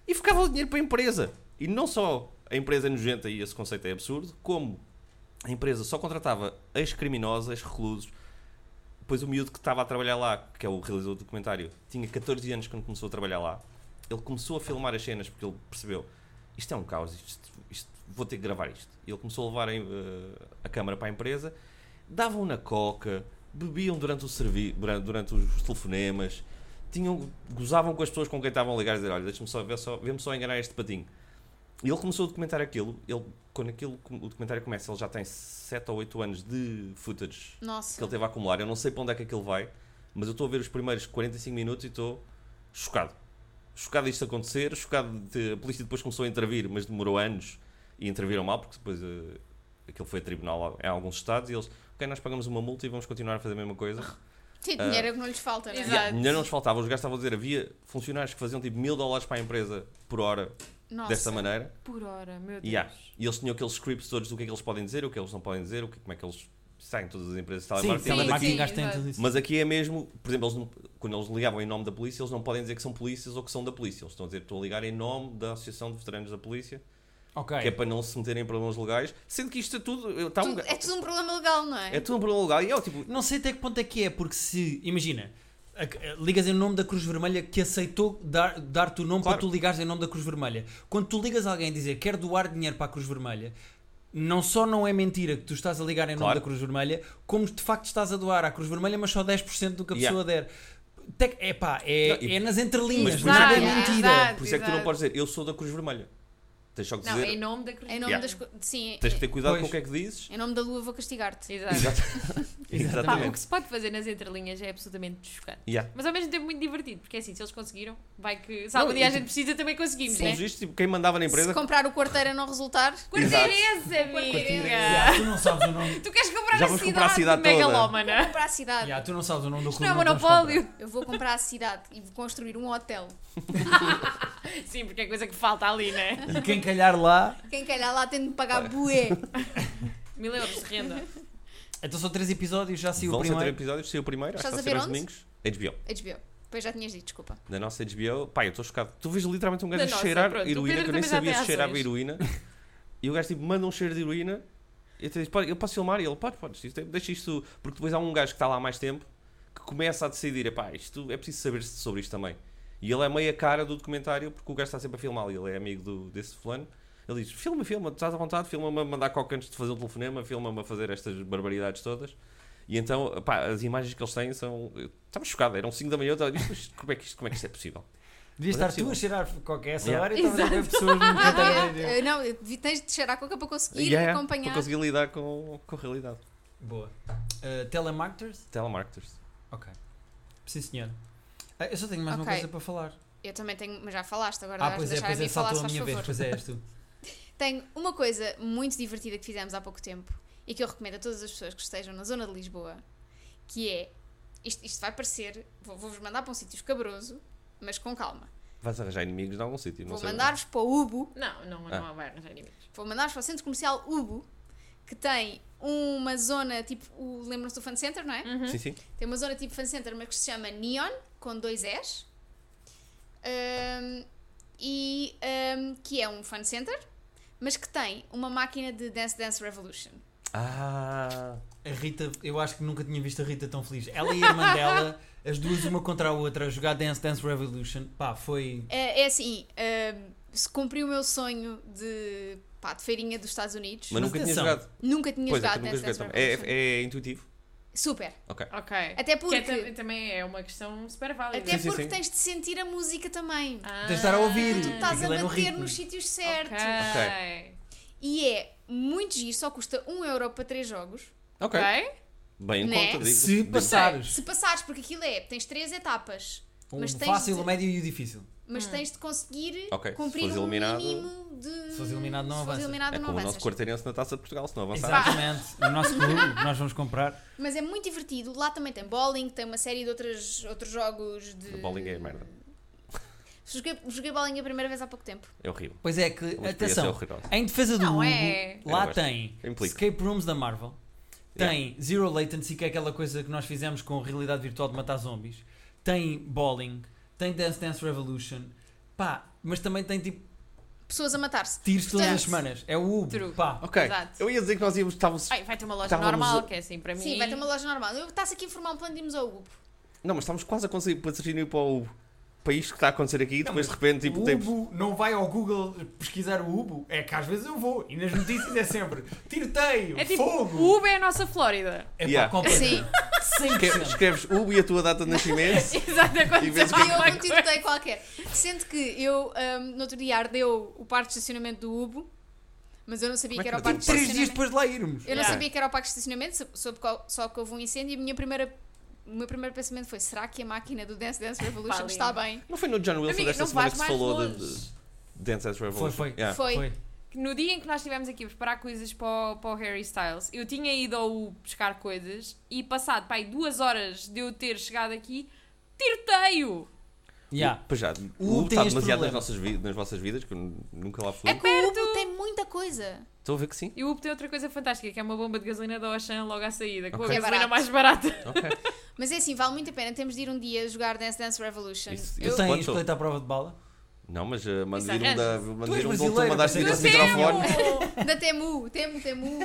Speaker 3: e ficava o dinheiro para a empresa. E não só a empresa é nojenta e esse conceito é absurdo, como a empresa só contratava ex-criminosos, ex-reclusos. Depois o miúdo que estava a trabalhar lá, que é o realizador do documentário, tinha 14 anos quando começou a trabalhar lá. Ele começou a filmar as cenas porque ele percebeu isto é um caos, isto, isto- vou ter que gravar isto. E ele começou a levar eh, a câmara para a empresa, davam na coca, bebiam durante, o servi durante, durante os telefonemas, tinham, gozavam com as pessoas com quem estavam a ligar e dizer, olha, deixa-me só, ver só, vê-me só enganar este patinho. E ele começou a documentar aquilo, ele, quando aquilo, o documentário começa, ele já tem 7 ou 8 anos de footage que
Speaker 2: Nossa.
Speaker 3: ele teve a acumular. Eu não sei para onde é que aquilo vai, mas eu estou a ver os primeiros 45 minutos e estou chocado. Chocado disto acontecer, chocado de. A polícia depois começou a intervir, mas demorou anos e interviram mal, porque depois eh, aquilo foi a tribunal em alguns estados e eles, ok, nós pagamos uma multa e vamos continuar a fazer a mesma coisa.
Speaker 2: Sim, dinheiro é o que não lhes falta, não é?
Speaker 4: Exato.
Speaker 3: Yeah, dinheiro não nos faltava, os gajos estavam a dizer, havia funcionários que faziam tipo mil dólares para a empresa por hora
Speaker 2: Nossa.
Speaker 3: dessa maneira.
Speaker 4: Por hora, meu Deus.
Speaker 3: Yeah. E eles tinham aqueles scripts todos do que é que eles podem dizer, o que é que eles não podem dizer, o que, como é que eles saem todas as empresas de
Speaker 5: Sim,
Speaker 3: telemarketing. mas
Speaker 5: telemarketing
Speaker 4: sim,
Speaker 5: gasta em
Speaker 4: exato.
Speaker 5: tudo isso.
Speaker 3: Mas aqui é mesmo, por exemplo, eles não- quando eles ligavam em nome da polícia, eles não podem dizer que são polícias ou que são da polícia. Eles estão a dizer estou a ligar em nome da Associação de Veteranos da Polícia,
Speaker 1: Ok.
Speaker 3: que é para não se meterem em problemas legais. Sendo que isto é tudo. eu- Tá um,
Speaker 2: Tudo-
Speaker 3: ga-
Speaker 2: é tudo um problema legal, não é?
Speaker 3: é tudo um problema legal. E é o tipo.
Speaker 1: Não sei até que ponto é que é, porque se. Imagina, a- a- ligas em nome da Cruz Vermelha que aceitou dar- dar-te o nome
Speaker 3: Claro.
Speaker 1: para tu ligares em nome da Cruz Vermelha. Quando tu ligas a alguém e dizer quer doar dinheiro para a Cruz Vermelha, não só não é mentira que tu estás a ligar em nome
Speaker 3: Claro.
Speaker 1: da Cruz Vermelha, como de facto estás a doar à Cruz Vermelha, mas só 10% do que a
Speaker 3: Yeah.
Speaker 1: pessoa der. Tec- É pá, é,
Speaker 3: Não, e-
Speaker 1: é nas entrelinhas,
Speaker 3: Mas por
Speaker 1: mas
Speaker 3: isso
Speaker 1: não
Speaker 3: é
Speaker 1: é
Speaker 3: que-
Speaker 1: mentira.
Speaker 4: Exato.
Speaker 3: Por isso é que tu não
Speaker 4: Exato.
Speaker 3: podes dizer eu sou da Cruz Vermelha. Tens só que
Speaker 4: Não,
Speaker 3: dizer.
Speaker 4: é em nome da Cruz.
Speaker 2: Em nome
Speaker 3: Yeah.
Speaker 2: das co- Sim,
Speaker 3: Tens de
Speaker 2: é-
Speaker 3: ter cuidado
Speaker 1: Pois.
Speaker 3: com o que é que dizes.
Speaker 2: em nome da lua vou castigar-te.
Speaker 4: Exato.
Speaker 2: Tá
Speaker 4: Pá, o
Speaker 3: Exatamente.
Speaker 4: que se pode fazer nas entrelinhas é absolutamente chocante.
Speaker 3: Yeah.
Speaker 4: Mas ao mesmo tempo muito divertido, porque é assim, se eles conseguiram, vai que. Se algum
Speaker 3: Não,
Speaker 4: dia
Speaker 3: e
Speaker 4: a gente
Speaker 3: tipo,
Speaker 4: precisa, também conseguimos,
Speaker 3: Pelos
Speaker 4: né?
Speaker 3: vistos, tipo, quem mandava na
Speaker 2: Se
Speaker 3: empresa.
Speaker 2: comprar o quarteiro a não resultar,
Speaker 3: Exato.
Speaker 4: Quarteireza, amiga!
Speaker 5: Yeah, tu não sabes o nome.
Speaker 4: Tu queres comprar
Speaker 3: Já
Speaker 4: a
Speaker 3: vamos
Speaker 4: cidade,
Speaker 3: comprar a cidade toda.
Speaker 4: megalómana?
Speaker 2: comprar a cidade.
Speaker 1: Yeah, tu não sabes o nome do
Speaker 4: Isto
Speaker 1: clube,
Speaker 4: não é
Speaker 1: vamos
Speaker 4: monopólio.
Speaker 2: Eu vou comprar a cidade e vou construir um hotel.
Speaker 4: Sim, porque é coisa que falta ali, né?
Speaker 1: comprar. E quem calhar lá.
Speaker 2: Quem calhar lá tem de pagar bué.
Speaker 4: Mil euros de renda.
Speaker 1: Então são três episódios, já saiu o
Speaker 3: Vão ser três
Speaker 1: primeiro.
Speaker 3: episódios, saiu o primeiro, às
Speaker 2: Estás a ver
Speaker 3: terças
Speaker 2: onde?
Speaker 3: domingos. HBO.
Speaker 2: HBO. Depois já tinhas dito, desculpa.
Speaker 3: Na nossa HBO, pá, eu estou chocado. Tu vês literalmente um gajo
Speaker 4: Da
Speaker 3: a
Speaker 4: nossa,
Speaker 3: cheirar
Speaker 4: pronto. O
Speaker 3: heroína,
Speaker 4: Pedro
Speaker 3: que eu
Speaker 4: também
Speaker 3: nem
Speaker 4: já
Speaker 3: sabia
Speaker 4: tem
Speaker 3: se cheirava
Speaker 4: ações.
Speaker 3: heroína. E o gajo tipo manda um cheiro de heroína. E eu te diz, "Pá, eu posso filmar? E ele, pode, podes, isto é- deixa isto. Porque depois há um gajo que está lá há mais tempo que começa a decidir, pá, isto é preciso saber sobre isto também. E ele é meio a cara do documentário porque o gajo está sempre a filmar e ele é amigo do, desse fulano. Ele diz: filma, filma, estás à vontade, filma-me a mandar coca antes de fazer o telefonema, filma-me a fazer estas barbaridades todas. E então, pá, as imagens que eles têm são. eu Estava chocado, eram 5 da manhã, eu estava a dizer, "Mas como é que isto, como é que isto é possível?
Speaker 1: Devias
Speaker 3: Mas é
Speaker 1: estar tu a cheirar qualquer essa
Speaker 3: Yeah.
Speaker 1: hora e estavas a ver pessoas no cantar.
Speaker 2: Ah, não, devi- tens de cheirar a coca para conseguir
Speaker 3: Yeah,
Speaker 2: acompanhar.
Speaker 3: Para conseguir lidar com, com a realidade.
Speaker 1: Boa. Uh, telemarketers?
Speaker 3: Telemarketers.
Speaker 1: Ok. Sim, senhor. Ah, eu só tenho mais uma
Speaker 2: Ok.
Speaker 1: coisa para falar.
Speaker 2: Eu também tenho, mas já falaste, agora
Speaker 1: Ah,
Speaker 2: vais
Speaker 1: pois é,
Speaker 2: deixar
Speaker 1: pois
Speaker 2: a
Speaker 1: é,
Speaker 2: mim falar,
Speaker 1: saltou
Speaker 2: se
Speaker 1: a
Speaker 2: faz
Speaker 1: minha vez,
Speaker 2: favor.
Speaker 1: pois é, és tu.
Speaker 2: Tenho uma coisa muito divertida que fizemos há pouco tempo e que eu recomendo a todas as pessoas que estejam na zona de Lisboa, que é, isto, isto vai parecer, vou- vou-vos mandar para um sítio escabroso, mas com calma.
Speaker 3: Vais arranjar inimigos de algum sítio, não
Speaker 2: Vou
Speaker 3: sei. onde.
Speaker 2: mandar-vos para o Ubo,
Speaker 4: Não, não,
Speaker 3: Ah.
Speaker 4: não vai arranjar inimigos.
Speaker 2: Vou mandar-vos para o centro comercial Ubo, que tem uma zona tipo. o- Lembram-se do Fan Center, não é?
Speaker 3: Sim, sim.
Speaker 2: Tem uma zona tipo Fan Center, mas que se chama Neon, com dois S. Ahm, e ahm, que é um Fan Center, mas que tem uma máquina de Dance Dance Revolution.
Speaker 3: Ah.
Speaker 1: A Rita, eu acho que nunca tinha visto a Rita tão feliz. Ela e a irmã dela, as duas uma contra a outra, a jogar Dance Dance Revolution. Pá, foi.
Speaker 2: É, é assim, ahm, se cumpri o meu sonho de, pá, de feirinha dos Estados Unidos.
Speaker 3: Mas nunca tinha
Speaker 1: atenção.
Speaker 3: jogado.
Speaker 2: Nunca tinha
Speaker 3: Pois é, que
Speaker 2: jogado
Speaker 3: nunca
Speaker 2: Dance
Speaker 3: joguei
Speaker 2: Dance
Speaker 3: também.
Speaker 2: Revolution.
Speaker 3: É, é intuitivo.
Speaker 2: Super.
Speaker 3: Ok.
Speaker 4: Ok.
Speaker 2: Até porque-
Speaker 4: Que é tam- também é uma questão super válida.
Speaker 2: Até
Speaker 3: sim,
Speaker 2: porque
Speaker 3: sim.
Speaker 2: tens de sentir a música também.
Speaker 4: Ah,
Speaker 1: Tens de estar a ouvir.
Speaker 2: Tu estás a
Speaker 1: Aquilo é no
Speaker 2: bater
Speaker 1: ritmo.
Speaker 2: nos sítios
Speaker 4: certo.
Speaker 2: certos.
Speaker 3: Ok.
Speaker 2: E é muito giro, só custa 1€ euro para 3 jogos.
Speaker 3: Ok.
Speaker 4: Ok.
Speaker 3: Bem em
Speaker 2: Né?
Speaker 3: conta. digo-
Speaker 1: Se
Speaker 3: digo-
Speaker 1: passares
Speaker 2: Se passares, porque aquilo é, tens 3 etapas,
Speaker 1: o
Speaker 2: mas tens
Speaker 1: Um fácil,
Speaker 2: de-
Speaker 1: o médio e o difícil.
Speaker 2: mas tens de conseguir
Speaker 3: Ok, se
Speaker 2: cumprir
Speaker 3: fores
Speaker 2: o
Speaker 3: eliminado-
Speaker 2: mínimo de.
Speaker 1: Se fores eliminado, não
Speaker 2: se fores
Speaker 1: avanças.
Speaker 2: eliminado,
Speaker 3: É
Speaker 2: não
Speaker 3: como o nosso
Speaker 2: avanças.
Speaker 3: quarteirense na taça de Portugal, se não avançar.
Speaker 1: Exatamente. No nosso clube, nós vamos comprar.
Speaker 2: Mas é muito divertido. Lá também tem bowling, tem uma série de outras, outros jogos de.
Speaker 3: Bowling é merda.
Speaker 2: Joguei, joguei bowling a primeira vez há pouco tempo.
Speaker 3: É horrível.
Speaker 1: Pois é, que,
Speaker 3: Uma experiência
Speaker 1: atenção,
Speaker 3: horrorosa.
Speaker 1: em defesa do
Speaker 4: Não
Speaker 1: Hugo,
Speaker 4: é.
Speaker 3: Eu
Speaker 1: lá
Speaker 3: gosto.
Speaker 1: tem
Speaker 3: Eu implico.
Speaker 1: escape rooms da Marvel, tem Zero Latency, que é aquela coisa que nós fizemos com realidade virtual de matar zombies, tem bowling, tem Dance Dance Revolution, pá, mas também tem tipo
Speaker 2: Pessoas a matar-se.
Speaker 1: tiros todas as
Speaker 2: Portanto,
Speaker 1: semanas, é o
Speaker 4: true.
Speaker 1: Uber, pá.
Speaker 3: Ok.
Speaker 4: Exato.
Speaker 3: Eu ia dizer que nós íamos. Estávamos...
Speaker 4: Ai, vai ter uma loja
Speaker 3: Estávamos
Speaker 4: normal,
Speaker 3: a-
Speaker 4: que é assim para mim.
Speaker 2: Sim, vai ter uma loja normal. Eu- Está-se aqui a formar um plano de irmos ao Ubo.
Speaker 3: Não, mas estávamos quase a conseguir patrocínio para o país que está a acontecer aqui e depois de repente tipo,
Speaker 1: o
Speaker 3: temos.
Speaker 1: Ubo não vai ao Google pesquisar o Ubo, é que às vezes eu vou, e nas notícias é sempre tiroteio,
Speaker 4: É tipo,
Speaker 1: fogo,
Speaker 4: o Uber é a nossa Flórida.
Speaker 1: é
Speaker 3: Yeah. é
Speaker 1: pá, compra
Speaker 2: Sim.
Speaker 1: 100%.
Speaker 3: Escreves, escreves Ubo e a tua data de nascimento.
Speaker 4: Exato,
Speaker 3: E
Speaker 4: aconteceu
Speaker 3: vês o que é
Speaker 2: Ah, eu
Speaker 4: alguma
Speaker 2: um
Speaker 4: coisa.
Speaker 2: tiroteio qualquer. Sendo que eu, ahm, no outro dia, ardeu o parque de estacionamento do Ubo, mas eu não sabia
Speaker 3: Como
Speaker 2: que
Speaker 3: é que
Speaker 2: era o
Speaker 3: ardeu?
Speaker 2: parque de
Speaker 1: Três dias
Speaker 2: estacionamento.
Speaker 1: depois de lá irmos.
Speaker 2: Eu não
Speaker 4: Yeah.
Speaker 2: sabia que era o parque de estacionamento, sou- soube qual- só que houve um incêndio e a minha primeira, o meu primeiro pensamento foi: será que a máquina do Dance Dance Revolution
Speaker 4: Faliu.
Speaker 2: está bem?
Speaker 3: Não foi no John Wilson
Speaker 4: Amiga,
Speaker 3: desta
Speaker 4: não
Speaker 3: semana
Speaker 4: vais
Speaker 3: que se
Speaker 4: mais
Speaker 3: falou de,
Speaker 4: longe.
Speaker 3: de Dance as Revolution?
Speaker 1: Foi, foi.
Speaker 3: Yeah.
Speaker 2: Foi.
Speaker 4: que no dia em que nós estivemos aqui a preparar coisas para o, para o Harry Styles, eu tinha ido ao buscar coisas e passado, pai, duas horas de eu ter chegado aqui, tiroteio!
Speaker 1: Yeah.
Speaker 3: Pois já, o Hugo
Speaker 1: tem
Speaker 3: está
Speaker 1: este
Speaker 3: demasiado
Speaker 1: problema.
Speaker 3: nas nossas, vi- nas vossas vidas, que eu n- nunca lá fui.
Speaker 4: É
Speaker 2: O
Speaker 4: perto!
Speaker 2: Hugo tem muita coisa.
Speaker 3: Estou a ver que sim.
Speaker 4: E o Hugo tem outra coisa fantástica, que é uma bomba de gasolina da Auchan logo à saída, com
Speaker 2: Ok.
Speaker 4: a
Speaker 2: É
Speaker 4: gasolina
Speaker 2: barato.
Speaker 4: mais barata.
Speaker 3: Ok.
Speaker 2: Mas é assim, vale muito a pena. Temos de ir um dia jogar Dance Dance Revolution.
Speaker 3: Isso-
Speaker 1: Tu
Speaker 3: isso
Speaker 1: tens
Speaker 3: quanto?
Speaker 1: coleta à prova de bala?
Speaker 3: Não, mas uh, manda
Speaker 4: Isso
Speaker 3: vir um da.
Speaker 4: arranjas.
Speaker 3: Manda
Speaker 1: Tu és
Speaker 3: vir um do
Speaker 1: brasileiro,
Speaker 3: tu mandaste vir
Speaker 1: Eu
Speaker 3: esse
Speaker 1: sei.
Speaker 3: microfone.
Speaker 2: Da Temu, Temu, Temu.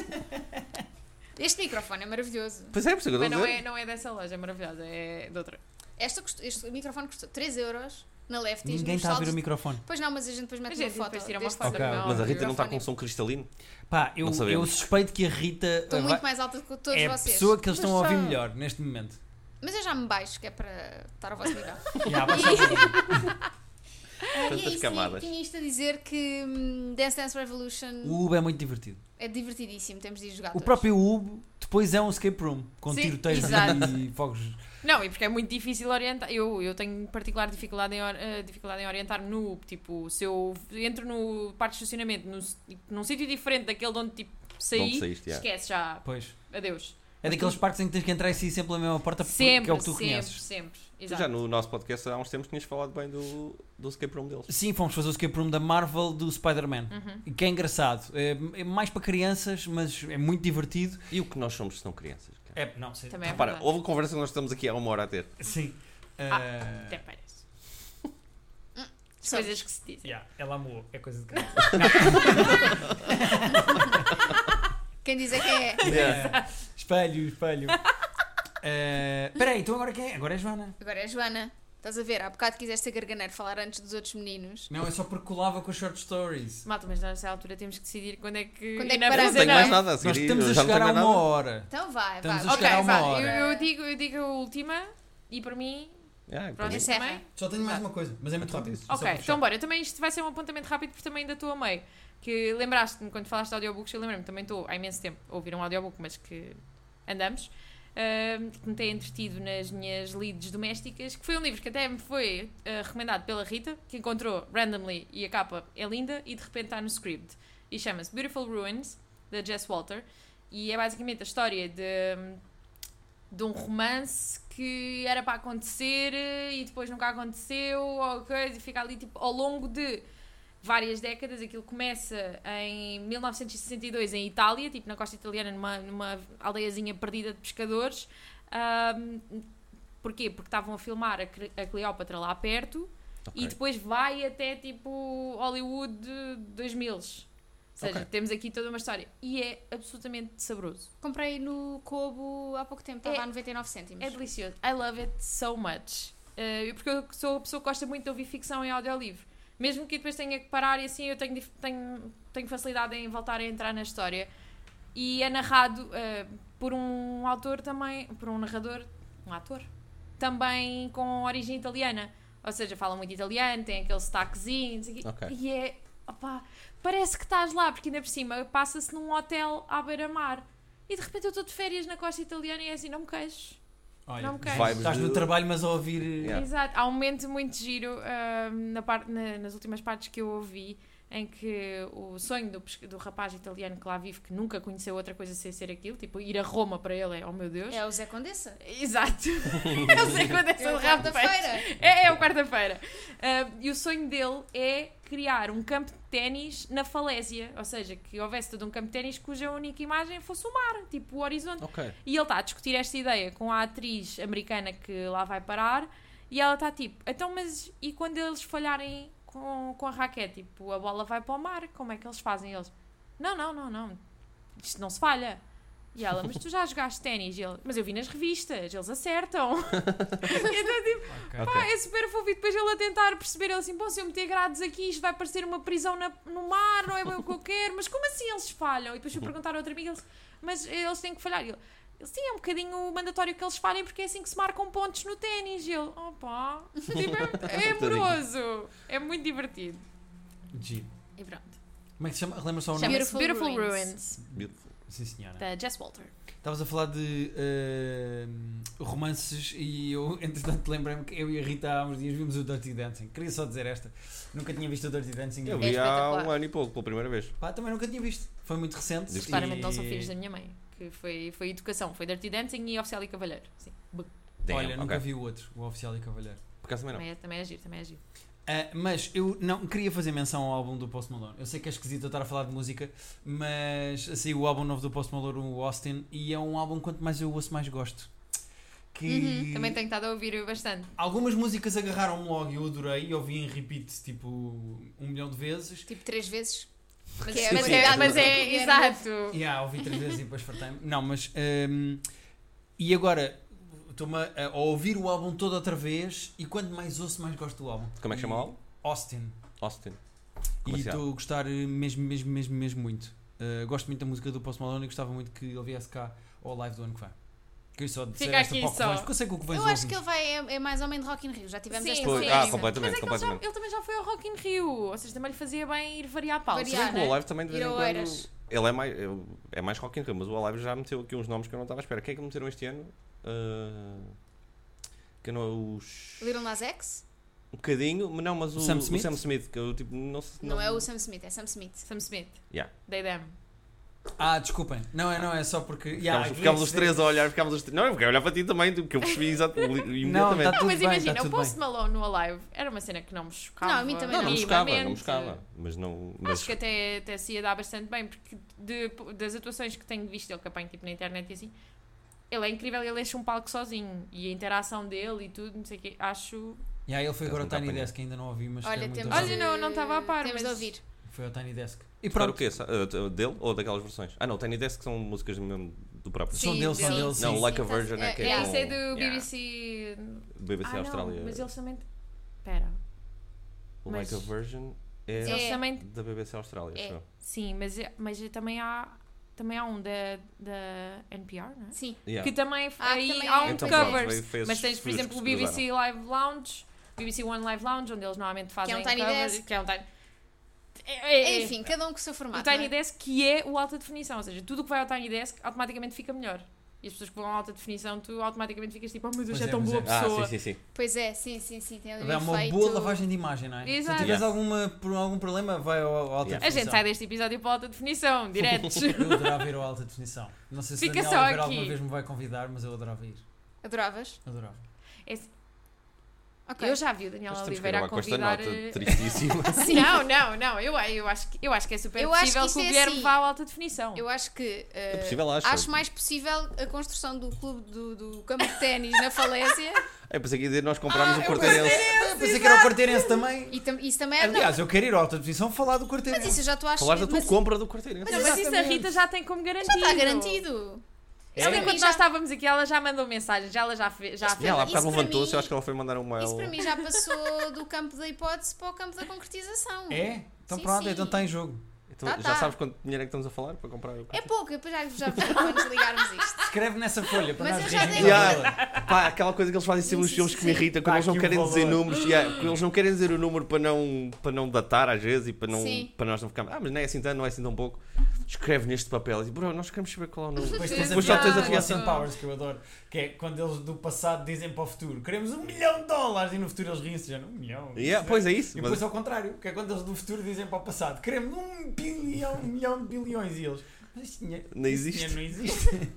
Speaker 2: Este microfone é maravilhoso.
Speaker 3: Pois é, por isso que eu
Speaker 4: Mas
Speaker 3: estou a
Speaker 4: não
Speaker 3: dizer.
Speaker 4: é, não é dessa loja, é maravilhosa, é de outra.
Speaker 2: Esta custo- este microfone custou 3 euros na Lefties.
Speaker 1: Ninguém
Speaker 2: nos
Speaker 1: está a ver o
Speaker 2: saldos-
Speaker 1: microfone.
Speaker 2: Pois não, mas a gente depois mete
Speaker 4: Mas
Speaker 2: uma
Speaker 4: gente,
Speaker 2: foto.
Speaker 4: depois tira uma
Speaker 2: deste-
Speaker 4: foto.
Speaker 1: Ok.
Speaker 4: não, é
Speaker 3: Mas a
Speaker 4: o
Speaker 3: Rita não está com
Speaker 4: microfone.
Speaker 3: som cristalino.
Speaker 1: Pá, eu,
Speaker 3: Não
Speaker 1: eu
Speaker 3: sabemos.
Speaker 1: suspeito que a Rita
Speaker 2: Estou
Speaker 1: uh, vai-
Speaker 2: muito mais alta do que todos
Speaker 1: é a
Speaker 2: vocês.
Speaker 1: pessoa que eles estão a ouvir
Speaker 4: Mas só-
Speaker 1: melhor neste momento.
Speaker 2: Mas eu já me baixo, que é para estar ao vosso nível.
Speaker 1: Já, vai só ouvir.
Speaker 2: Ah, e é
Speaker 3: Tantas
Speaker 2: isso,
Speaker 3: camadas.
Speaker 2: Tinha isto a dizer que hum, Dance Dance Revolution
Speaker 1: o Ubo é muito divertido.
Speaker 4: Tá
Speaker 2: é divertidíssimo, temos de ir jogar
Speaker 1: O
Speaker 2: todos.
Speaker 1: próprio Ubo depois é um escape room com
Speaker 4: Sim,
Speaker 1: tiroteios
Speaker 4: exato.
Speaker 1: e fogos.
Speaker 4: Não, e porque é muito difícil orientar. Eu, eu tenho particular dificuldade em, or- eh, dificuldade em orientar-me no Uber. Tipo, se eu entro no parque de estacionamento num, s- tipo, num sítio diferente daquele de onde tipo,
Speaker 3: De onde
Speaker 4: saí,
Speaker 3: saíste, yeah.
Speaker 4: esquece já.
Speaker 1: Pois.
Speaker 4: Adeus.
Speaker 1: É daqueles parques em que tens que entrar e sair sempre pela mesma porta porque
Speaker 4: Sempre,
Speaker 1: é o que tu
Speaker 4: sempre,
Speaker 1: conheces.
Speaker 4: sempre.
Speaker 3: Tu
Speaker 4: Exato.
Speaker 3: já no nosso podcast há uns tempos tinhas falado bem do, do escape room deles.
Speaker 1: Sim, fomos fazer o escape room da Marvel do Spider-Man.
Speaker 4: Uhum.
Speaker 1: Que é engraçado. É, é mais para crianças, mas é muito divertido.
Speaker 3: E o que nós somos se não crianças? cara?
Speaker 1: É, não, sei.
Speaker 4: Também é
Speaker 3: Repara,
Speaker 4: verdade.
Speaker 3: houve conversa que nós estamos aqui há uma hora a ter.
Speaker 1: Sim. Eh,
Speaker 3: É.
Speaker 4: Até parece.
Speaker 2: Hum,
Speaker 4: As
Speaker 2: Somos.
Speaker 4: coisas que se dizem.
Speaker 1: yeah, ela amou, é coisa de criança.
Speaker 2: Quem diz é que é.
Speaker 1: Yeah. espelho, espelho. Eh, Espera aí, então agora quem é? Agora é a Joana.
Speaker 2: Agora é a Joana. Estás a ver? Há bocado quiseste ser garganeiro falar antes dos outros meninos.
Speaker 1: Não, é só porque colava com as short stories.
Speaker 4: Malta, mas nessa altura temos que decidir quando é que.
Speaker 2: Quando é que
Speaker 4: Não,
Speaker 2: paramos?
Speaker 3: Não
Speaker 2: Mas
Speaker 3: tenho
Speaker 2: não.
Speaker 3: mais nada a
Speaker 1: Nós
Speaker 3: seguir.
Speaker 1: estamos a
Speaker 3: eu já não
Speaker 1: chegar
Speaker 3: tenho
Speaker 1: a
Speaker 3: mais
Speaker 1: uma
Speaker 3: nada.
Speaker 1: hora.
Speaker 2: Então vai,
Speaker 1: Estamos a
Speaker 2: vai.
Speaker 4: Ok,
Speaker 1: chegar a uma
Speaker 4: vá,
Speaker 1: hora.
Speaker 4: Eu, eu digo, eu digo a última e para mim.
Speaker 3: Yeah, para
Speaker 4: Pronto,
Speaker 3: mim.
Speaker 2: Encerra.
Speaker 4: também.
Speaker 1: Só tenho mais uma coisa, mas é muito rápido.
Speaker 4: Ah. Ok, então bora. Eu também isto vai ser um apontamento rápido porque também ainda estou a meio. Que lembraste-me quando falaste de audiobooks, eu lembrei-me, também estou há imenso tempo a ouvir um audiobook, mas que andamos. ahm, que me tem entretido nas minhas leads domésticas, que foi um livro que até me foi ah, recomendado pela Rita, que encontrou randomly e a capa é linda e de repente está no script. E chama-se Beautiful Ruins, da Jess Walter, e é basicamente a história de, de um romance que era para acontecer eh, e depois nunca aconteceu, ou coisa, e fica ali tipo ao longo de várias décadas. Aquilo começa em 1962 em Itália, tipo na costa italiana, numa, numa aldeiazinha perdida de pescadores. Ahm, porquê? Porque estavam a filmar a Cre- a Cleópatra lá perto
Speaker 3: Ok.
Speaker 4: e depois vai até tipo Hollywood de 2000. Ou seja,
Speaker 3: Ok.
Speaker 4: temos aqui toda uma história e é absolutamente saboroso.
Speaker 2: Comprei no Cobo há pouco tempo, estava
Speaker 4: É-
Speaker 2: a 99 cêntimos.
Speaker 4: É delicioso. I love it so much. Eh, eu- porque eu sou a pessoa que gosta muito de ouvir ficção em audiolivro. Mesmo que depois tenha que parar e assim, eu tenho, dif- tenho, tenho facilidade em voltar a entrar na história. E é narrado eh, por um autor também, por um narrador, um ator, também com origem italiana. Ou seja, fala muito italiano, tem aquele sotaquezinho, não sei o quê.
Speaker 3: Ok.
Speaker 4: e é. opá, parece que estás lá, porque ainda por cima passa-se num hotel à beira-mar. E de repente eu estou de férias na costa italiana e é assim, não me queixo.
Speaker 1: Olha,
Speaker 4: não quero.
Speaker 3: Vibes
Speaker 1: estás no
Speaker 3: de-
Speaker 1: trabalho, mas a ouvir. eh,
Speaker 3: Yeah.
Speaker 4: Exato, há um momento muito giro ahm, na parte, na- nas últimas partes que eu ouvi em que o sonho do, pesca- do rapaz italiano que lá vive, que nunca conheceu outra coisa sem ser aquilo, tipo ir a Roma para ele é, oh meu Deus.
Speaker 2: É o Zé Condessa.
Speaker 4: Exato, eu sei quando é que
Speaker 2: É
Speaker 4: sou
Speaker 2: o
Speaker 4: de rapaz.
Speaker 2: quarta-feira.
Speaker 4: É, é o quarta-feira. Ah, e o sonho dele é criar um campo de ténis na falésia, ou seja, que houvesse todo um campo de ténis cuja única imagem fosse o mar, tipo o horizonte.
Speaker 3: Ok.
Speaker 4: E ele está a discutir esta ideia com a atriz americana que lá vai parar. E ela está tipo, então, mas e quando eles falharem com, com a raquete? Tipo, a bola vai para o mar, como é que eles fazem? Eles, não, não, não, não, isto não se falha. E ela, mas tu já jogaste ténis? E ele, mas eu vi nas revistas, eles acertam. então, tipo,
Speaker 1: ok.
Speaker 4: pá, é super fofo. E depois ele a tentar perceber, ele assim, bom, se eu meter grades aqui, isto vai parecer uma prisão na- no mar, não é bem o que eu quero, mas como assim eles falham? E depois eu perguntar a outra amiga, eles, mas eh, eles têm que falhar. E ele, ele, sim, é um bocadinho mandatório que eles falhem, porque é assim que se marcam pontos no ténis. E ele, oh pá, tipo, é, é amoroso, é muito divertido.
Speaker 1: Giro.
Speaker 4: E pronto.
Speaker 1: Como é que se chama? Relembra só o nome?
Speaker 2: Chama-
Speaker 4: Chama-se
Speaker 2: Beautiful
Speaker 4: Beautiful,
Speaker 2: Ruins.
Speaker 4: Ruins.
Speaker 3: Beautiful.
Speaker 1: Sim, senhora.
Speaker 4: da Jess Walter.
Speaker 1: Estavas a falar de eh, romances e eu, entretanto, lembrei-me que eu e a Rita há uns dias vimos o Dirty Dancing. Queria só dizer esta. Nunca tinha visto o Dirty Dancing.
Speaker 3: Eu
Speaker 4: É
Speaker 3: vi há
Speaker 4: espetacular.
Speaker 3: um ano e pouco, pela primeira vez.
Speaker 1: Pá, também nunca tinha visto. Foi muito recente.
Speaker 3: Diz-
Speaker 4: Claramente não são
Speaker 1: e-
Speaker 4: filhos da minha mãe. Que foi, foi educação, foi Dirty Dancing e Oficial e Cavalheiro. Sim. Bu-
Speaker 3: Damn,
Speaker 1: Olha, nunca
Speaker 3: ok.
Speaker 1: vi o outro, o Oficial e o Cavalheiro.
Speaker 3: Por acaso também Ah, não.
Speaker 4: Também é, também é giro, também é giro.
Speaker 1: Ah, mas eu não queria fazer menção ao álbum do Post Malone. Eu sei que é esquisito eu estar a falar de música, mas saiu o álbum novo do Post Malone, o Austin, e é um álbum quanto mais eu ouço, mais gosto. Que
Speaker 4: Uhum, Também tenho estado a ouvir bastante.
Speaker 1: algumas músicas agarraram-me logo e eu adorei, e ouvi em repeat tipo um milhão de vezes.
Speaker 2: Tipo, três vezes.
Speaker 4: Mas,
Speaker 2: Que é a
Speaker 4: mas é,
Speaker 2: verdade.
Speaker 4: mas é-
Speaker 2: Porque era
Speaker 4: exato.
Speaker 1: Yeah, ouvi três vezes e depois fartei-me. Não, mas. hum, e agora, estou-me a, a ouvir o álbum todo outra vez e quanto mais ouço, mais gosto do álbum.
Speaker 3: Como é que chama o álbum? é
Speaker 1: Austin.
Speaker 3: Austin.
Speaker 1: E
Speaker 3: Comercial.
Speaker 1: estou a gostar mesmo, mesmo, mesmo, mesmo muito. Uh, gosto muito da música do Post Malone e gostava muito que ele viesse cá ao live do ano que vem. Queria só dizer
Speaker 4: Fica
Speaker 1: esta
Speaker 4: aqui
Speaker 1: para o
Speaker 4: só.
Speaker 1: Covões, porque eu sei que o Covões
Speaker 2: Eu acho que
Speaker 1: ouve-nos.
Speaker 2: ele vai, é, é mais homem de Rock in Rio, já tivemos
Speaker 4: Sim,
Speaker 2: esta
Speaker 4: sim.
Speaker 3: Pois,
Speaker 2: conversa.
Speaker 3: ah,
Speaker 4: Mas é
Speaker 3: completamente,
Speaker 4: que ele, já,
Speaker 3: completamente.
Speaker 4: ele também já foi ao Rock in Rio. Ou seja, também lhe fazia bem ir variar pausas.
Speaker 2: Variar.
Speaker 3: Se bem que o
Speaker 2: né?
Speaker 3: Alive também de vez em
Speaker 2: Ir ao
Speaker 3: quando.
Speaker 2: Eiras.
Speaker 3: Ele é mais, ele é mais rock in Rio, mas o Alive já meteu aqui uns nomes que eu não estava à espera. Quem é que meteram este ano? Ah, que não é os.
Speaker 2: Little Nas X?
Speaker 3: Um bocadinho, mas não, mas o o
Speaker 1: Sam
Speaker 3: Sam
Speaker 1: Smith?
Speaker 3: Smith, que eu tipo, não sei.
Speaker 2: Não é o Sam Smith, é Sam Smith.
Speaker 4: Sam Smith.
Speaker 3: Yeah.
Speaker 4: They them.
Speaker 2: Tá
Speaker 1: Ah, desculpem. Não é, não é só porque.
Speaker 3: Ficámos, ficámos os três a olhar, ficámos os três. Não, eu fiquei a olhar para ti também, porque eu percebi exatamente. imediatamente.
Speaker 1: tá-
Speaker 4: Não,
Speaker 1: Tudo
Speaker 4: Ah, mas
Speaker 1: bem,
Speaker 4: imagina,
Speaker 1: tá
Speaker 4: o
Speaker 1: tudo
Speaker 4: Post Malone no Alive era uma cena que não me chocava.
Speaker 2: Não, a mim também
Speaker 3: não, não me chocava, não me
Speaker 4: minimamente.
Speaker 3: chocava. Mas não. Mas
Speaker 4: Acho que até, até se ia dar bastante bem, porque de- das atuações que tenho visto dele, que apanho tipo, na internet e assim, ele é incrível, ele enche um palco sozinho. E a interação dele e tudo, não sei o quê, acho...
Speaker 1: E aí ele foi agora ao
Speaker 3: Não tá
Speaker 1: Tiny
Speaker 3: apanhado.
Speaker 1: Desk, que ainda não ouvi, mas
Speaker 2: Olha,
Speaker 1: quero muito
Speaker 2: temos
Speaker 1: ouvir.
Speaker 4: Olha, não- não estava a par,
Speaker 2: Temos de
Speaker 4: mas-
Speaker 2: ouvir.
Speaker 1: Foi ao Tiny Desk. E
Speaker 3: Tocar
Speaker 1: pronto.
Speaker 3: o quê? Sa- ah, Dele ou daquelas versões? Ah, não, Tiny Desk são músicas mesmo do próprio.
Speaker 1: São dele, são
Speaker 2: sim.
Speaker 1: dele,
Speaker 2: Sim,
Speaker 3: não,
Speaker 1: sim.
Speaker 3: Like a
Speaker 2: tá-
Speaker 3: Virgin é,
Speaker 2: é-
Speaker 3: que
Speaker 4: É,
Speaker 3: é,
Speaker 4: isso
Speaker 3: com-
Speaker 4: é do
Speaker 3: Yeah.
Speaker 4: BBC...
Speaker 3: BBC
Speaker 4: ah,
Speaker 3: Austrália.
Speaker 4: não, mas eles também... Espera. mas-
Speaker 3: Like a Virgin
Speaker 4: Mas
Speaker 3: é
Speaker 2: É.
Speaker 4: Eles também...
Speaker 3: da BBC Austrália.
Speaker 2: É.
Speaker 3: acho eu.
Speaker 4: Sim, mas, é, mas também há... Também há um da, da NPR, não é?
Speaker 2: Sim.
Speaker 3: Yeah.
Speaker 4: Que também,
Speaker 2: Ah,
Speaker 4: aí
Speaker 2: também
Speaker 4: há
Speaker 2: é.
Speaker 4: um
Speaker 2: Então,
Speaker 3: pronto,
Speaker 4: covers.
Speaker 3: foi- foi
Speaker 4: Mas
Speaker 3: esses
Speaker 4: tens, por
Speaker 3: filhos que
Speaker 4: exemplo, o
Speaker 3: se
Speaker 4: BBC Live Lounge, BBC One Live Lounge, onde eles normalmente fazem
Speaker 2: Que é um Tiny
Speaker 4: covers,
Speaker 2: Desk.
Speaker 4: que é um Tiny É- é- é-
Speaker 2: Enfim, cada um com o seu
Speaker 4: o
Speaker 2: formato.
Speaker 4: Tiny
Speaker 2: não é?
Speaker 4: Desk que é o alta definição, ou seja, tudo o que vai ao Tiny Desk automaticamente fica melhor. E as pessoas que vão à alta definição, tu automaticamente ficas tipo, oh meu Deus,
Speaker 1: Pois
Speaker 4: é,
Speaker 1: é,
Speaker 4: tão
Speaker 1: pois
Speaker 4: boa
Speaker 1: é.
Speaker 4: pessoa.
Speaker 3: Ah, sim, sim, sim.
Speaker 2: Pois é, sim, sim, sim. Tem ali um
Speaker 1: É uma
Speaker 2: efeito-
Speaker 1: boa lavagem de imagem, não é?
Speaker 4: Exato.
Speaker 1: Se tiveres
Speaker 3: Yeah.
Speaker 1: alguma, por algum problema, vai ao, ao alta
Speaker 3: Yeah.
Speaker 4: A gente
Speaker 1: definição.
Speaker 4: sai deste episódio para a alta definição, diretos.
Speaker 1: Eu adorava ir ao alta definição. Não sei se
Speaker 4: Fica
Speaker 1: Daniel
Speaker 4: só
Speaker 1: Oliveira
Speaker 4: aqui.
Speaker 1: alguma vez me vai convidar, mas eu adorava ir.
Speaker 2: Adoravas?
Speaker 1: Adorava.
Speaker 2: Ok.
Speaker 4: eu já vi o Daniel
Speaker 3: Mas temos que
Speaker 4: Oliveira a
Speaker 3: gravar com esta
Speaker 4: convidar.
Speaker 3: nota
Speaker 4: eh,
Speaker 3: tristíssima.
Speaker 4: Não, não, não, eu, eu, acho, que, eu acho que é super
Speaker 2: Eu acho
Speaker 4: possível
Speaker 2: que
Speaker 4: que,
Speaker 2: isto
Speaker 4: o
Speaker 2: é
Speaker 4: Guilherme
Speaker 2: assim.
Speaker 4: vá à alta definição.
Speaker 2: Eu acho que. eh,
Speaker 3: É possível, acho.
Speaker 2: Acho mais possível a construção do clube do, do campo de ténis na Falésia
Speaker 3: É, pensei que ia dizer nós comprámos
Speaker 1: Ah,
Speaker 3: o
Speaker 1: eu
Speaker 3: Porteirense.
Speaker 1: Eu pensei que era o quarteirense também.
Speaker 2: e tam- isso também é.
Speaker 1: Aliás, eu quero ir à alta definição falar do
Speaker 2: não, mas
Speaker 1: quarteirense.
Speaker 2: isso eu já estou a achar.
Speaker 3: Falaste da tua
Speaker 2: mas-
Speaker 3: compra do Porteirense.
Speaker 4: Não, mas isso a
Speaker 1: Exatamente.
Speaker 4: Rita já tem como garantido.
Speaker 2: Está tá garantido.
Speaker 1: É.
Speaker 4: Ela,
Speaker 2: Isso para
Speaker 4: enquanto
Speaker 2: mim
Speaker 4: nós
Speaker 2: já- tá-
Speaker 4: estávamos aqui, ela já mandou mensagem, já, ela já fez. Já
Speaker 2: Mas
Speaker 3: E ela há bocado
Speaker 2: Isso para
Speaker 3: levantou-se,
Speaker 2: mim-
Speaker 3: eu acho que ela foi mandar um mail.
Speaker 2: Isso para mim já passou do campo da hipótese para o campo da concretização.
Speaker 1: É? Então
Speaker 2: um- Sim,
Speaker 1: pronto,
Speaker 2: sim.
Speaker 1: então está em jogo.
Speaker 3: Então,
Speaker 2: Tá,
Speaker 3: já
Speaker 2: tá.
Speaker 3: sabes quanto dinheiro é que estamos a falar para comprar o
Speaker 2: É pouco, eu depois já, já vamos ligarmos isto.
Speaker 1: Escreve nessa folha para
Speaker 2: Mas
Speaker 1: nós
Speaker 2: eu já
Speaker 1: rirmos
Speaker 2: dei-
Speaker 1: da
Speaker 3: Yeah.
Speaker 1: bola.
Speaker 3: Pá, aquela coisa que eles fazem sempre nos filmes que me irrita,
Speaker 1: Tá
Speaker 3: quando eles não
Speaker 1: aqui o
Speaker 3: querem dizer
Speaker 1: valor.
Speaker 3: números, yeah, quando eles não querem dizer o número para não, para não datar às vezes e para, não,
Speaker 2: Sim.
Speaker 3: para nós não ficarmos, ah, mas não é assim tanto, não é assim tão pouco. Escreve neste papel e diz, bro, nós queremos saber qual é o número.
Speaker 1: Depois tens a
Speaker 3: Depois só
Speaker 1: piada
Speaker 3: tens a
Speaker 1: do
Speaker 3: reação.
Speaker 1: Austin Powers que eu adoro, que é quando eles do passado dizem para o futuro queremos um milhão de dólares e no futuro eles riem-se já um milhão.
Speaker 3: Yeah, pois é isso.
Speaker 1: E
Speaker 3: mas-
Speaker 1: depois ao contrário, que é quando eles do futuro dizem para o passado queremos um bilhão, um milhão de bilhões e eles mas este dinheiro
Speaker 3: Não
Speaker 1: este
Speaker 3: existe.
Speaker 1: dinheiro não existe.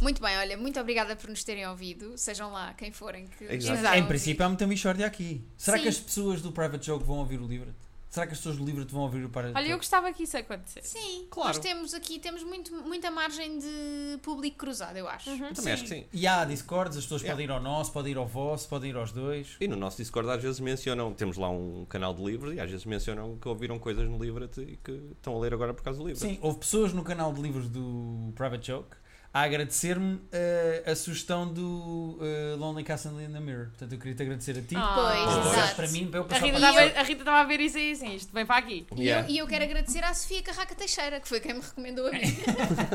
Speaker 2: Muito bem, olha, muito obrigada por nos terem ouvido, sejam lá quem forem que
Speaker 3: Exato.
Speaker 2: estejam a
Speaker 4: Exato.
Speaker 2: ouvir.
Speaker 1: Em princípio há muita mixórdia aqui. Será
Speaker 2: Sim.
Speaker 1: que as pessoas do Private Joke vão ouvir o Livret? Será que as pessoas do Livret vão ouvir o Private
Speaker 4: Olha, eu
Speaker 1: Joke?
Speaker 4: gostava que isso acontecesse.
Speaker 2: Sim,
Speaker 3: Claro.
Speaker 2: nós temos aqui, temos muito, muita margem de público cruzado, eu acho.
Speaker 4: Uhum.
Speaker 3: Também acho que sim.
Speaker 1: E há discords, as pessoas
Speaker 3: Yeah.
Speaker 1: podem ir ao nosso, podem ir ao vosso, podem ir aos dois.
Speaker 3: E no nosso Discord às vezes mencionam, temos lá um canal de livros e às vezes mencionam que ouviram coisas no Livret e que estão a ler agora por causa do livro.
Speaker 1: Sim, houve pessoas no canal de livros do Private Joke a agradecer-me eh, a sugestão do eh, Lonely Castle in the Mirror. Portanto, eu queria te agradecer a ti.
Speaker 4: Ah.
Speaker 2: Pois,
Speaker 1: que fizeste
Speaker 2: exato.
Speaker 1: para mim, para eu
Speaker 4: A
Speaker 1: passar
Speaker 4: Rita
Speaker 1: para
Speaker 4: estava-
Speaker 1: ti.
Speaker 4: a Rita estava a ver isso aí, assim, isto vem para aqui.
Speaker 2: E,
Speaker 3: Yeah.
Speaker 2: eu, e eu quero agradecer à Sofia Carraca Teixeira, que foi quem me recomendou a mim.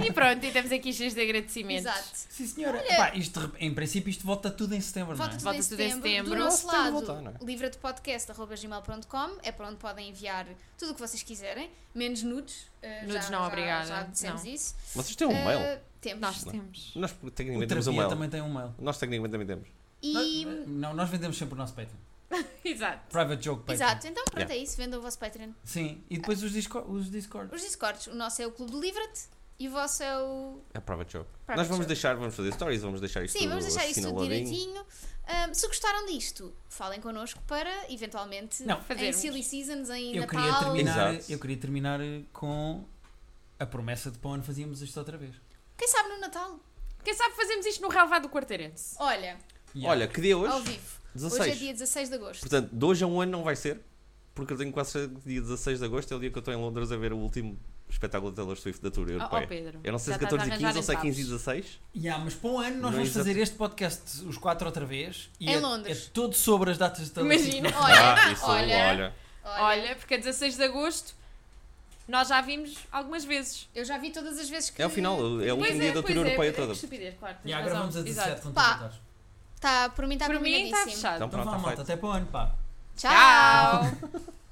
Speaker 4: E pronto, e temos aqui cheios de agradecimentos.
Speaker 2: Exato.
Speaker 1: Sim, senhora.
Speaker 2: Olha-
Speaker 1: Pá, isto, de rep- em princípio, isto volta tudo em setembro,
Speaker 2: Volta
Speaker 1: não é?
Speaker 2: tudo
Speaker 4: Volta
Speaker 2: em
Speaker 4: tudo em
Speaker 2: setembro.
Speaker 4: setembro.
Speaker 2: Do
Speaker 4: Não,
Speaker 2: nosso
Speaker 3: setembro
Speaker 2: lado,
Speaker 3: voltar, não é?
Speaker 2: livradepodcast.gmail.com é para onde podem enviar tudo o que vocês quiserem, menos nudes. eh,
Speaker 4: Nudes
Speaker 2: já-
Speaker 4: não,
Speaker 2: já-
Speaker 4: obrigada.
Speaker 2: Já dissemos
Speaker 4: Não.
Speaker 2: isso.
Speaker 3: Vocês têm um mail?
Speaker 2: Eh, temos.
Speaker 4: Nós
Speaker 3: Não.
Speaker 4: temos.
Speaker 3: Nós
Speaker 1: O
Speaker 3: tecnicamente temos um
Speaker 1: terapia
Speaker 3: mail.
Speaker 1: também tem um mail.
Speaker 3: Nós tecnicamente também temos.
Speaker 2: E.
Speaker 1: Nós- não, eh, nós vendemos sempre o nosso Patreon.
Speaker 4: Exato.
Speaker 1: Private Joke eh, Patreon.
Speaker 2: Exato, então pronto,
Speaker 3: Yeah.
Speaker 2: é isso. Vendam o vosso Patreon.
Speaker 1: Sim, e depois os, disco os Discord.
Speaker 2: Os Discords, o nosso é o Clube do Livra-te e o vosso é o.
Speaker 3: É private joke.
Speaker 2: Private
Speaker 3: Nós vamos
Speaker 2: joke.
Speaker 3: deixar, vamos fazer stories, vamos deixar isto
Speaker 2: Sim, vamos deixar isso tudo
Speaker 3: assinaladinho.
Speaker 2: direitinho. Ahm, se gostaram disto, falem connosco para eventualmente
Speaker 1: Não, um
Speaker 2: em
Speaker 4: Fazermos.
Speaker 2: Silly Seasons, em
Speaker 1: Eu queria,
Speaker 2: Natal.
Speaker 1: terminar,
Speaker 3: Exato.
Speaker 1: eu queria terminar eh, com a promessa de para o ano fazíamos isto outra vez.
Speaker 2: Quem sabe no Natal?
Speaker 4: Quem sabe fazemos isto no relevado do quarteirense?
Speaker 2: Olha,
Speaker 1: Yeah.
Speaker 3: Olha, que dia é
Speaker 2: ao
Speaker 3: hoje?
Speaker 2: vivo.
Speaker 3: 16.
Speaker 2: Hoje é dia 16 de agosto.
Speaker 3: Portanto, de hoje a um ano não vai ser, porque eu tenho quase certeza que dia 16 de agosto é o dia que eu estou em Londres a ver o último espetáculo da Taylor Swift da Tour
Speaker 4: Ó
Speaker 3: Europeia.
Speaker 4: ó, Pedro.
Speaker 3: eu não sei
Speaker 4: Ah, já estás a
Speaker 3: se 14 e 15
Speaker 4: arranjar
Speaker 3: ou sei
Speaker 4: entraves.
Speaker 3: 15 e 16.
Speaker 1: Yeah, mas para um ano nós
Speaker 3: Não,
Speaker 1: vamos
Speaker 3: exato.
Speaker 1: fazer este podcast os quatro outra vez. E
Speaker 2: Em
Speaker 1: é,
Speaker 2: Londres.
Speaker 1: É todo sobre as datas de Taylor Swift.
Speaker 4: Imagina.
Speaker 2: Olha,
Speaker 3: ah, isso,
Speaker 2: olha, olha,
Speaker 3: olha.
Speaker 4: Olha, porque a 16 de agosto nós já vimos algumas vezes.
Speaker 2: Eu já vi todas as vezes que.
Speaker 3: É o final, é o
Speaker 4: Pois
Speaker 3: último
Speaker 4: é,
Speaker 3: dia da
Speaker 4: pois
Speaker 3: Tour Europeia
Speaker 4: é,
Speaker 3: toda.
Speaker 4: Que estupidez, claro. tens
Speaker 1: Yeah,
Speaker 4: razão.
Speaker 1: gravamos a 17
Speaker 4: Exato.
Speaker 1: com
Speaker 2: Pá.
Speaker 1: todos os
Speaker 2: Tá, por mim está
Speaker 4: Para mim está
Speaker 1: tá
Speaker 2: combinadíssimo.
Speaker 4: fechado.
Speaker 3: Então
Speaker 1: Então
Speaker 3: pronto,
Speaker 1: vá,
Speaker 3: está
Speaker 1: malta,
Speaker 3: feito.
Speaker 1: até para o ano, pá.
Speaker 2: Tchau.
Speaker 4: Tchau.